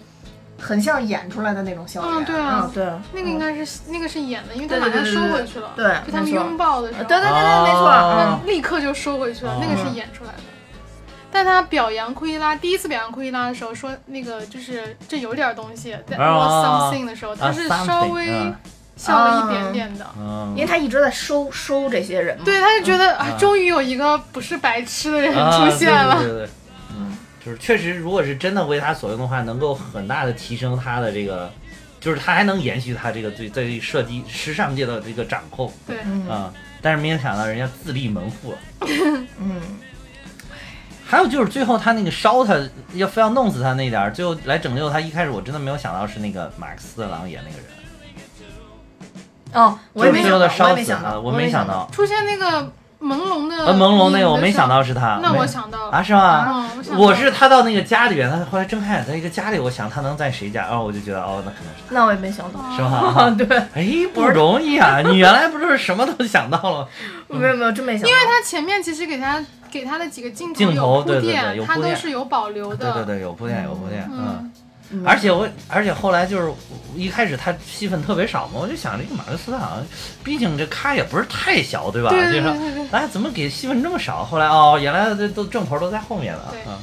Speaker 2: 很像演出来的那种笑脸。
Speaker 3: 嗯对啊
Speaker 2: 嗯对，
Speaker 3: 那个应该是那个是演的，因为他马上收回去了。
Speaker 2: 对，
Speaker 3: 就他们
Speaker 2: 没错
Speaker 3: 拥抱的时
Speaker 2: 呃
Speaker 3: 候，
Speaker 2: 对对对对，没错。
Speaker 1: 哦
Speaker 2: 嗯，
Speaker 3: 立刻就收回去了
Speaker 1: 哦，
Speaker 3: 那个是演出来的。但他表扬库伊拉，第一次表扬库伊拉的时候说，那个就是这有点东西，但 was something 的时候，哦他
Speaker 1: 啊
Speaker 3: 是稍微
Speaker 1: ，something，嗯
Speaker 3: 笑了一点点的。
Speaker 2: 因为
Speaker 1: 嗯，
Speaker 2: 他一直在收收这些人嘛。
Speaker 3: 对，他就觉得啊
Speaker 1: 啊，
Speaker 3: 终于有一个不是白痴的人
Speaker 1: 啊
Speaker 3: 出
Speaker 1: 对
Speaker 3: 现了。
Speaker 1: 对对对，嗯，就是确实，如果是真的为他所用的话，能够很大的提升他的这个，就是他还能延续他这个对对设计时尚界的这个掌控
Speaker 3: 对，
Speaker 2: 嗯
Speaker 1: 啊。但是没有想到人家自立门户了。
Speaker 2: 嗯，
Speaker 1: 还有就是最后他那个烧他要非要弄死他那点儿，最后来拯救他。一开始我真的没有想到是那个马克思·朗演那个人，
Speaker 2: 哦，我也
Speaker 1: 就
Speaker 2: 没
Speaker 1: 是最
Speaker 2: 想到
Speaker 1: 后他，
Speaker 2: 我也
Speaker 1: 烧
Speaker 2: 没
Speaker 1: 死
Speaker 2: 想
Speaker 1: 他，
Speaker 2: 到，
Speaker 1: 我
Speaker 2: 没
Speaker 1: 想
Speaker 2: 到。
Speaker 1: 到。
Speaker 3: 出现那个朦胧的
Speaker 1: 呃，朦胧那
Speaker 3: 影
Speaker 1: 个
Speaker 3: 子
Speaker 1: 我没想，到是他，
Speaker 3: 那
Speaker 1: 没
Speaker 3: 我想到了
Speaker 1: 啊是吗？
Speaker 3: 啊，嗯想到
Speaker 1: 我是他到那个家里边，他后来睁开眼，在一个家里，我想他能在谁家，哦，我就觉得哦，那可能是
Speaker 2: 那我也没想到。
Speaker 1: 他，
Speaker 3: 哦
Speaker 1: 是吗？
Speaker 2: 对，
Speaker 1: 哎，不容易啊！你原来不就是什么都想到了吗？
Speaker 2: 没有没有，真嗯没想到。因为
Speaker 3: 他前面其实给他给他的几个镜
Speaker 1: 镜头
Speaker 3: 有
Speaker 1: 对
Speaker 3: 铺
Speaker 1: 对对有
Speaker 3: 垫，他
Speaker 1: 铺
Speaker 3: 都
Speaker 1: 垫
Speaker 3: 是有保留
Speaker 1: 对
Speaker 3: 的。
Speaker 1: 对对，有铺垫，有铺垫，嗯
Speaker 3: 嗯，
Speaker 2: 嗯
Speaker 1: 而且我，而且后来就是一开始他戏份特别少嘛，我就想这个马克思他好像，毕竟这咖也不是太小，对吧？
Speaker 3: 对对
Speaker 1: 就
Speaker 3: 对
Speaker 1: 是
Speaker 3: 对对。
Speaker 1: 哎，怎么给戏份这么少？后来哦，原来这都正头都在后面了
Speaker 3: 对，
Speaker 1: 嗯，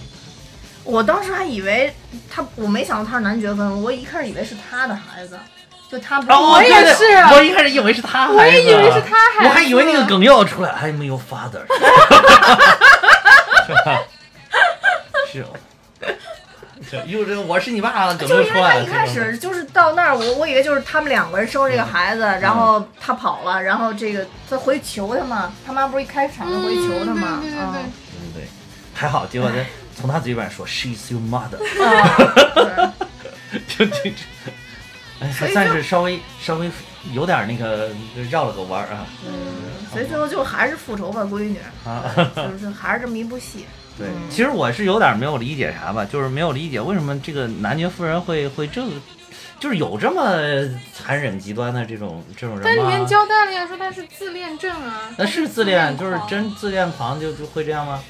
Speaker 2: 我当时还以为他，我没想到他是男爵夫人，我一开始以为是他的孩子，就他不是
Speaker 1: 哦，
Speaker 3: 我也
Speaker 1: 对对
Speaker 3: 是啊
Speaker 1: 我一开始以为是他孩子，啊
Speaker 3: 我也以为是他孩子
Speaker 1: 我还以为那个梗又要出来，I'm your father，是吧？是。哦这又这我是你爸了，梗
Speaker 2: 就
Speaker 1: 又
Speaker 2: 因
Speaker 1: 出
Speaker 2: 为他
Speaker 1: 来了。
Speaker 2: 一开始就是到那儿，我我以为就是他们两个人生这个孩子，
Speaker 1: 嗯
Speaker 2: 然后他跑了，然后这个他回去求他嘛，他妈不是一开场就回去求他嘛，
Speaker 3: 对对对对。
Speaker 1: 嗯对，还好，结果他从他嘴里边说 she's your mother，
Speaker 2: 对，啊
Speaker 1: 就这这，哎，
Speaker 2: 所
Speaker 1: 还
Speaker 2: 以
Speaker 1: 算
Speaker 2: 就是
Speaker 1: 稍微稍微有点那个绕了个弯儿啊
Speaker 2: 嗯，所以最后就还是复仇吧，闺女，
Speaker 1: 啊！
Speaker 2: 就是还是这么一部戏，
Speaker 1: 对，其实我是有点没有理解啥吧，就是没有理解为什么这个男爵夫人会会这个，就是有这么残忍极端的这种这种
Speaker 3: 但
Speaker 1: 人
Speaker 3: 里面
Speaker 1: 吗？
Speaker 3: 交代了呀，说他是自恋症啊。
Speaker 1: 那
Speaker 3: 他
Speaker 1: 是自恋，就是
Speaker 3: 狂。
Speaker 1: 真自恋狂就就会这样吗？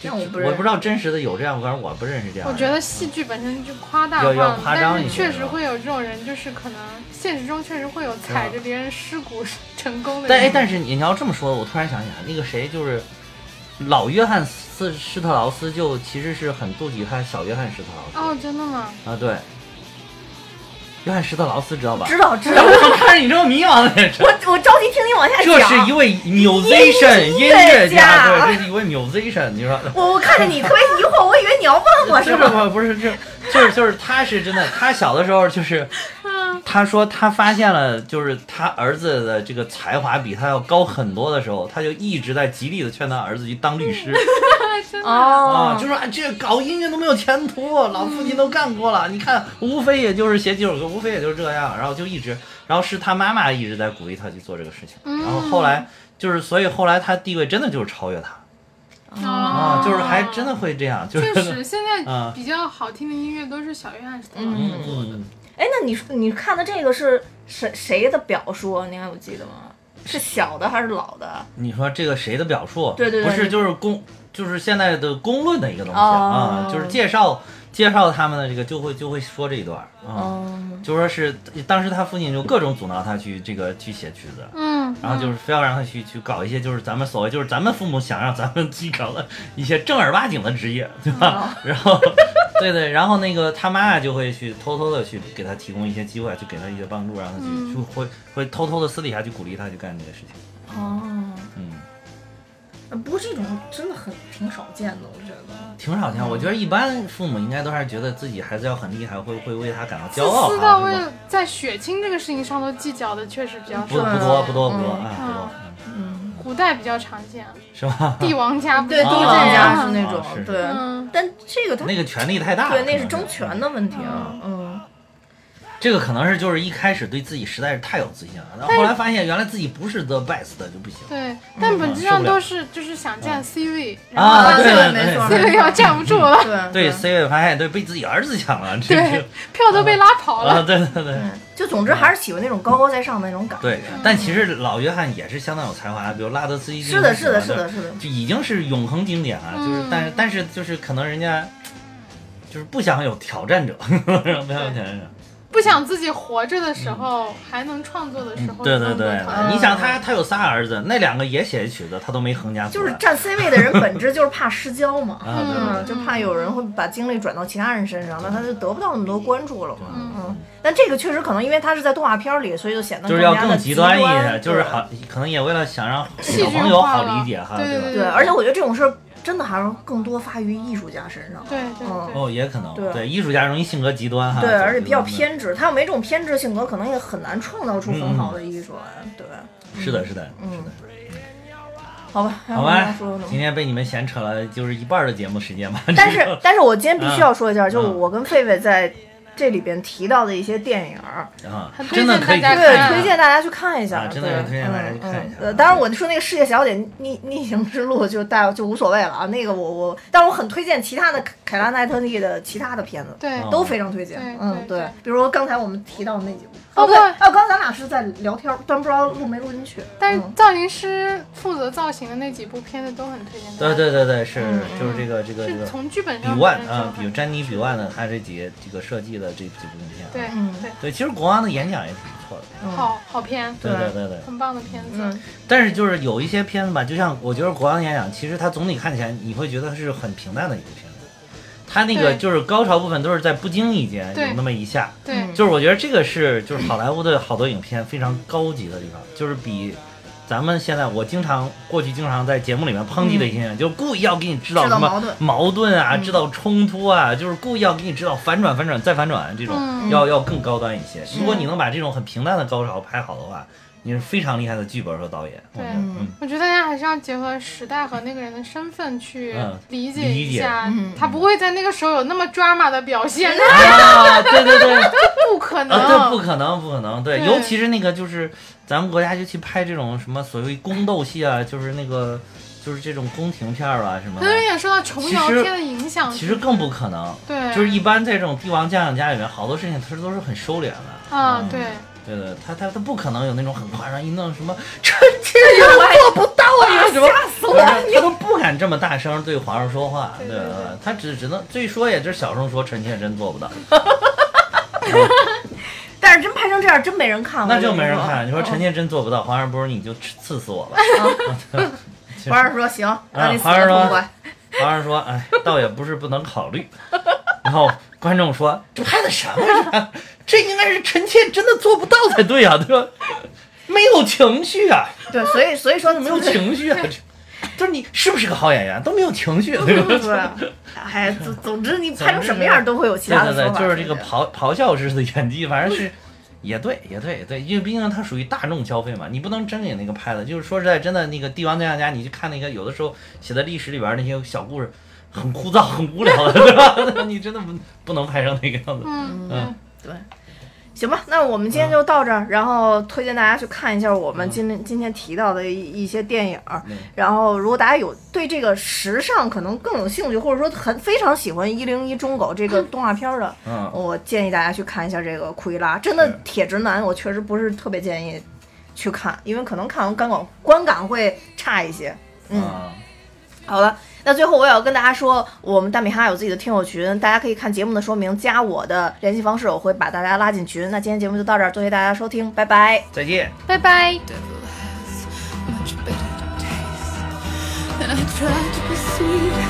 Speaker 2: 但我不
Speaker 1: 我
Speaker 2: 认
Speaker 1: 不知道真实的有这样，反正我不认识这样的人。
Speaker 3: 我觉得戏剧本身就夸大
Speaker 1: 要
Speaker 3: 化
Speaker 1: 要
Speaker 3: 了，
Speaker 1: 夸张
Speaker 3: 但
Speaker 1: 一
Speaker 3: 是
Speaker 1: 些
Speaker 3: 确
Speaker 1: 是
Speaker 3: 实
Speaker 1: 吧啊
Speaker 3: 会有这种人，就是可能现实中确实会有踩着别人尸骨 成功的
Speaker 1: 但哎
Speaker 3: 人，。
Speaker 1: 但是你你要这么说，我突然想起来，那个谁就是老约翰斯施特劳斯，就其实是很妒忌他小约翰施特劳斯、
Speaker 3: 哦，真的吗？
Speaker 1: 啊，对，约翰施特劳斯知道吧？
Speaker 2: 知道知道，
Speaker 1: 我看着你这么迷茫的脸，
Speaker 2: 我我着急听你往下
Speaker 1: 这是一
Speaker 2: 讲，
Speaker 1: 位 musician 音乐
Speaker 2: 乐
Speaker 1: 家，
Speaker 2: 家
Speaker 1: 对，这是一位 musician，你说。
Speaker 2: 我我看着你特别疑惑，我以为你要问我
Speaker 1: 不是
Speaker 2: 什么，
Speaker 1: 不不是这，就是就是他是真的，他小的时候就是，
Speaker 3: 嗯
Speaker 1: 他说他发现了，就是他儿子的这个才华比他要高很多的时候，他就一直在极力的劝他儿子去当律师。啊，
Speaker 2: 哦
Speaker 1: 就，说啊，这搞音乐都没有前途，老父亲都干过
Speaker 2: 嗯
Speaker 1: 了，你看，无非也就是写几首歌，无非也就是这样，然后就一直，然后是他妈妈一直在鼓励他去做这个事情，
Speaker 3: 嗯
Speaker 1: 然后后来就是，所以后来他地位真的就是超越他啊，
Speaker 2: 嗯
Speaker 3: 啊
Speaker 1: 就是还真的会这样，就
Speaker 3: 确
Speaker 1: 是
Speaker 3: 实，现
Speaker 1: 啊
Speaker 3: 在比较好听的音乐都是小约翰·斯特劳斯
Speaker 1: 嗯
Speaker 2: 嗯
Speaker 1: 嗯，
Speaker 2: 哎，那你说你看的这个是谁谁的表叔？你还有记得吗？是小的还是老的？
Speaker 1: 你说这个谁的表述？
Speaker 2: 对对对
Speaker 1: 不是就是公，就是现在的公论的一个东西
Speaker 2: 哦
Speaker 1: 啊，就是介绍介绍他们的这个就会就会说这一段啊，
Speaker 2: 嗯，
Speaker 1: 就说是当时他父亲就各种阻挠他去这个去写曲子，
Speaker 3: 嗯，
Speaker 1: 然后就是非要让他去去搞一些就是咱们所谓就是咱们父母想让咱们去搞的一些正儿八经的职业，对吧？ 然后对对，然后那个他妈呀就会去偷偷的去给他提供一些机会，去给他一些帮助，让他去、
Speaker 3: 嗯
Speaker 1: 去会会偷偷的私底下去鼓励他去干这个事情。
Speaker 2: 哦，
Speaker 1: 嗯，
Speaker 2: 不过这种真的很挺少见的，我觉得。
Speaker 1: 挺少见，我觉得一般父母应该都还是觉得自己孩子要很厉害，会会为他感到
Speaker 3: 自
Speaker 1: 骄傲
Speaker 3: 私到
Speaker 1: 啊，
Speaker 3: 为
Speaker 1: 是吧
Speaker 3: 了在血亲这个事情上都计较的确实比较
Speaker 1: 不不
Speaker 3: 少，
Speaker 1: 多不多不多
Speaker 2: 嗯
Speaker 1: 啊，不多，嗯
Speaker 2: 嗯，哦
Speaker 3: 古代比较常见，啊
Speaker 1: 是吧？
Speaker 3: 帝王家不
Speaker 2: 对，
Speaker 3: 是
Speaker 2: 帝
Speaker 1: 啊
Speaker 2: 王家哦是
Speaker 3: 这样
Speaker 2: 那种
Speaker 1: 啊是
Speaker 2: 对，
Speaker 3: 嗯，
Speaker 2: 但这个他
Speaker 1: 那个权力太大了，
Speaker 2: 对那
Speaker 1: 可能
Speaker 2: 是争权的问题啊，嗯，
Speaker 1: 这个可能是就是一开始对自己实在是太有自信了，然后后来发现原来自己不是 the best 的就不行。
Speaker 3: 对，但本质
Speaker 1: 嗯受
Speaker 3: 上
Speaker 1: 不了嗯
Speaker 3: 都是就是想占 C 位，然后
Speaker 1: 啊，
Speaker 2: 对
Speaker 1: 对
Speaker 2: 没错
Speaker 1: 对
Speaker 3: C 位要站不住了，
Speaker 2: 对
Speaker 1: 对 C 位发现对被自己儿子抢了，这
Speaker 3: 对
Speaker 1: 是
Speaker 3: 票都被拉跑
Speaker 1: 嗯啊，
Speaker 3: 了，
Speaker 1: 对对对
Speaker 2: 嗯，就总之还是喜欢那种高高在上的那种感觉。
Speaker 1: 对。但其实老约翰也是相当有才华的，比如拉德斯基
Speaker 2: 是的，是的，是的，，是的。
Speaker 1: 就已经是永恒经典啊，就是
Speaker 3: 嗯
Speaker 1: 但是但是就是可能人家就是不想有挑战者， 不想有挑战者。
Speaker 3: 不想自己活着的时候还能创作的时候，
Speaker 1: 嗯对对
Speaker 3: 能多
Speaker 1: 对
Speaker 3: 讨
Speaker 2: 嗯
Speaker 3: 论
Speaker 1: 你想他他有仨儿子，那两个也写曲子，他都没横加出
Speaker 2: 就是
Speaker 1: 来。
Speaker 2: 站 C 位的人，本质就是怕失焦 嘛，
Speaker 1: 啊，对对对
Speaker 2: 嗯，就怕有人会把精力转到其他人身上，那他就得不到那么多关注了嘛，
Speaker 1: 嗯
Speaker 2: 嗯。但这个确实可能因为他是在动画片里，所以就显得
Speaker 1: 就是
Speaker 2: 更
Speaker 1: 要
Speaker 2: 加
Speaker 1: 更
Speaker 2: 的
Speaker 1: 极
Speaker 2: 端
Speaker 1: 端一些，
Speaker 2: 对
Speaker 1: 就是好，可能也为了想让
Speaker 3: 戏
Speaker 1: 小
Speaker 3: 剧
Speaker 1: 朋友
Speaker 3: 化
Speaker 1: 好
Speaker 3: 了，
Speaker 1: 理解哈，
Speaker 3: 对
Speaker 1: 吧？
Speaker 2: 对，而且我觉得这种事儿真的还是更多发于艺术家身上，
Speaker 3: 对对
Speaker 2: 嗯
Speaker 3: 对，
Speaker 1: 哦，也可能
Speaker 2: 对
Speaker 1: 对艺术家容易性格极端哈，
Speaker 2: 对，
Speaker 1: 就是嗯
Speaker 2: 而且比较
Speaker 1: 这种
Speaker 2: 偏执，他要没这种偏执性格，可能也很难创造出很好的艺术来，对。
Speaker 1: 的。是的，是的，
Speaker 2: 嗯
Speaker 1: 是的。
Speaker 2: 好吧，还有
Speaker 1: 好
Speaker 2: 什么要
Speaker 1: 吧
Speaker 2: 说的，吗
Speaker 1: 今？天被你们闲扯了，就是一半儿的节目时间吧。
Speaker 2: 但 是，但是我今天必须要说一下，就是
Speaker 1: 嗯
Speaker 2: 我跟狒狒在这里边提到的一些电影儿，
Speaker 1: 这个啊
Speaker 3: 很，推
Speaker 1: 真的
Speaker 3: 荐
Speaker 1: 可以
Speaker 3: 大
Speaker 1: 去
Speaker 3: 家
Speaker 2: 对，
Speaker 1: 看
Speaker 2: 推荐大家去看一下，
Speaker 1: 啊
Speaker 2: 对
Speaker 1: 真的是推荐大家去看一下
Speaker 2: 嗯嗯呃当然，我说那个《世界小姐逆逆行之路》就大就无所谓了啊，那个我我，但我很推荐其他的凯凯拉奈特利的其他的片子，
Speaker 3: 对
Speaker 1: 嗯
Speaker 2: 都非常推荐
Speaker 3: 对。
Speaker 2: 嗯，
Speaker 3: 对对
Speaker 2: 比如说刚才我们提到的那几部。
Speaker 3: 包
Speaker 2: 哦对，
Speaker 3: 括
Speaker 2: 哦，刚才咱俩是在聊天，但不知道录没录进去。
Speaker 3: 但是
Speaker 2: 嗯
Speaker 3: 造型师负责造型的那几部片子都很推荐大
Speaker 1: 对
Speaker 3: 家，
Speaker 1: 对对对，是
Speaker 2: 嗯
Speaker 1: 就是这个这个这
Speaker 3: 是
Speaker 1: 个
Speaker 3: 从剧本
Speaker 1: 比
Speaker 3: 上
Speaker 1: 万
Speaker 3: 本身
Speaker 1: 啊，
Speaker 3: 就
Speaker 1: 比如
Speaker 3: 很
Speaker 1: 詹妮比万的他这几这个设计的这几部影片啊，
Speaker 3: 对
Speaker 2: 嗯
Speaker 3: 对，
Speaker 1: 对，其实国王的演讲也挺不错的，
Speaker 2: 嗯
Speaker 3: 好好片，
Speaker 1: 对对对对。
Speaker 3: 很棒的片子，
Speaker 2: 嗯，
Speaker 1: 但是就是有一些片子吧，就像我觉得《国王演讲》，其实它总体看起来你会觉得是很平淡的一部片子，它那个
Speaker 3: 对
Speaker 1: 就是高潮部分都是在不经意间
Speaker 3: 对
Speaker 1: 有那么一下，
Speaker 3: 对
Speaker 1: 就是我觉得这个是就是好莱坞的好多影片非常高级的地方，就是比。咱们现在，我经常过去经常在节目里面抨击的一些人，就是故意要给你制
Speaker 2: 嗯
Speaker 1: 造
Speaker 2: 制造
Speaker 1: 什么
Speaker 2: 矛盾
Speaker 1: 矛盾啊，
Speaker 2: 嗯
Speaker 1: 制造冲突啊，就是故意要给你制造反转、反转再反转这种，
Speaker 3: 嗯
Speaker 1: 要要更高端一些。如果你能把这种很平淡的高潮拍好的话，你是非常厉害的剧本和导演。我
Speaker 3: 对
Speaker 1: 觉得嗯，
Speaker 3: 我觉得大家还是要结合时代和那个人的身份去
Speaker 1: 嗯
Speaker 3: 理解
Speaker 1: 理
Speaker 3: 一
Speaker 1: 解
Speaker 3: 下，
Speaker 2: 嗯
Speaker 3: 他不会在那个时候有那么 drama 的表现，那
Speaker 1: 啊，对对对， 啊，
Speaker 3: 不可能。
Speaker 1: 对，不可能，不可能，对，
Speaker 3: 对
Speaker 1: 尤其是那个就是咱们国家就去拍这种什么所谓宫斗戏啊，就是那个就是这种宫廷片儿啊什么
Speaker 3: 很有
Speaker 1: 的，
Speaker 3: 点受到琼瑶
Speaker 1: 其实
Speaker 3: 片的影响，
Speaker 1: 其实更不可能。
Speaker 3: 对，
Speaker 1: 就是一般在这种帝王将相家里面，好多事情其实都是很收敛的。
Speaker 3: 啊
Speaker 1: 嗯，
Speaker 3: 对，
Speaker 1: 对对，他他他不可能有那种很夸张，一弄什么
Speaker 2: 做不到啊，吓死我
Speaker 1: 不是嗯
Speaker 2: 了！
Speaker 1: 他都不敢这么大声对皇上说话，
Speaker 3: 对
Speaker 1: 对
Speaker 3: 对对
Speaker 1: 吧？他只只能最说也就是小声说，臣妾真做 不到，
Speaker 3: 哎
Speaker 2: 但是真拍成这样，真没人看。
Speaker 1: 那
Speaker 2: 我跟
Speaker 1: 就没人
Speaker 2: 说
Speaker 1: 看。你说臣
Speaker 2: 嗯
Speaker 1: 妾真做不到，皇上不是你就刺死我吧？
Speaker 2: 皇上说行，那你死
Speaker 1: 皇上
Speaker 2: 的
Speaker 1: 啊说
Speaker 2: 痛快。
Speaker 1: 皇上说，哎，倒也不是不能考虑。 然后观众说，这拍的什么呀？这应该是臣妾真的做不到才对啊，对吧？ 没有情绪啊，
Speaker 2: 对，所以所以说
Speaker 1: 没有情绪啊，这就是你是不是个好演员都没有情绪，啊 对吧？
Speaker 2: 对，哎， 总总之你拍成什么样都会有其
Speaker 1: 对
Speaker 2: 他
Speaker 1: 对
Speaker 2: 的说
Speaker 1: 对，
Speaker 2: 法。
Speaker 1: 就是这个
Speaker 2: 对
Speaker 1: 咆咆哮式的演技，反正是 也对，也对，也对，因为毕竟它属于大众消费嘛，你不能真给那个拍的。就是说实在，真的那个《帝王将相家》，你去看那个有的时候写在历史里边那些小故事，很枯燥、很无 聊的，对吧？ 你真的不不能拍成那个样子。
Speaker 3: 嗯
Speaker 1: 嗯
Speaker 3: 嗯，
Speaker 2: 对。行吧，那我们今天就到这儿，然后推荐大家去看一下我们今天、今天提到的一一些电影儿。
Speaker 1: 嗯
Speaker 2: 然后，如果大家有对这个时尚可能更有兴趣，或者说很非常喜欢《一零一忠狗》这个动画片儿的，
Speaker 1: 嗯
Speaker 2: 我建议大家去看一下这个库伊拉。真的
Speaker 1: 是
Speaker 2: 铁直男，我确实不是特别建议去看，因为可能看完观感观感会差一些。嗯，
Speaker 1: 啊
Speaker 2: 好了，那最后我也要跟大家说，我们大米哈有自己的听友群，大家可以看节目的说明，加我的联系方式，我会把大家拉进群。那今天节目就到这儿，多谢大家收听，拜拜。
Speaker 1: 再见。
Speaker 3: 拜拜。
Speaker 4: devil has much better taste. And I tried to be sweet,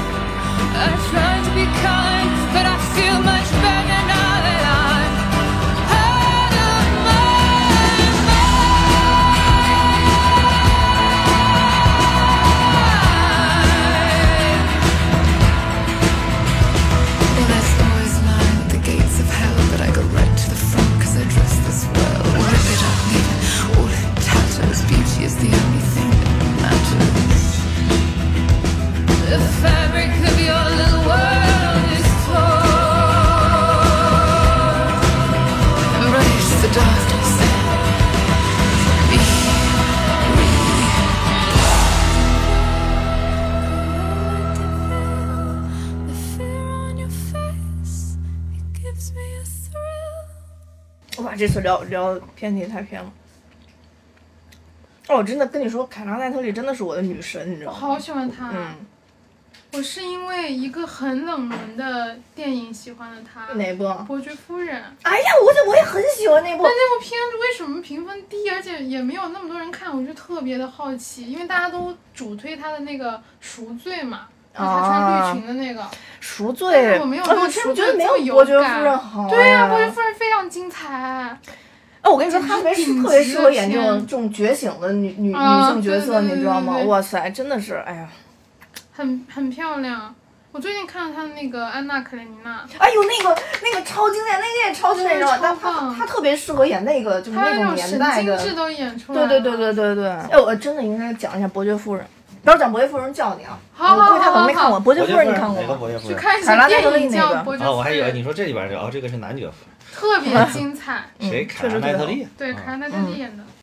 Speaker 4: I tried to be kind, but I feel much better now that I'm out of my mind. Well, I saw his line at the gates of hell, but I go right to the front because I dress this well. Rip it up, leave it all in tatters. Beauty is the only thing that matters. The fabric of your little world is torn. Embrace the darkness. Be the fear on your face. It gives me a thrill.
Speaker 2: 我把这次聊聊偏题太偏了。哦，我真的跟你说，凯拉奈特利真的是我的女神，你知道
Speaker 3: 我
Speaker 2: 吗？
Speaker 3: 好喜欢他。
Speaker 2: 嗯，
Speaker 3: 我是因为一个很冷门的电影喜欢了他，
Speaker 2: 哪部？
Speaker 3: 《伯爵夫人》。
Speaker 2: 哎呀，我就我也很喜欢那部
Speaker 3: 但。那部片子为什么评分低，而且也没有那么多人看，我就特别的好奇，因为大家都主推他的那个《赎罪》嘛，就他穿绿裙的那个。
Speaker 2: 赎
Speaker 3: 但
Speaker 2: 罪，
Speaker 3: 是我没有
Speaker 2: 哎
Speaker 3: 我
Speaker 2: 啊我
Speaker 3: 真
Speaker 2: 我觉
Speaker 3: 觉得
Speaker 2: 得没
Speaker 3: 这么
Speaker 2: 有
Speaker 3: 有
Speaker 2: 伯爵
Speaker 3: 感
Speaker 2: 夫人好。哎
Speaker 3: 对啊
Speaker 2: 呀、
Speaker 3: 呀、伯爵夫人非常精彩。
Speaker 2: 哎，我跟你说，她们
Speaker 3: 简
Speaker 2: 是
Speaker 3: 直
Speaker 2: 特别适合演这
Speaker 3: 顶级的
Speaker 2: 种
Speaker 3: 片
Speaker 2: 这种觉醒的女女、
Speaker 3: 啊
Speaker 2: 女性角色，
Speaker 3: 对对对
Speaker 2: 你知道吗？
Speaker 3: 对对对
Speaker 2: 哇塞，真的是，哎呀，
Speaker 3: 很很漂亮。我最近看了他的那个《安娜·卡列尼娜》，
Speaker 2: 哎呦，那个那个超经典，那个也超经典，你知道吗？
Speaker 3: 真的
Speaker 2: 但
Speaker 3: 超棒
Speaker 2: 她她特别适合演那个，就是
Speaker 3: 他那
Speaker 2: 种
Speaker 3: 种
Speaker 2: 年
Speaker 3: 神
Speaker 2: 代
Speaker 3: 经
Speaker 2: 的。
Speaker 3: 质都演出来
Speaker 2: 对
Speaker 3: 了。
Speaker 2: 对对对对对。哎，我真的应该讲一下《伯爵夫人》，到时候讲《伯爵夫人》叫你啊。
Speaker 3: 好好
Speaker 2: 我估计他可能没
Speaker 3: 好
Speaker 2: 看过
Speaker 3: 好
Speaker 2: 《伯爵夫人》，你看过
Speaker 1: 哪个
Speaker 2: 吗？
Speaker 1: 伯爵夫
Speaker 3: 去
Speaker 1: 人？
Speaker 3: 看一
Speaker 2: 凯拉
Speaker 3: 下
Speaker 2: 奈特
Speaker 3: 电
Speaker 2: 利
Speaker 3: 影
Speaker 2: 那
Speaker 3: 叫
Speaker 2: 个
Speaker 3: 《伯爵夫人》
Speaker 1: 啊，我还以为你说这里边是哦，这个是男爵夫人，
Speaker 3: 特别精彩。
Speaker 2: 嗯
Speaker 1: 谁？凯
Speaker 2: 确实特别
Speaker 1: 兰奈特
Speaker 2: 好
Speaker 1: 利啊？
Speaker 3: 对，
Speaker 1: 啊
Speaker 3: 凯拉奈特利演的。